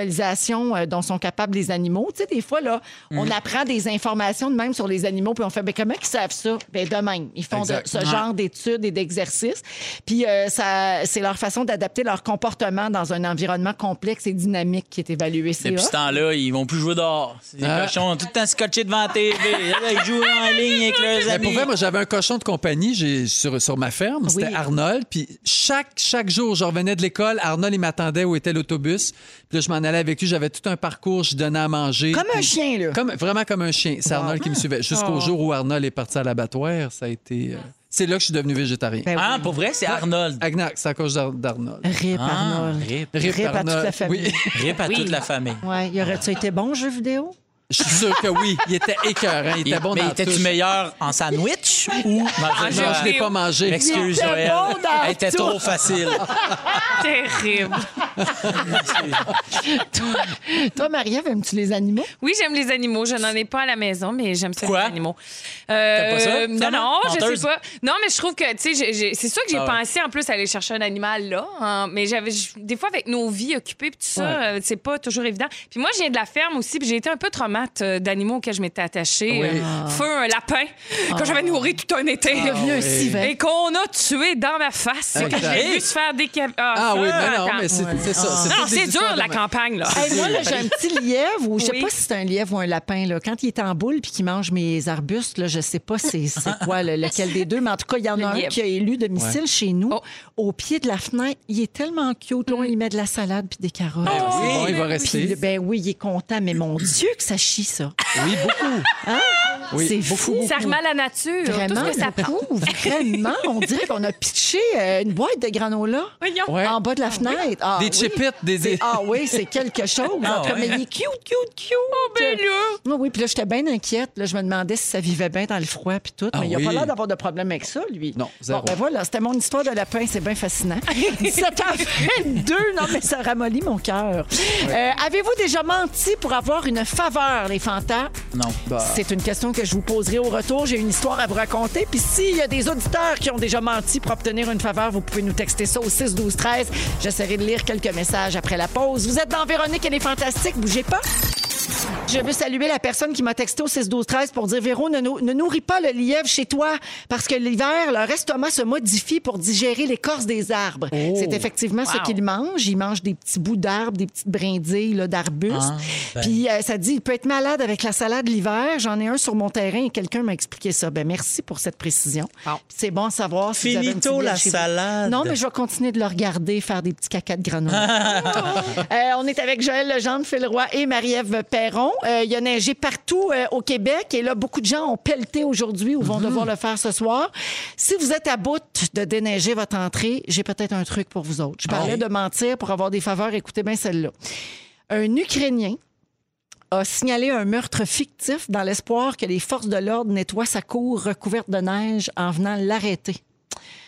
[SPEAKER 2] conceptualisation euh, dont sont capables les animaux. Tu sais, des fois, là, on
[SPEAKER 3] Mm.
[SPEAKER 2] apprend des informations de même sur les animaux puis on fait, ben, comment ils savent ça? Ben, de même. Ils font de-
[SPEAKER 1] Exact.
[SPEAKER 2] ce genre d'études et d'exercices. Puis, euh, ça, c'est leur façon d'adapter leur comportement dans un environnement complexe et dynamique qui est évalué. C'est
[SPEAKER 4] Depuis ce
[SPEAKER 2] hot.
[SPEAKER 4] temps-là, ils vont plus jouer dehors. C'est Des
[SPEAKER 1] Ah.
[SPEAKER 4] cochons tout le temps scotchés devant la TV. Là, Ils jouent en ligne avec leurs
[SPEAKER 1] Mais
[SPEAKER 4] amis.
[SPEAKER 1] pour vrai, moi, j'avais un cochon de compagnie j'ai- sur, sur ma ferme. C'était
[SPEAKER 2] Oui.
[SPEAKER 1] Arnold. Puis chaque, chaque jour, je revenais de l'école. Arnold, il m'attendait où était l'autobus. Puis là, je m'en allais avec lui. J'avais tout un parcours. Je donnais à manger.
[SPEAKER 2] Comme un
[SPEAKER 1] Puis-
[SPEAKER 2] chien, là. Ah.
[SPEAKER 1] Comme, vraiment comme un chien. C'est Arnold qui me suivait. Jusqu'au jour où Arnold est parti à l'abattoir, ça a été. euh, C'est là que je suis devenu végétarien.
[SPEAKER 8] Ben oui.
[SPEAKER 4] Ah, pour vrai, c'est Arnold.
[SPEAKER 1] Agnac, c'est à cause d'Ar- d'Arnold.
[SPEAKER 2] Rip,
[SPEAKER 4] Ah,
[SPEAKER 2] Arnold.
[SPEAKER 4] rip.
[SPEAKER 2] Rip, à toute la
[SPEAKER 1] Arnold.
[SPEAKER 2] famille.
[SPEAKER 1] Oui.
[SPEAKER 4] Rip à toute la famille.
[SPEAKER 2] Ouais, y aurait-tu été bon, jeu vidéo?
[SPEAKER 1] Je suis sûr que oui. Il était écœurant. Il était bon
[SPEAKER 4] mais
[SPEAKER 1] dans
[SPEAKER 4] étais-tu
[SPEAKER 1] tout. Ah,
[SPEAKER 4] meilleur en sandwich
[SPEAKER 3] En
[SPEAKER 4] ou
[SPEAKER 1] Non,
[SPEAKER 3] jeu
[SPEAKER 1] je
[SPEAKER 4] manger
[SPEAKER 1] l'ai pas mangé.
[SPEAKER 4] Excuse,
[SPEAKER 2] Il était
[SPEAKER 4] Joël.
[SPEAKER 2] bon dans
[SPEAKER 4] Elle était
[SPEAKER 2] tout.
[SPEAKER 4] trop facile.
[SPEAKER 3] Terrible.
[SPEAKER 2] Toi, Marie-Ève, aimes-tu les animaux?
[SPEAKER 3] Oui, j'aime les animaux. Je n'en ai pas à la maison, mais j'aime ça,
[SPEAKER 4] Quoi?
[SPEAKER 3] les animaux. Euh,
[SPEAKER 4] T'aimes pas ça,
[SPEAKER 3] Non,
[SPEAKER 4] finalement?
[SPEAKER 3] non, je
[SPEAKER 4] Menteuse.
[SPEAKER 3] sais pas. Non, mais je trouve que, tu sais, j'ai- j'ai- c'est sûr que j'ai
[SPEAKER 4] Ah ouais.
[SPEAKER 3] pensé en plus à aller chercher un animal là, hein, mais j'avais j- des fois avec nos vies occupées, puis tout ça, euh, c'est pas toujours évident. Puis moi, je viens de la ferme aussi, puis j'ai été un peu traumate euh, d'animaux auxquels je m'étais attachée.
[SPEAKER 1] Oui.
[SPEAKER 2] Ah.
[SPEAKER 3] Euh, Feu, un lapin, que j'avais nourri tout un été.
[SPEAKER 1] Ah
[SPEAKER 2] Devenu un civet.
[SPEAKER 3] Et qu'on a tué dans ma face. C'est que je l'ai
[SPEAKER 4] Exact.
[SPEAKER 3] vu se faire des...
[SPEAKER 1] Ah oui, mais non, mais c'est c'est
[SPEAKER 2] Ah.
[SPEAKER 1] ça.
[SPEAKER 3] Non,
[SPEAKER 1] toutes des
[SPEAKER 3] c'est dur,
[SPEAKER 1] histoires de
[SPEAKER 3] la
[SPEAKER 1] ma-
[SPEAKER 3] campagne, là.
[SPEAKER 2] Hey, moi, là, j'ai un petit lièvre, ou je sais
[SPEAKER 3] Oui.
[SPEAKER 2] pas si c'est un lièvre ou un lapin, là. Quand il est en boule puis qu'il mange mes arbustes, là, je sais pas c'est c'est quoi le- lequel des deux, mais en tout cas, il y en a
[SPEAKER 3] Le
[SPEAKER 2] un
[SPEAKER 3] lièvre.
[SPEAKER 2] qui a élu domicile chez nous,
[SPEAKER 3] Oh.
[SPEAKER 2] au pied de la fenêtre. Il est tellement cute. Là, on lui met de la salade puis des carottes. Ah,
[SPEAKER 1] C'est Ah bon, il va
[SPEAKER 2] Puis,
[SPEAKER 1] rester.
[SPEAKER 2] ben oui, il est content, mais mon Dieu, que ça chie, ça.
[SPEAKER 1] Oui, beaucoup. Oui,
[SPEAKER 2] Hein? c'est
[SPEAKER 1] beaucoup,
[SPEAKER 2] fou.
[SPEAKER 1] beaucoup.
[SPEAKER 3] Ça remet à la nature.
[SPEAKER 2] Vraiment,
[SPEAKER 3] tout ce que ça prend.
[SPEAKER 2] prouve. Vraiment, on dirait qu'on a pitché euh, une boîte de granola
[SPEAKER 3] Voyons.
[SPEAKER 1] Ouais.
[SPEAKER 2] en bas de la fenêtre. Ah,
[SPEAKER 1] Des
[SPEAKER 2] oui.
[SPEAKER 1] chippettes, des-
[SPEAKER 2] C'est- Ah oui, c'est quelque chose. En tout cas,
[SPEAKER 4] ouais.
[SPEAKER 2] Mais il est cute, cute, cute. Oh,
[SPEAKER 3] ben là.
[SPEAKER 2] oui, puis là, j'étais bien inquiète. Là, je me demandais si ça vivait bien dans le froid puis tout.
[SPEAKER 1] Ah
[SPEAKER 2] mais il a
[SPEAKER 1] oui.
[SPEAKER 2] pas l'air d'avoir de problème avec ça, lui.
[SPEAKER 1] Non, zéro.
[SPEAKER 2] Bon, ben voilà, c'était mon histoire de lapin. C'est bien fascinant. 17h22. Non, mais ça ramollit mon cœur. Euh, Avez-vous déjà menti pour avoir une faveur, les fantas?
[SPEAKER 4] Non.
[SPEAKER 1] Bah.
[SPEAKER 2] C'est une question que je vous poserai au retour. J'ai une histoire à vous raconter. Puis s'il y a des auditeurs qui ont déjà menti pour obtenir une faveur, vous pouvez nous texter ça au 6 12 13. J'essaierai de lire quelques messages après la pause. Vous êtes dans Véronique, elle est fantastique. Bougez pas. Je veux saluer la personne qui m'a texté au 6 12 13 pour dire Véro, ne, nou- ne nourris pas le lièvre chez toi parce que l'hiver, leur estomac se modifie pour digérer l'écorce des arbres. C'est effectivement ce
[SPEAKER 3] Wow.
[SPEAKER 2] qu'ils mangent. Ils mangent des petits bouts d'arbres, des petites brindilles là, d'arbustes.
[SPEAKER 4] ben.
[SPEAKER 2] Puis euh, ça dit il peut être malade avec la salade l'hiver. J'en ai un sur mon terrain et quelqu'un m'a expliqué ça. Ben merci pour cette précision. C'est bon à savoir. Si vous avez un
[SPEAKER 4] Finito
[SPEAKER 2] petit lièvre
[SPEAKER 4] la
[SPEAKER 2] chez vous.
[SPEAKER 4] salade.
[SPEAKER 2] Non, mais je vais continuer de le regarder faire des petits cacas de granola. Euh, on est avec Joël Legendre, Phil Roy et Marie-Ève Perron. Euh, Il y a neigé partout euh, au Québec et là, beaucoup de gens ont pelleté aujourd'hui ou vont
[SPEAKER 4] Mhm.
[SPEAKER 2] devoir le faire ce soir. Si vous êtes à bout de déneiger votre entrée, j'ai peut-être un truc pour vous autres.
[SPEAKER 4] Ah
[SPEAKER 2] Je parlais de mentir pour avoir des faveurs. Écoutez bien celle-là. Un Ukrainien a signalé un meurtre fictif dans l'espoir que les forces de l'ordre nettoient sa cour recouverte de neige en venant l'arrêter.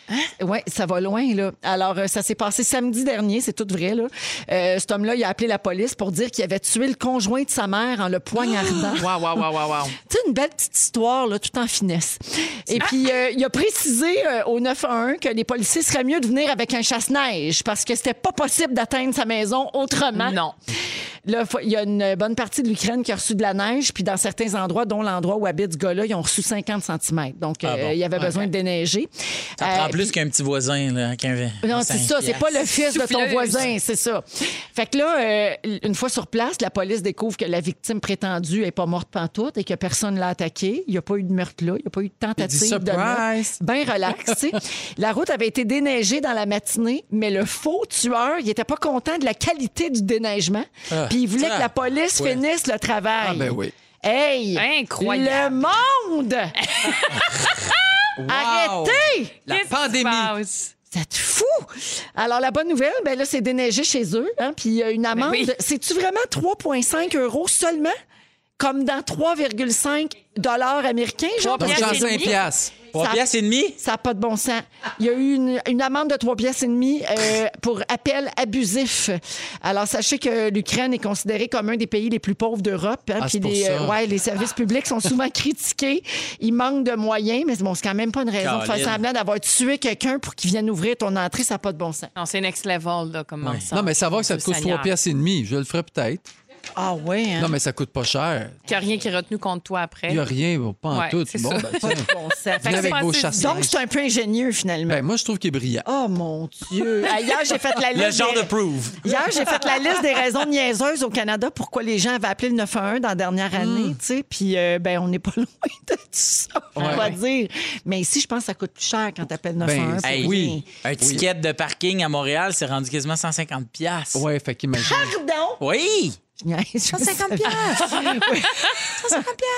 [SPEAKER 3] Hein?
[SPEAKER 2] Oui, ça va loin, là. Alors, euh, ça s'est passé samedi dernier, c'est tout vrai, là. Euh, cet homme-là, il a appelé la police pour dire qu'il avait tué le conjoint de sa mère en le poignardant.
[SPEAKER 3] Wow, wow, wow, wow, wow.
[SPEAKER 2] C'est une belle petite histoire, là, tout en finesse. Et puis, euh, il a précisé euh, au 911 que les policiers seraient mieux de venir avec un chasse-neige parce que c'était pas possible d'atteindre sa maison autrement.
[SPEAKER 3] Non.
[SPEAKER 2] Là, faut- il y a une bonne partie de l'Ukraine qui a reçu de la neige, puis dans certains endroits, dont l'endroit où habite ce gars-là, ils ont reçu 50 cm. Donc,
[SPEAKER 4] Ah
[SPEAKER 2] euh,
[SPEAKER 4] bon?
[SPEAKER 2] il y avait besoin de déneiger.
[SPEAKER 4] Ça
[SPEAKER 2] Euh,
[SPEAKER 4] prend plus qu'un petit voisin, là, qu'un
[SPEAKER 2] non,
[SPEAKER 4] un
[SPEAKER 2] c'est ça,
[SPEAKER 4] cinq
[SPEAKER 2] c'est pas le fils de ton
[SPEAKER 3] Souffleuse.
[SPEAKER 2] voisin, c'est ça. Fait que là, euh, une fois sur place, la police découvre que la victime prétendue est pas morte pantoute et que personne l'a attaquée. Il n'y a pas eu de meurtre là, il n'y a pas eu de tentative
[SPEAKER 1] Il dit
[SPEAKER 2] de meurtre.
[SPEAKER 1] surprise.
[SPEAKER 2] Bien relax, tu sais. La route avait été déneigée dans la matinée, mais le faux tueur, il était pas content de la qualité du déneigement,
[SPEAKER 4] Ah,
[SPEAKER 2] puis il voulait
[SPEAKER 4] ça,
[SPEAKER 2] que la police
[SPEAKER 4] ouais.
[SPEAKER 2] finisse le travail.
[SPEAKER 1] Ah ben oui.
[SPEAKER 2] Hey!
[SPEAKER 3] Incroyable.
[SPEAKER 2] Le monde! Arrêtez!
[SPEAKER 1] La
[SPEAKER 3] Qu'est-ce qui se
[SPEAKER 1] pandémie.
[SPEAKER 3] passe?
[SPEAKER 2] C'est fou! Alors, la bonne nouvelle, ben là, c'est déneigé chez eux. Hein, Puis, il y a une amende.
[SPEAKER 3] oui.
[SPEAKER 2] C'est-tu vraiment 3,5 euros seulement? Comme dans 3,5 dollars américains, genre?
[SPEAKER 1] Donc,
[SPEAKER 2] parce que
[SPEAKER 1] j'en
[SPEAKER 2] c'est-
[SPEAKER 1] sais un piastre.
[SPEAKER 4] Trois
[SPEAKER 2] Ça-
[SPEAKER 4] piastres et demi?
[SPEAKER 2] Ça n'a pas de bon sens. Il y a eu une, une amende de 3 pièces et demie euh, pour appel abusif. Alors, sachez que l'Ukraine est considérée comme un des pays les plus pauvres d'Europe. hein,
[SPEAKER 1] Ah,
[SPEAKER 2] puis
[SPEAKER 1] c'est pour
[SPEAKER 2] les,
[SPEAKER 1] ça.
[SPEAKER 2] euh, ouais, les services publics sont souvent critiqués. Il manque de moyens, mais bon, c'est quand même pas une raison de faire
[SPEAKER 4] Caroline.
[SPEAKER 2] semblant d'avoir tué quelqu'un pour qu'il vienne ouvrir ton entrée. Ça n'a pas de bon sens.
[SPEAKER 3] Non, c'est next level, là, comme mensonge.
[SPEAKER 1] Non, mais savoir que ça te
[SPEAKER 3] Dieu
[SPEAKER 1] coûte trois
[SPEAKER 3] Seigneur.
[SPEAKER 1] piastres et demi, je le ferais peut-être.
[SPEAKER 2] Ah oui,
[SPEAKER 1] Non, mais ça coûte pas cher.
[SPEAKER 3] Qu'il n'y a rien qui est retenu contre toi après.
[SPEAKER 1] Il n'y a rien, bon, pas en
[SPEAKER 3] Ouais,
[SPEAKER 1] tout.
[SPEAKER 3] c'est
[SPEAKER 1] Bon,
[SPEAKER 3] ça.
[SPEAKER 1] ben, tiens. Venez
[SPEAKER 3] que
[SPEAKER 1] avec
[SPEAKER 3] c'est
[SPEAKER 1] vos
[SPEAKER 3] passé-
[SPEAKER 1] chasseurs.
[SPEAKER 2] Donc, c'est un peu ingénieux, finalement.
[SPEAKER 1] Ben, moi, je trouve qu'il est brillant.
[SPEAKER 2] Oh mon Dieu! Ah, Hier, j'ai fait la liste.
[SPEAKER 4] Le genre
[SPEAKER 2] des-
[SPEAKER 4] de prove.
[SPEAKER 2] Hier, j'ai fait la liste des raisons niaiseuses au Canada pourquoi les gens avaient appelé le 911 dans la dernière année, tu sais. Puis, euh, ben, on n'est pas loin de tout ça, on
[SPEAKER 1] Ouais.
[SPEAKER 2] va dire. Mais ici, je pense que ça coûte plus cher quand t'appelles 911.
[SPEAKER 1] Ben,
[SPEAKER 2] c'est
[SPEAKER 4] hey,
[SPEAKER 2] rien.
[SPEAKER 1] oui.
[SPEAKER 4] Un ticket de parking à Montréal, c'est rendu quasiment 150 piastres.
[SPEAKER 3] Ah,
[SPEAKER 1] Ouais, fait qu'imagine.
[SPEAKER 2] Pardon!
[SPEAKER 4] Oui!
[SPEAKER 2] Je niaise, je sais.
[SPEAKER 9] 150 piastres.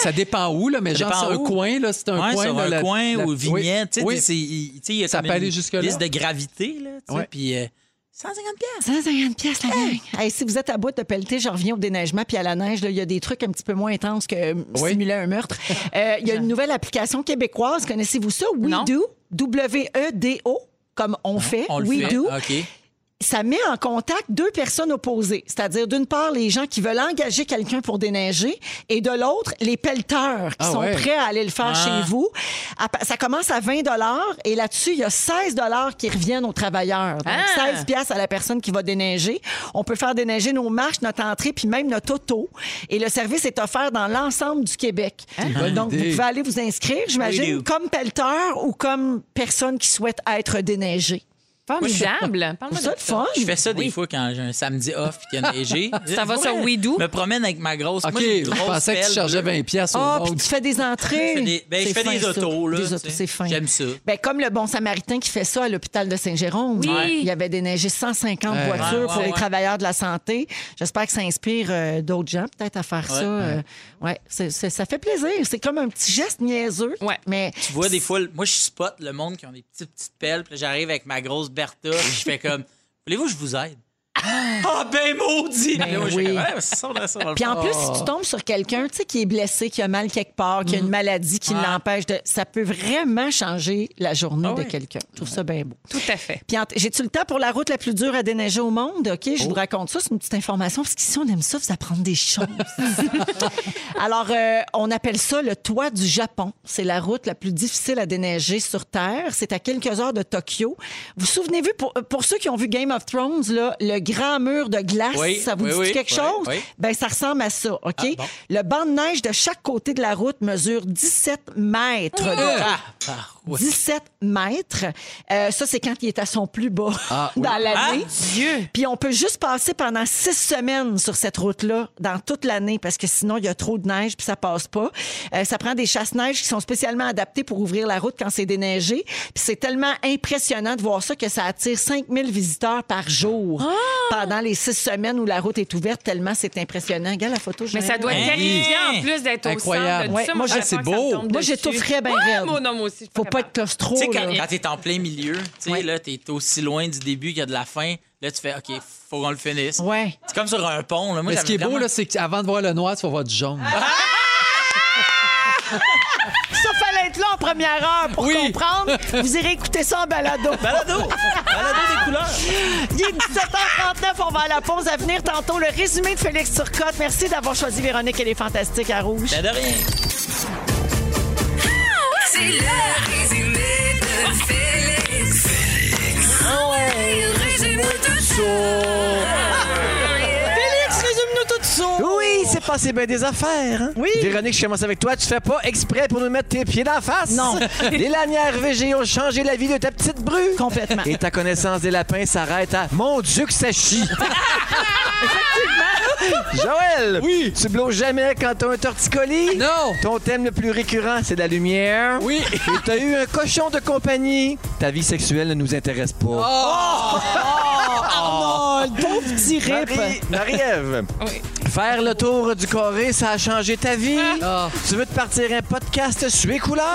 [SPEAKER 1] Ça dépend où, là, mais genre
[SPEAKER 4] dépend
[SPEAKER 1] sur un
[SPEAKER 4] où.
[SPEAKER 1] coin, là, c'est un
[SPEAKER 4] Ouais,
[SPEAKER 1] coin.
[SPEAKER 4] sur
[SPEAKER 1] là,
[SPEAKER 4] un
[SPEAKER 1] la-
[SPEAKER 4] coin
[SPEAKER 1] la-
[SPEAKER 4] ou
[SPEAKER 1] oui.
[SPEAKER 4] vignette. tu sais,
[SPEAKER 1] Oui.
[SPEAKER 4] c'est- il tu sais, il y a
[SPEAKER 1] Ça
[SPEAKER 4] comme
[SPEAKER 1] peut
[SPEAKER 4] une
[SPEAKER 1] aller jusque-là.
[SPEAKER 4] liste de gravité, là, tu sais,
[SPEAKER 1] Ouais.
[SPEAKER 4] puis euh, 150 piastres.
[SPEAKER 10] 150 pièces la gang.
[SPEAKER 2] Hey, si vous êtes à bout de pelleter, je reviens au déneigement puis à la neige. là, Il y a des trucs un petit peu moins intenses que euh,
[SPEAKER 1] Oui.
[SPEAKER 2] simuler un meurtre. Euh, Il y a une nouvelle application québécoise. Connaissez-vous ça?
[SPEAKER 3] Non.
[SPEAKER 2] WeDo. W-E-D-O. Comme on fait.
[SPEAKER 4] On le fait.
[SPEAKER 2] WeDo.
[SPEAKER 4] OK.
[SPEAKER 2] ça met en contact deux personnes opposées. C'est-à-dire, d'une part, les gens qui veulent engager quelqu'un pour déneiger et de l'autre, les pelleteurs qui
[SPEAKER 1] Ah
[SPEAKER 2] sont
[SPEAKER 1] ouais.
[SPEAKER 2] prêts à aller le faire
[SPEAKER 4] Ah.
[SPEAKER 2] chez vous. À pa- Ça commence à 20 et là-dessus, il y a 16 qui reviennent aux travailleurs. Donc,
[SPEAKER 3] Ah.
[SPEAKER 4] Hein?
[SPEAKER 2] 16 pièces à la personne qui va déneiger. On peut faire déneiger nos marches, notre entrée, puis même notre auto. Et le service est offert dans l'ensemble du Québec.
[SPEAKER 4] Hein?
[SPEAKER 1] bonne
[SPEAKER 2] Donc, vous
[SPEAKER 1] idée.
[SPEAKER 2] pouvez aller vous inscrire,
[SPEAKER 4] Oui,
[SPEAKER 2] j'imagine,
[SPEAKER 4] oui.
[SPEAKER 2] comme pelleteur ou comme personne qui souhaite être déneigée.
[SPEAKER 3] Formidable. Parle-moi
[SPEAKER 2] C'est ça
[SPEAKER 3] de
[SPEAKER 2] le fun?
[SPEAKER 4] Je fais ça des fois quand j'ai un samedi off puis qu'il y a neigé.
[SPEAKER 3] Ça va
[SPEAKER 4] Ouais.
[SPEAKER 3] sur Ouidou?
[SPEAKER 4] Je me promène avec ma grosse.
[SPEAKER 1] OK,
[SPEAKER 4] moi, j'ai une
[SPEAKER 1] je
[SPEAKER 4] grosse
[SPEAKER 1] pensais que tu
[SPEAKER 4] pelle
[SPEAKER 1] chargeais
[SPEAKER 4] bleue.
[SPEAKER 1] 20 pièces au
[SPEAKER 2] Ah, puis
[SPEAKER 1] monde.
[SPEAKER 2] tu fais des entrées.
[SPEAKER 4] Je fais des- ben, je
[SPEAKER 2] C'est
[SPEAKER 4] fais des
[SPEAKER 2] fin, ça.
[SPEAKER 4] autos, là,
[SPEAKER 2] Des
[SPEAKER 4] tu
[SPEAKER 2] autos,
[SPEAKER 4] sais.
[SPEAKER 2] c'est fin.
[SPEAKER 4] J'aime ça.
[SPEAKER 2] Ben, comme le bon samaritain qui fait ça à l'hôpital de Saint-Jérôme.
[SPEAKER 3] Oui.
[SPEAKER 2] Il y avait déneigé 150
[SPEAKER 1] Ouais.
[SPEAKER 2] voitures
[SPEAKER 4] Ouais,
[SPEAKER 2] pour
[SPEAKER 4] ouais,
[SPEAKER 2] les
[SPEAKER 4] ouais.
[SPEAKER 2] travailleurs de la santé. J'espère que ça inspire euh, d'autres gens peut-être à faire ça. euh, ouais, c'est- c'est- ça fait plaisir. C'est comme un petit geste niaiseux.
[SPEAKER 3] Ouais.
[SPEAKER 2] Mais
[SPEAKER 4] Tu vois, des fois, le- moi, je spot le monde qui ont des petites, petites pelles. Puis là, j'arrive avec ma grosse Bertha. puis je fais comme, voulez-vous que je vous aide? Ah, ben maudit!
[SPEAKER 2] Ben
[SPEAKER 4] Là, moi, je
[SPEAKER 2] oui.
[SPEAKER 4] fais, ouais, c'est ça, on va- ça, on va le
[SPEAKER 2] Puis en
[SPEAKER 4] faire.
[SPEAKER 2] plus, si tu tombes sur quelqu'un tu sais, qui est blessé, qui a mal quelque part, qui a une maladie qui
[SPEAKER 4] Mhm. Ouais.
[SPEAKER 2] l'empêche de. Ça peut vraiment changer la journée
[SPEAKER 4] Ah
[SPEAKER 2] de
[SPEAKER 4] oui.
[SPEAKER 2] quelqu'un. Je trouve ça bien beau.
[SPEAKER 3] Tout à fait.
[SPEAKER 2] Puis en- j'ai-tu le temps pour la route la plus dure à déneiger au monde? OK, je vous
[SPEAKER 4] Oh.
[SPEAKER 2] raconte ça, c'est une petite information, parce qu'ici, on aime ça, vous apprendre des choses. Alors, euh, on appelle ça le toit du Japon. C'est la route la plus difficile à déneiger sur Terre. C'est à quelques heures de Tokyo. Vous vous souvenez-vous, pour, euh, pour ceux qui ont vu Game of Thrones, là, le grand mur de glace,
[SPEAKER 4] Oui,
[SPEAKER 2] ça vous
[SPEAKER 4] oui,
[SPEAKER 2] dit
[SPEAKER 4] oui,
[SPEAKER 2] quelque
[SPEAKER 4] oui,
[SPEAKER 2] chose?
[SPEAKER 4] oui. Ah,
[SPEAKER 2] Ben, ça ressemble à ça, OK? Le banc de neige de chaque côté de la route mesure 17 mètres. Donc,
[SPEAKER 4] Ah, ah, ouais.
[SPEAKER 2] 17 mètres. Euh, ça, c'est quand il est à son plus bas
[SPEAKER 1] Ah, oui.
[SPEAKER 2] dans l'année.
[SPEAKER 3] Dieu.
[SPEAKER 2] Puis on peut juste passer pendant six semaines sur cette route-là, dans toute l'année, parce que sinon, il y a trop de neige puis ça passe pas. Euh, ça prend des chasse-neige qui sont spécialement adaptés pour ouvrir la route quand c'est déneigé. Puis c'est tellement impressionnant de voir ça que ça attire 5000 visiteurs par jour
[SPEAKER 1] Ah!
[SPEAKER 2] pendant les six semaines où la route est ouverte, tellement c'est impressionnant. Regarde la photo,
[SPEAKER 3] Mais ça
[SPEAKER 2] Joël.
[SPEAKER 3] doit être
[SPEAKER 4] Oui.
[SPEAKER 3] terrifiant en plus d'être au centre
[SPEAKER 1] Ben Incroyable.
[SPEAKER 3] de tout
[SPEAKER 1] Ouais,
[SPEAKER 3] ça.
[SPEAKER 1] moi,
[SPEAKER 3] j'aurais
[SPEAKER 1] je- c'est
[SPEAKER 3] peur que ça me
[SPEAKER 1] beau.
[SPEAKER 3] tombe
[SPEAKER 2] Moi,
[SPEAKER 3] dessus.
[SPEAKER 2] j'étoufferais bien
[SPEAKER 3] Ouais,
[SPEAKER 2] raide.
[SPEAKER 3] Moi non, moi aussi. je suis
[SPEAKER 2] Faut pas
[SPEAKER 3] capable.
[SPEAKER 2] être claustro,
[SPEAKER 4] Tu sais, quand,
[SPEAKER 2] là.
[SPEAKER 4] quand t'es en plein milieu, tu sais, là, t'es aussi loin du début qu'il y a de la fin. Là, tu fais, OK, faut qu'on le finisse.
[SPEAKER 2] Ouais.
[SPEAKER 4] C'est comme sur un pont. Là. Moi,
[SPEAKER 1] Mais ce qui est
[SPEAKER 4] j'avais
[SPEAKER 1] beau,
[SPEAKER 4] vraiment- Ah!
[SPEAKER 1] là, c'est qu'avant de voir le noir, tu vas voir du jaune.
[SPEAKER 2] Ça fallait être là en première heure pour
[SPEAKER 1] Oui.
[SPEAKER 2] comprendre. Vous irez écouter ça en balado.
[SPEAKER 4] Balado! Balado des couleurs!
[SPEAKER 2] Il est 17h39, on va à la pause à venir tantôt. Le résumé de Félix Turcotte. Merci d'avoir choisi Véronique et les Fantastiques à Rouge.
[SPEAKER 4] Ben, de rien.
[SPEAKER 5] C'est le résumé de Félix. Félix. Il résume tout
[SPEAKER 2] Félix, résume-nous tout ça.
[SPEAKER 6] Oui, c'est passé bien des affaires. Hein?
[SPEAKER 2] Oui.
[SPEAKER 6] Véronique, je commence avec toi. Tu fais pas exprès pour nous mettre tes pieds dans la face.
[SPEAKER 2] Non.
[SPEAKER 6] Les lanières VG ont changé la vie de ta petite bru.
[SPEAKER 2] Complètement.
[SPEAKER 6] Et ta connaissance des lapins s'arrête à Mon Dieu que ça chie! Joël! Oui! Tu blows jamais quand t'as un torticolis?
[SPEAKER 1] Non!
[SPEAKER 6] Ton thème le plus récurrent, c'est la lumière.
[SPEAKER 1] Oh! Oui.
[SPEAKER 6] Et t'as eu un cochon de compagnie. Ta vie sexuelle ne nous intéresse pas.
[SPEAKER 1] Oh!
[SPEAKER 2] Oh! Arnold, pauvre petit rip.
[SPEAKER 6] Marie- Marie-Ève,
[SPEAKER 3] Oui.
[SPEAKER 6] faire le tour du carré, ça a changé ta vie.
[SPEAKER 1] Ah.
[SPEAKER 6] Tu veux te partir un podcast sué couleur?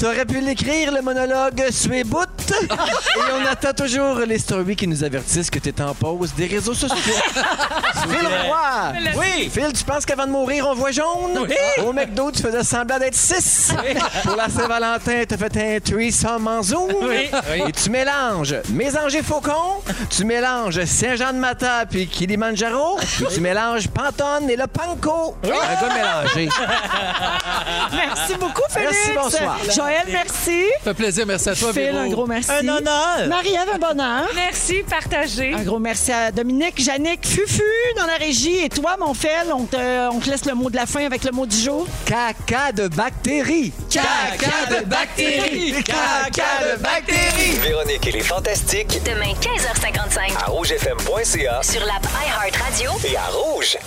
[SPEAKER 6] T'aurais pu l'écrire, le monologue sué bout. Et on attend toujours les stories qui nous avertissent que t'es en pause des réseaux sociaux. Phil Roy! Oui! Phil, tu penses qu'avant de mourir, on voit jaune? Au McDo, tu faisais semblant d'être 6. Pour la Saint-Valentin, t'as fait un threesome en zoom. Et tu mélanges Mésange et Faucon, tu mélanges Saint-Jean-de-Mata puis Kilimanjaro, tu mélanges Pantone et le Panko. Un gars mélangé.
[SPEAKER 2] Merci beaucoup, Félix.
[SPEAKER 6] Merci, bonsoir.
[SPEAKER 2] Joël, merci.
[SPEAKER 1] Ça fait plaisir, merci à toi,
[SPEAKER 2] Phil,
[SPEAKER 1] Véro.
[SPEAKER 2] un gros merci.
[SPEAKER 4] Un honneur!
[SPEAKER 2] Marie-Ève, un bonheur.
[SPEAKER 3] Merci, partagez.
[SPEAKER 2] Un gros merci à Dominique, Yannick, Fufu dans la régie. Et toi, mon Fel, on te, on te laisse le mot de la fin avec le mot du jour.
[SPEAKER 6] Caca de bactéries.
[SPEAKER 1] Caca de bactéries! Caca de bactéries!
[SPEAKER 11] Véronique et les Fantastiques
[SPEAKER 12] Demain, 15h55,
[SPEAKER 11] à rougefm.ca
[SPEAKER 12] sur l'app iHeartRadio
[SPEAKER 11] et à Rouge.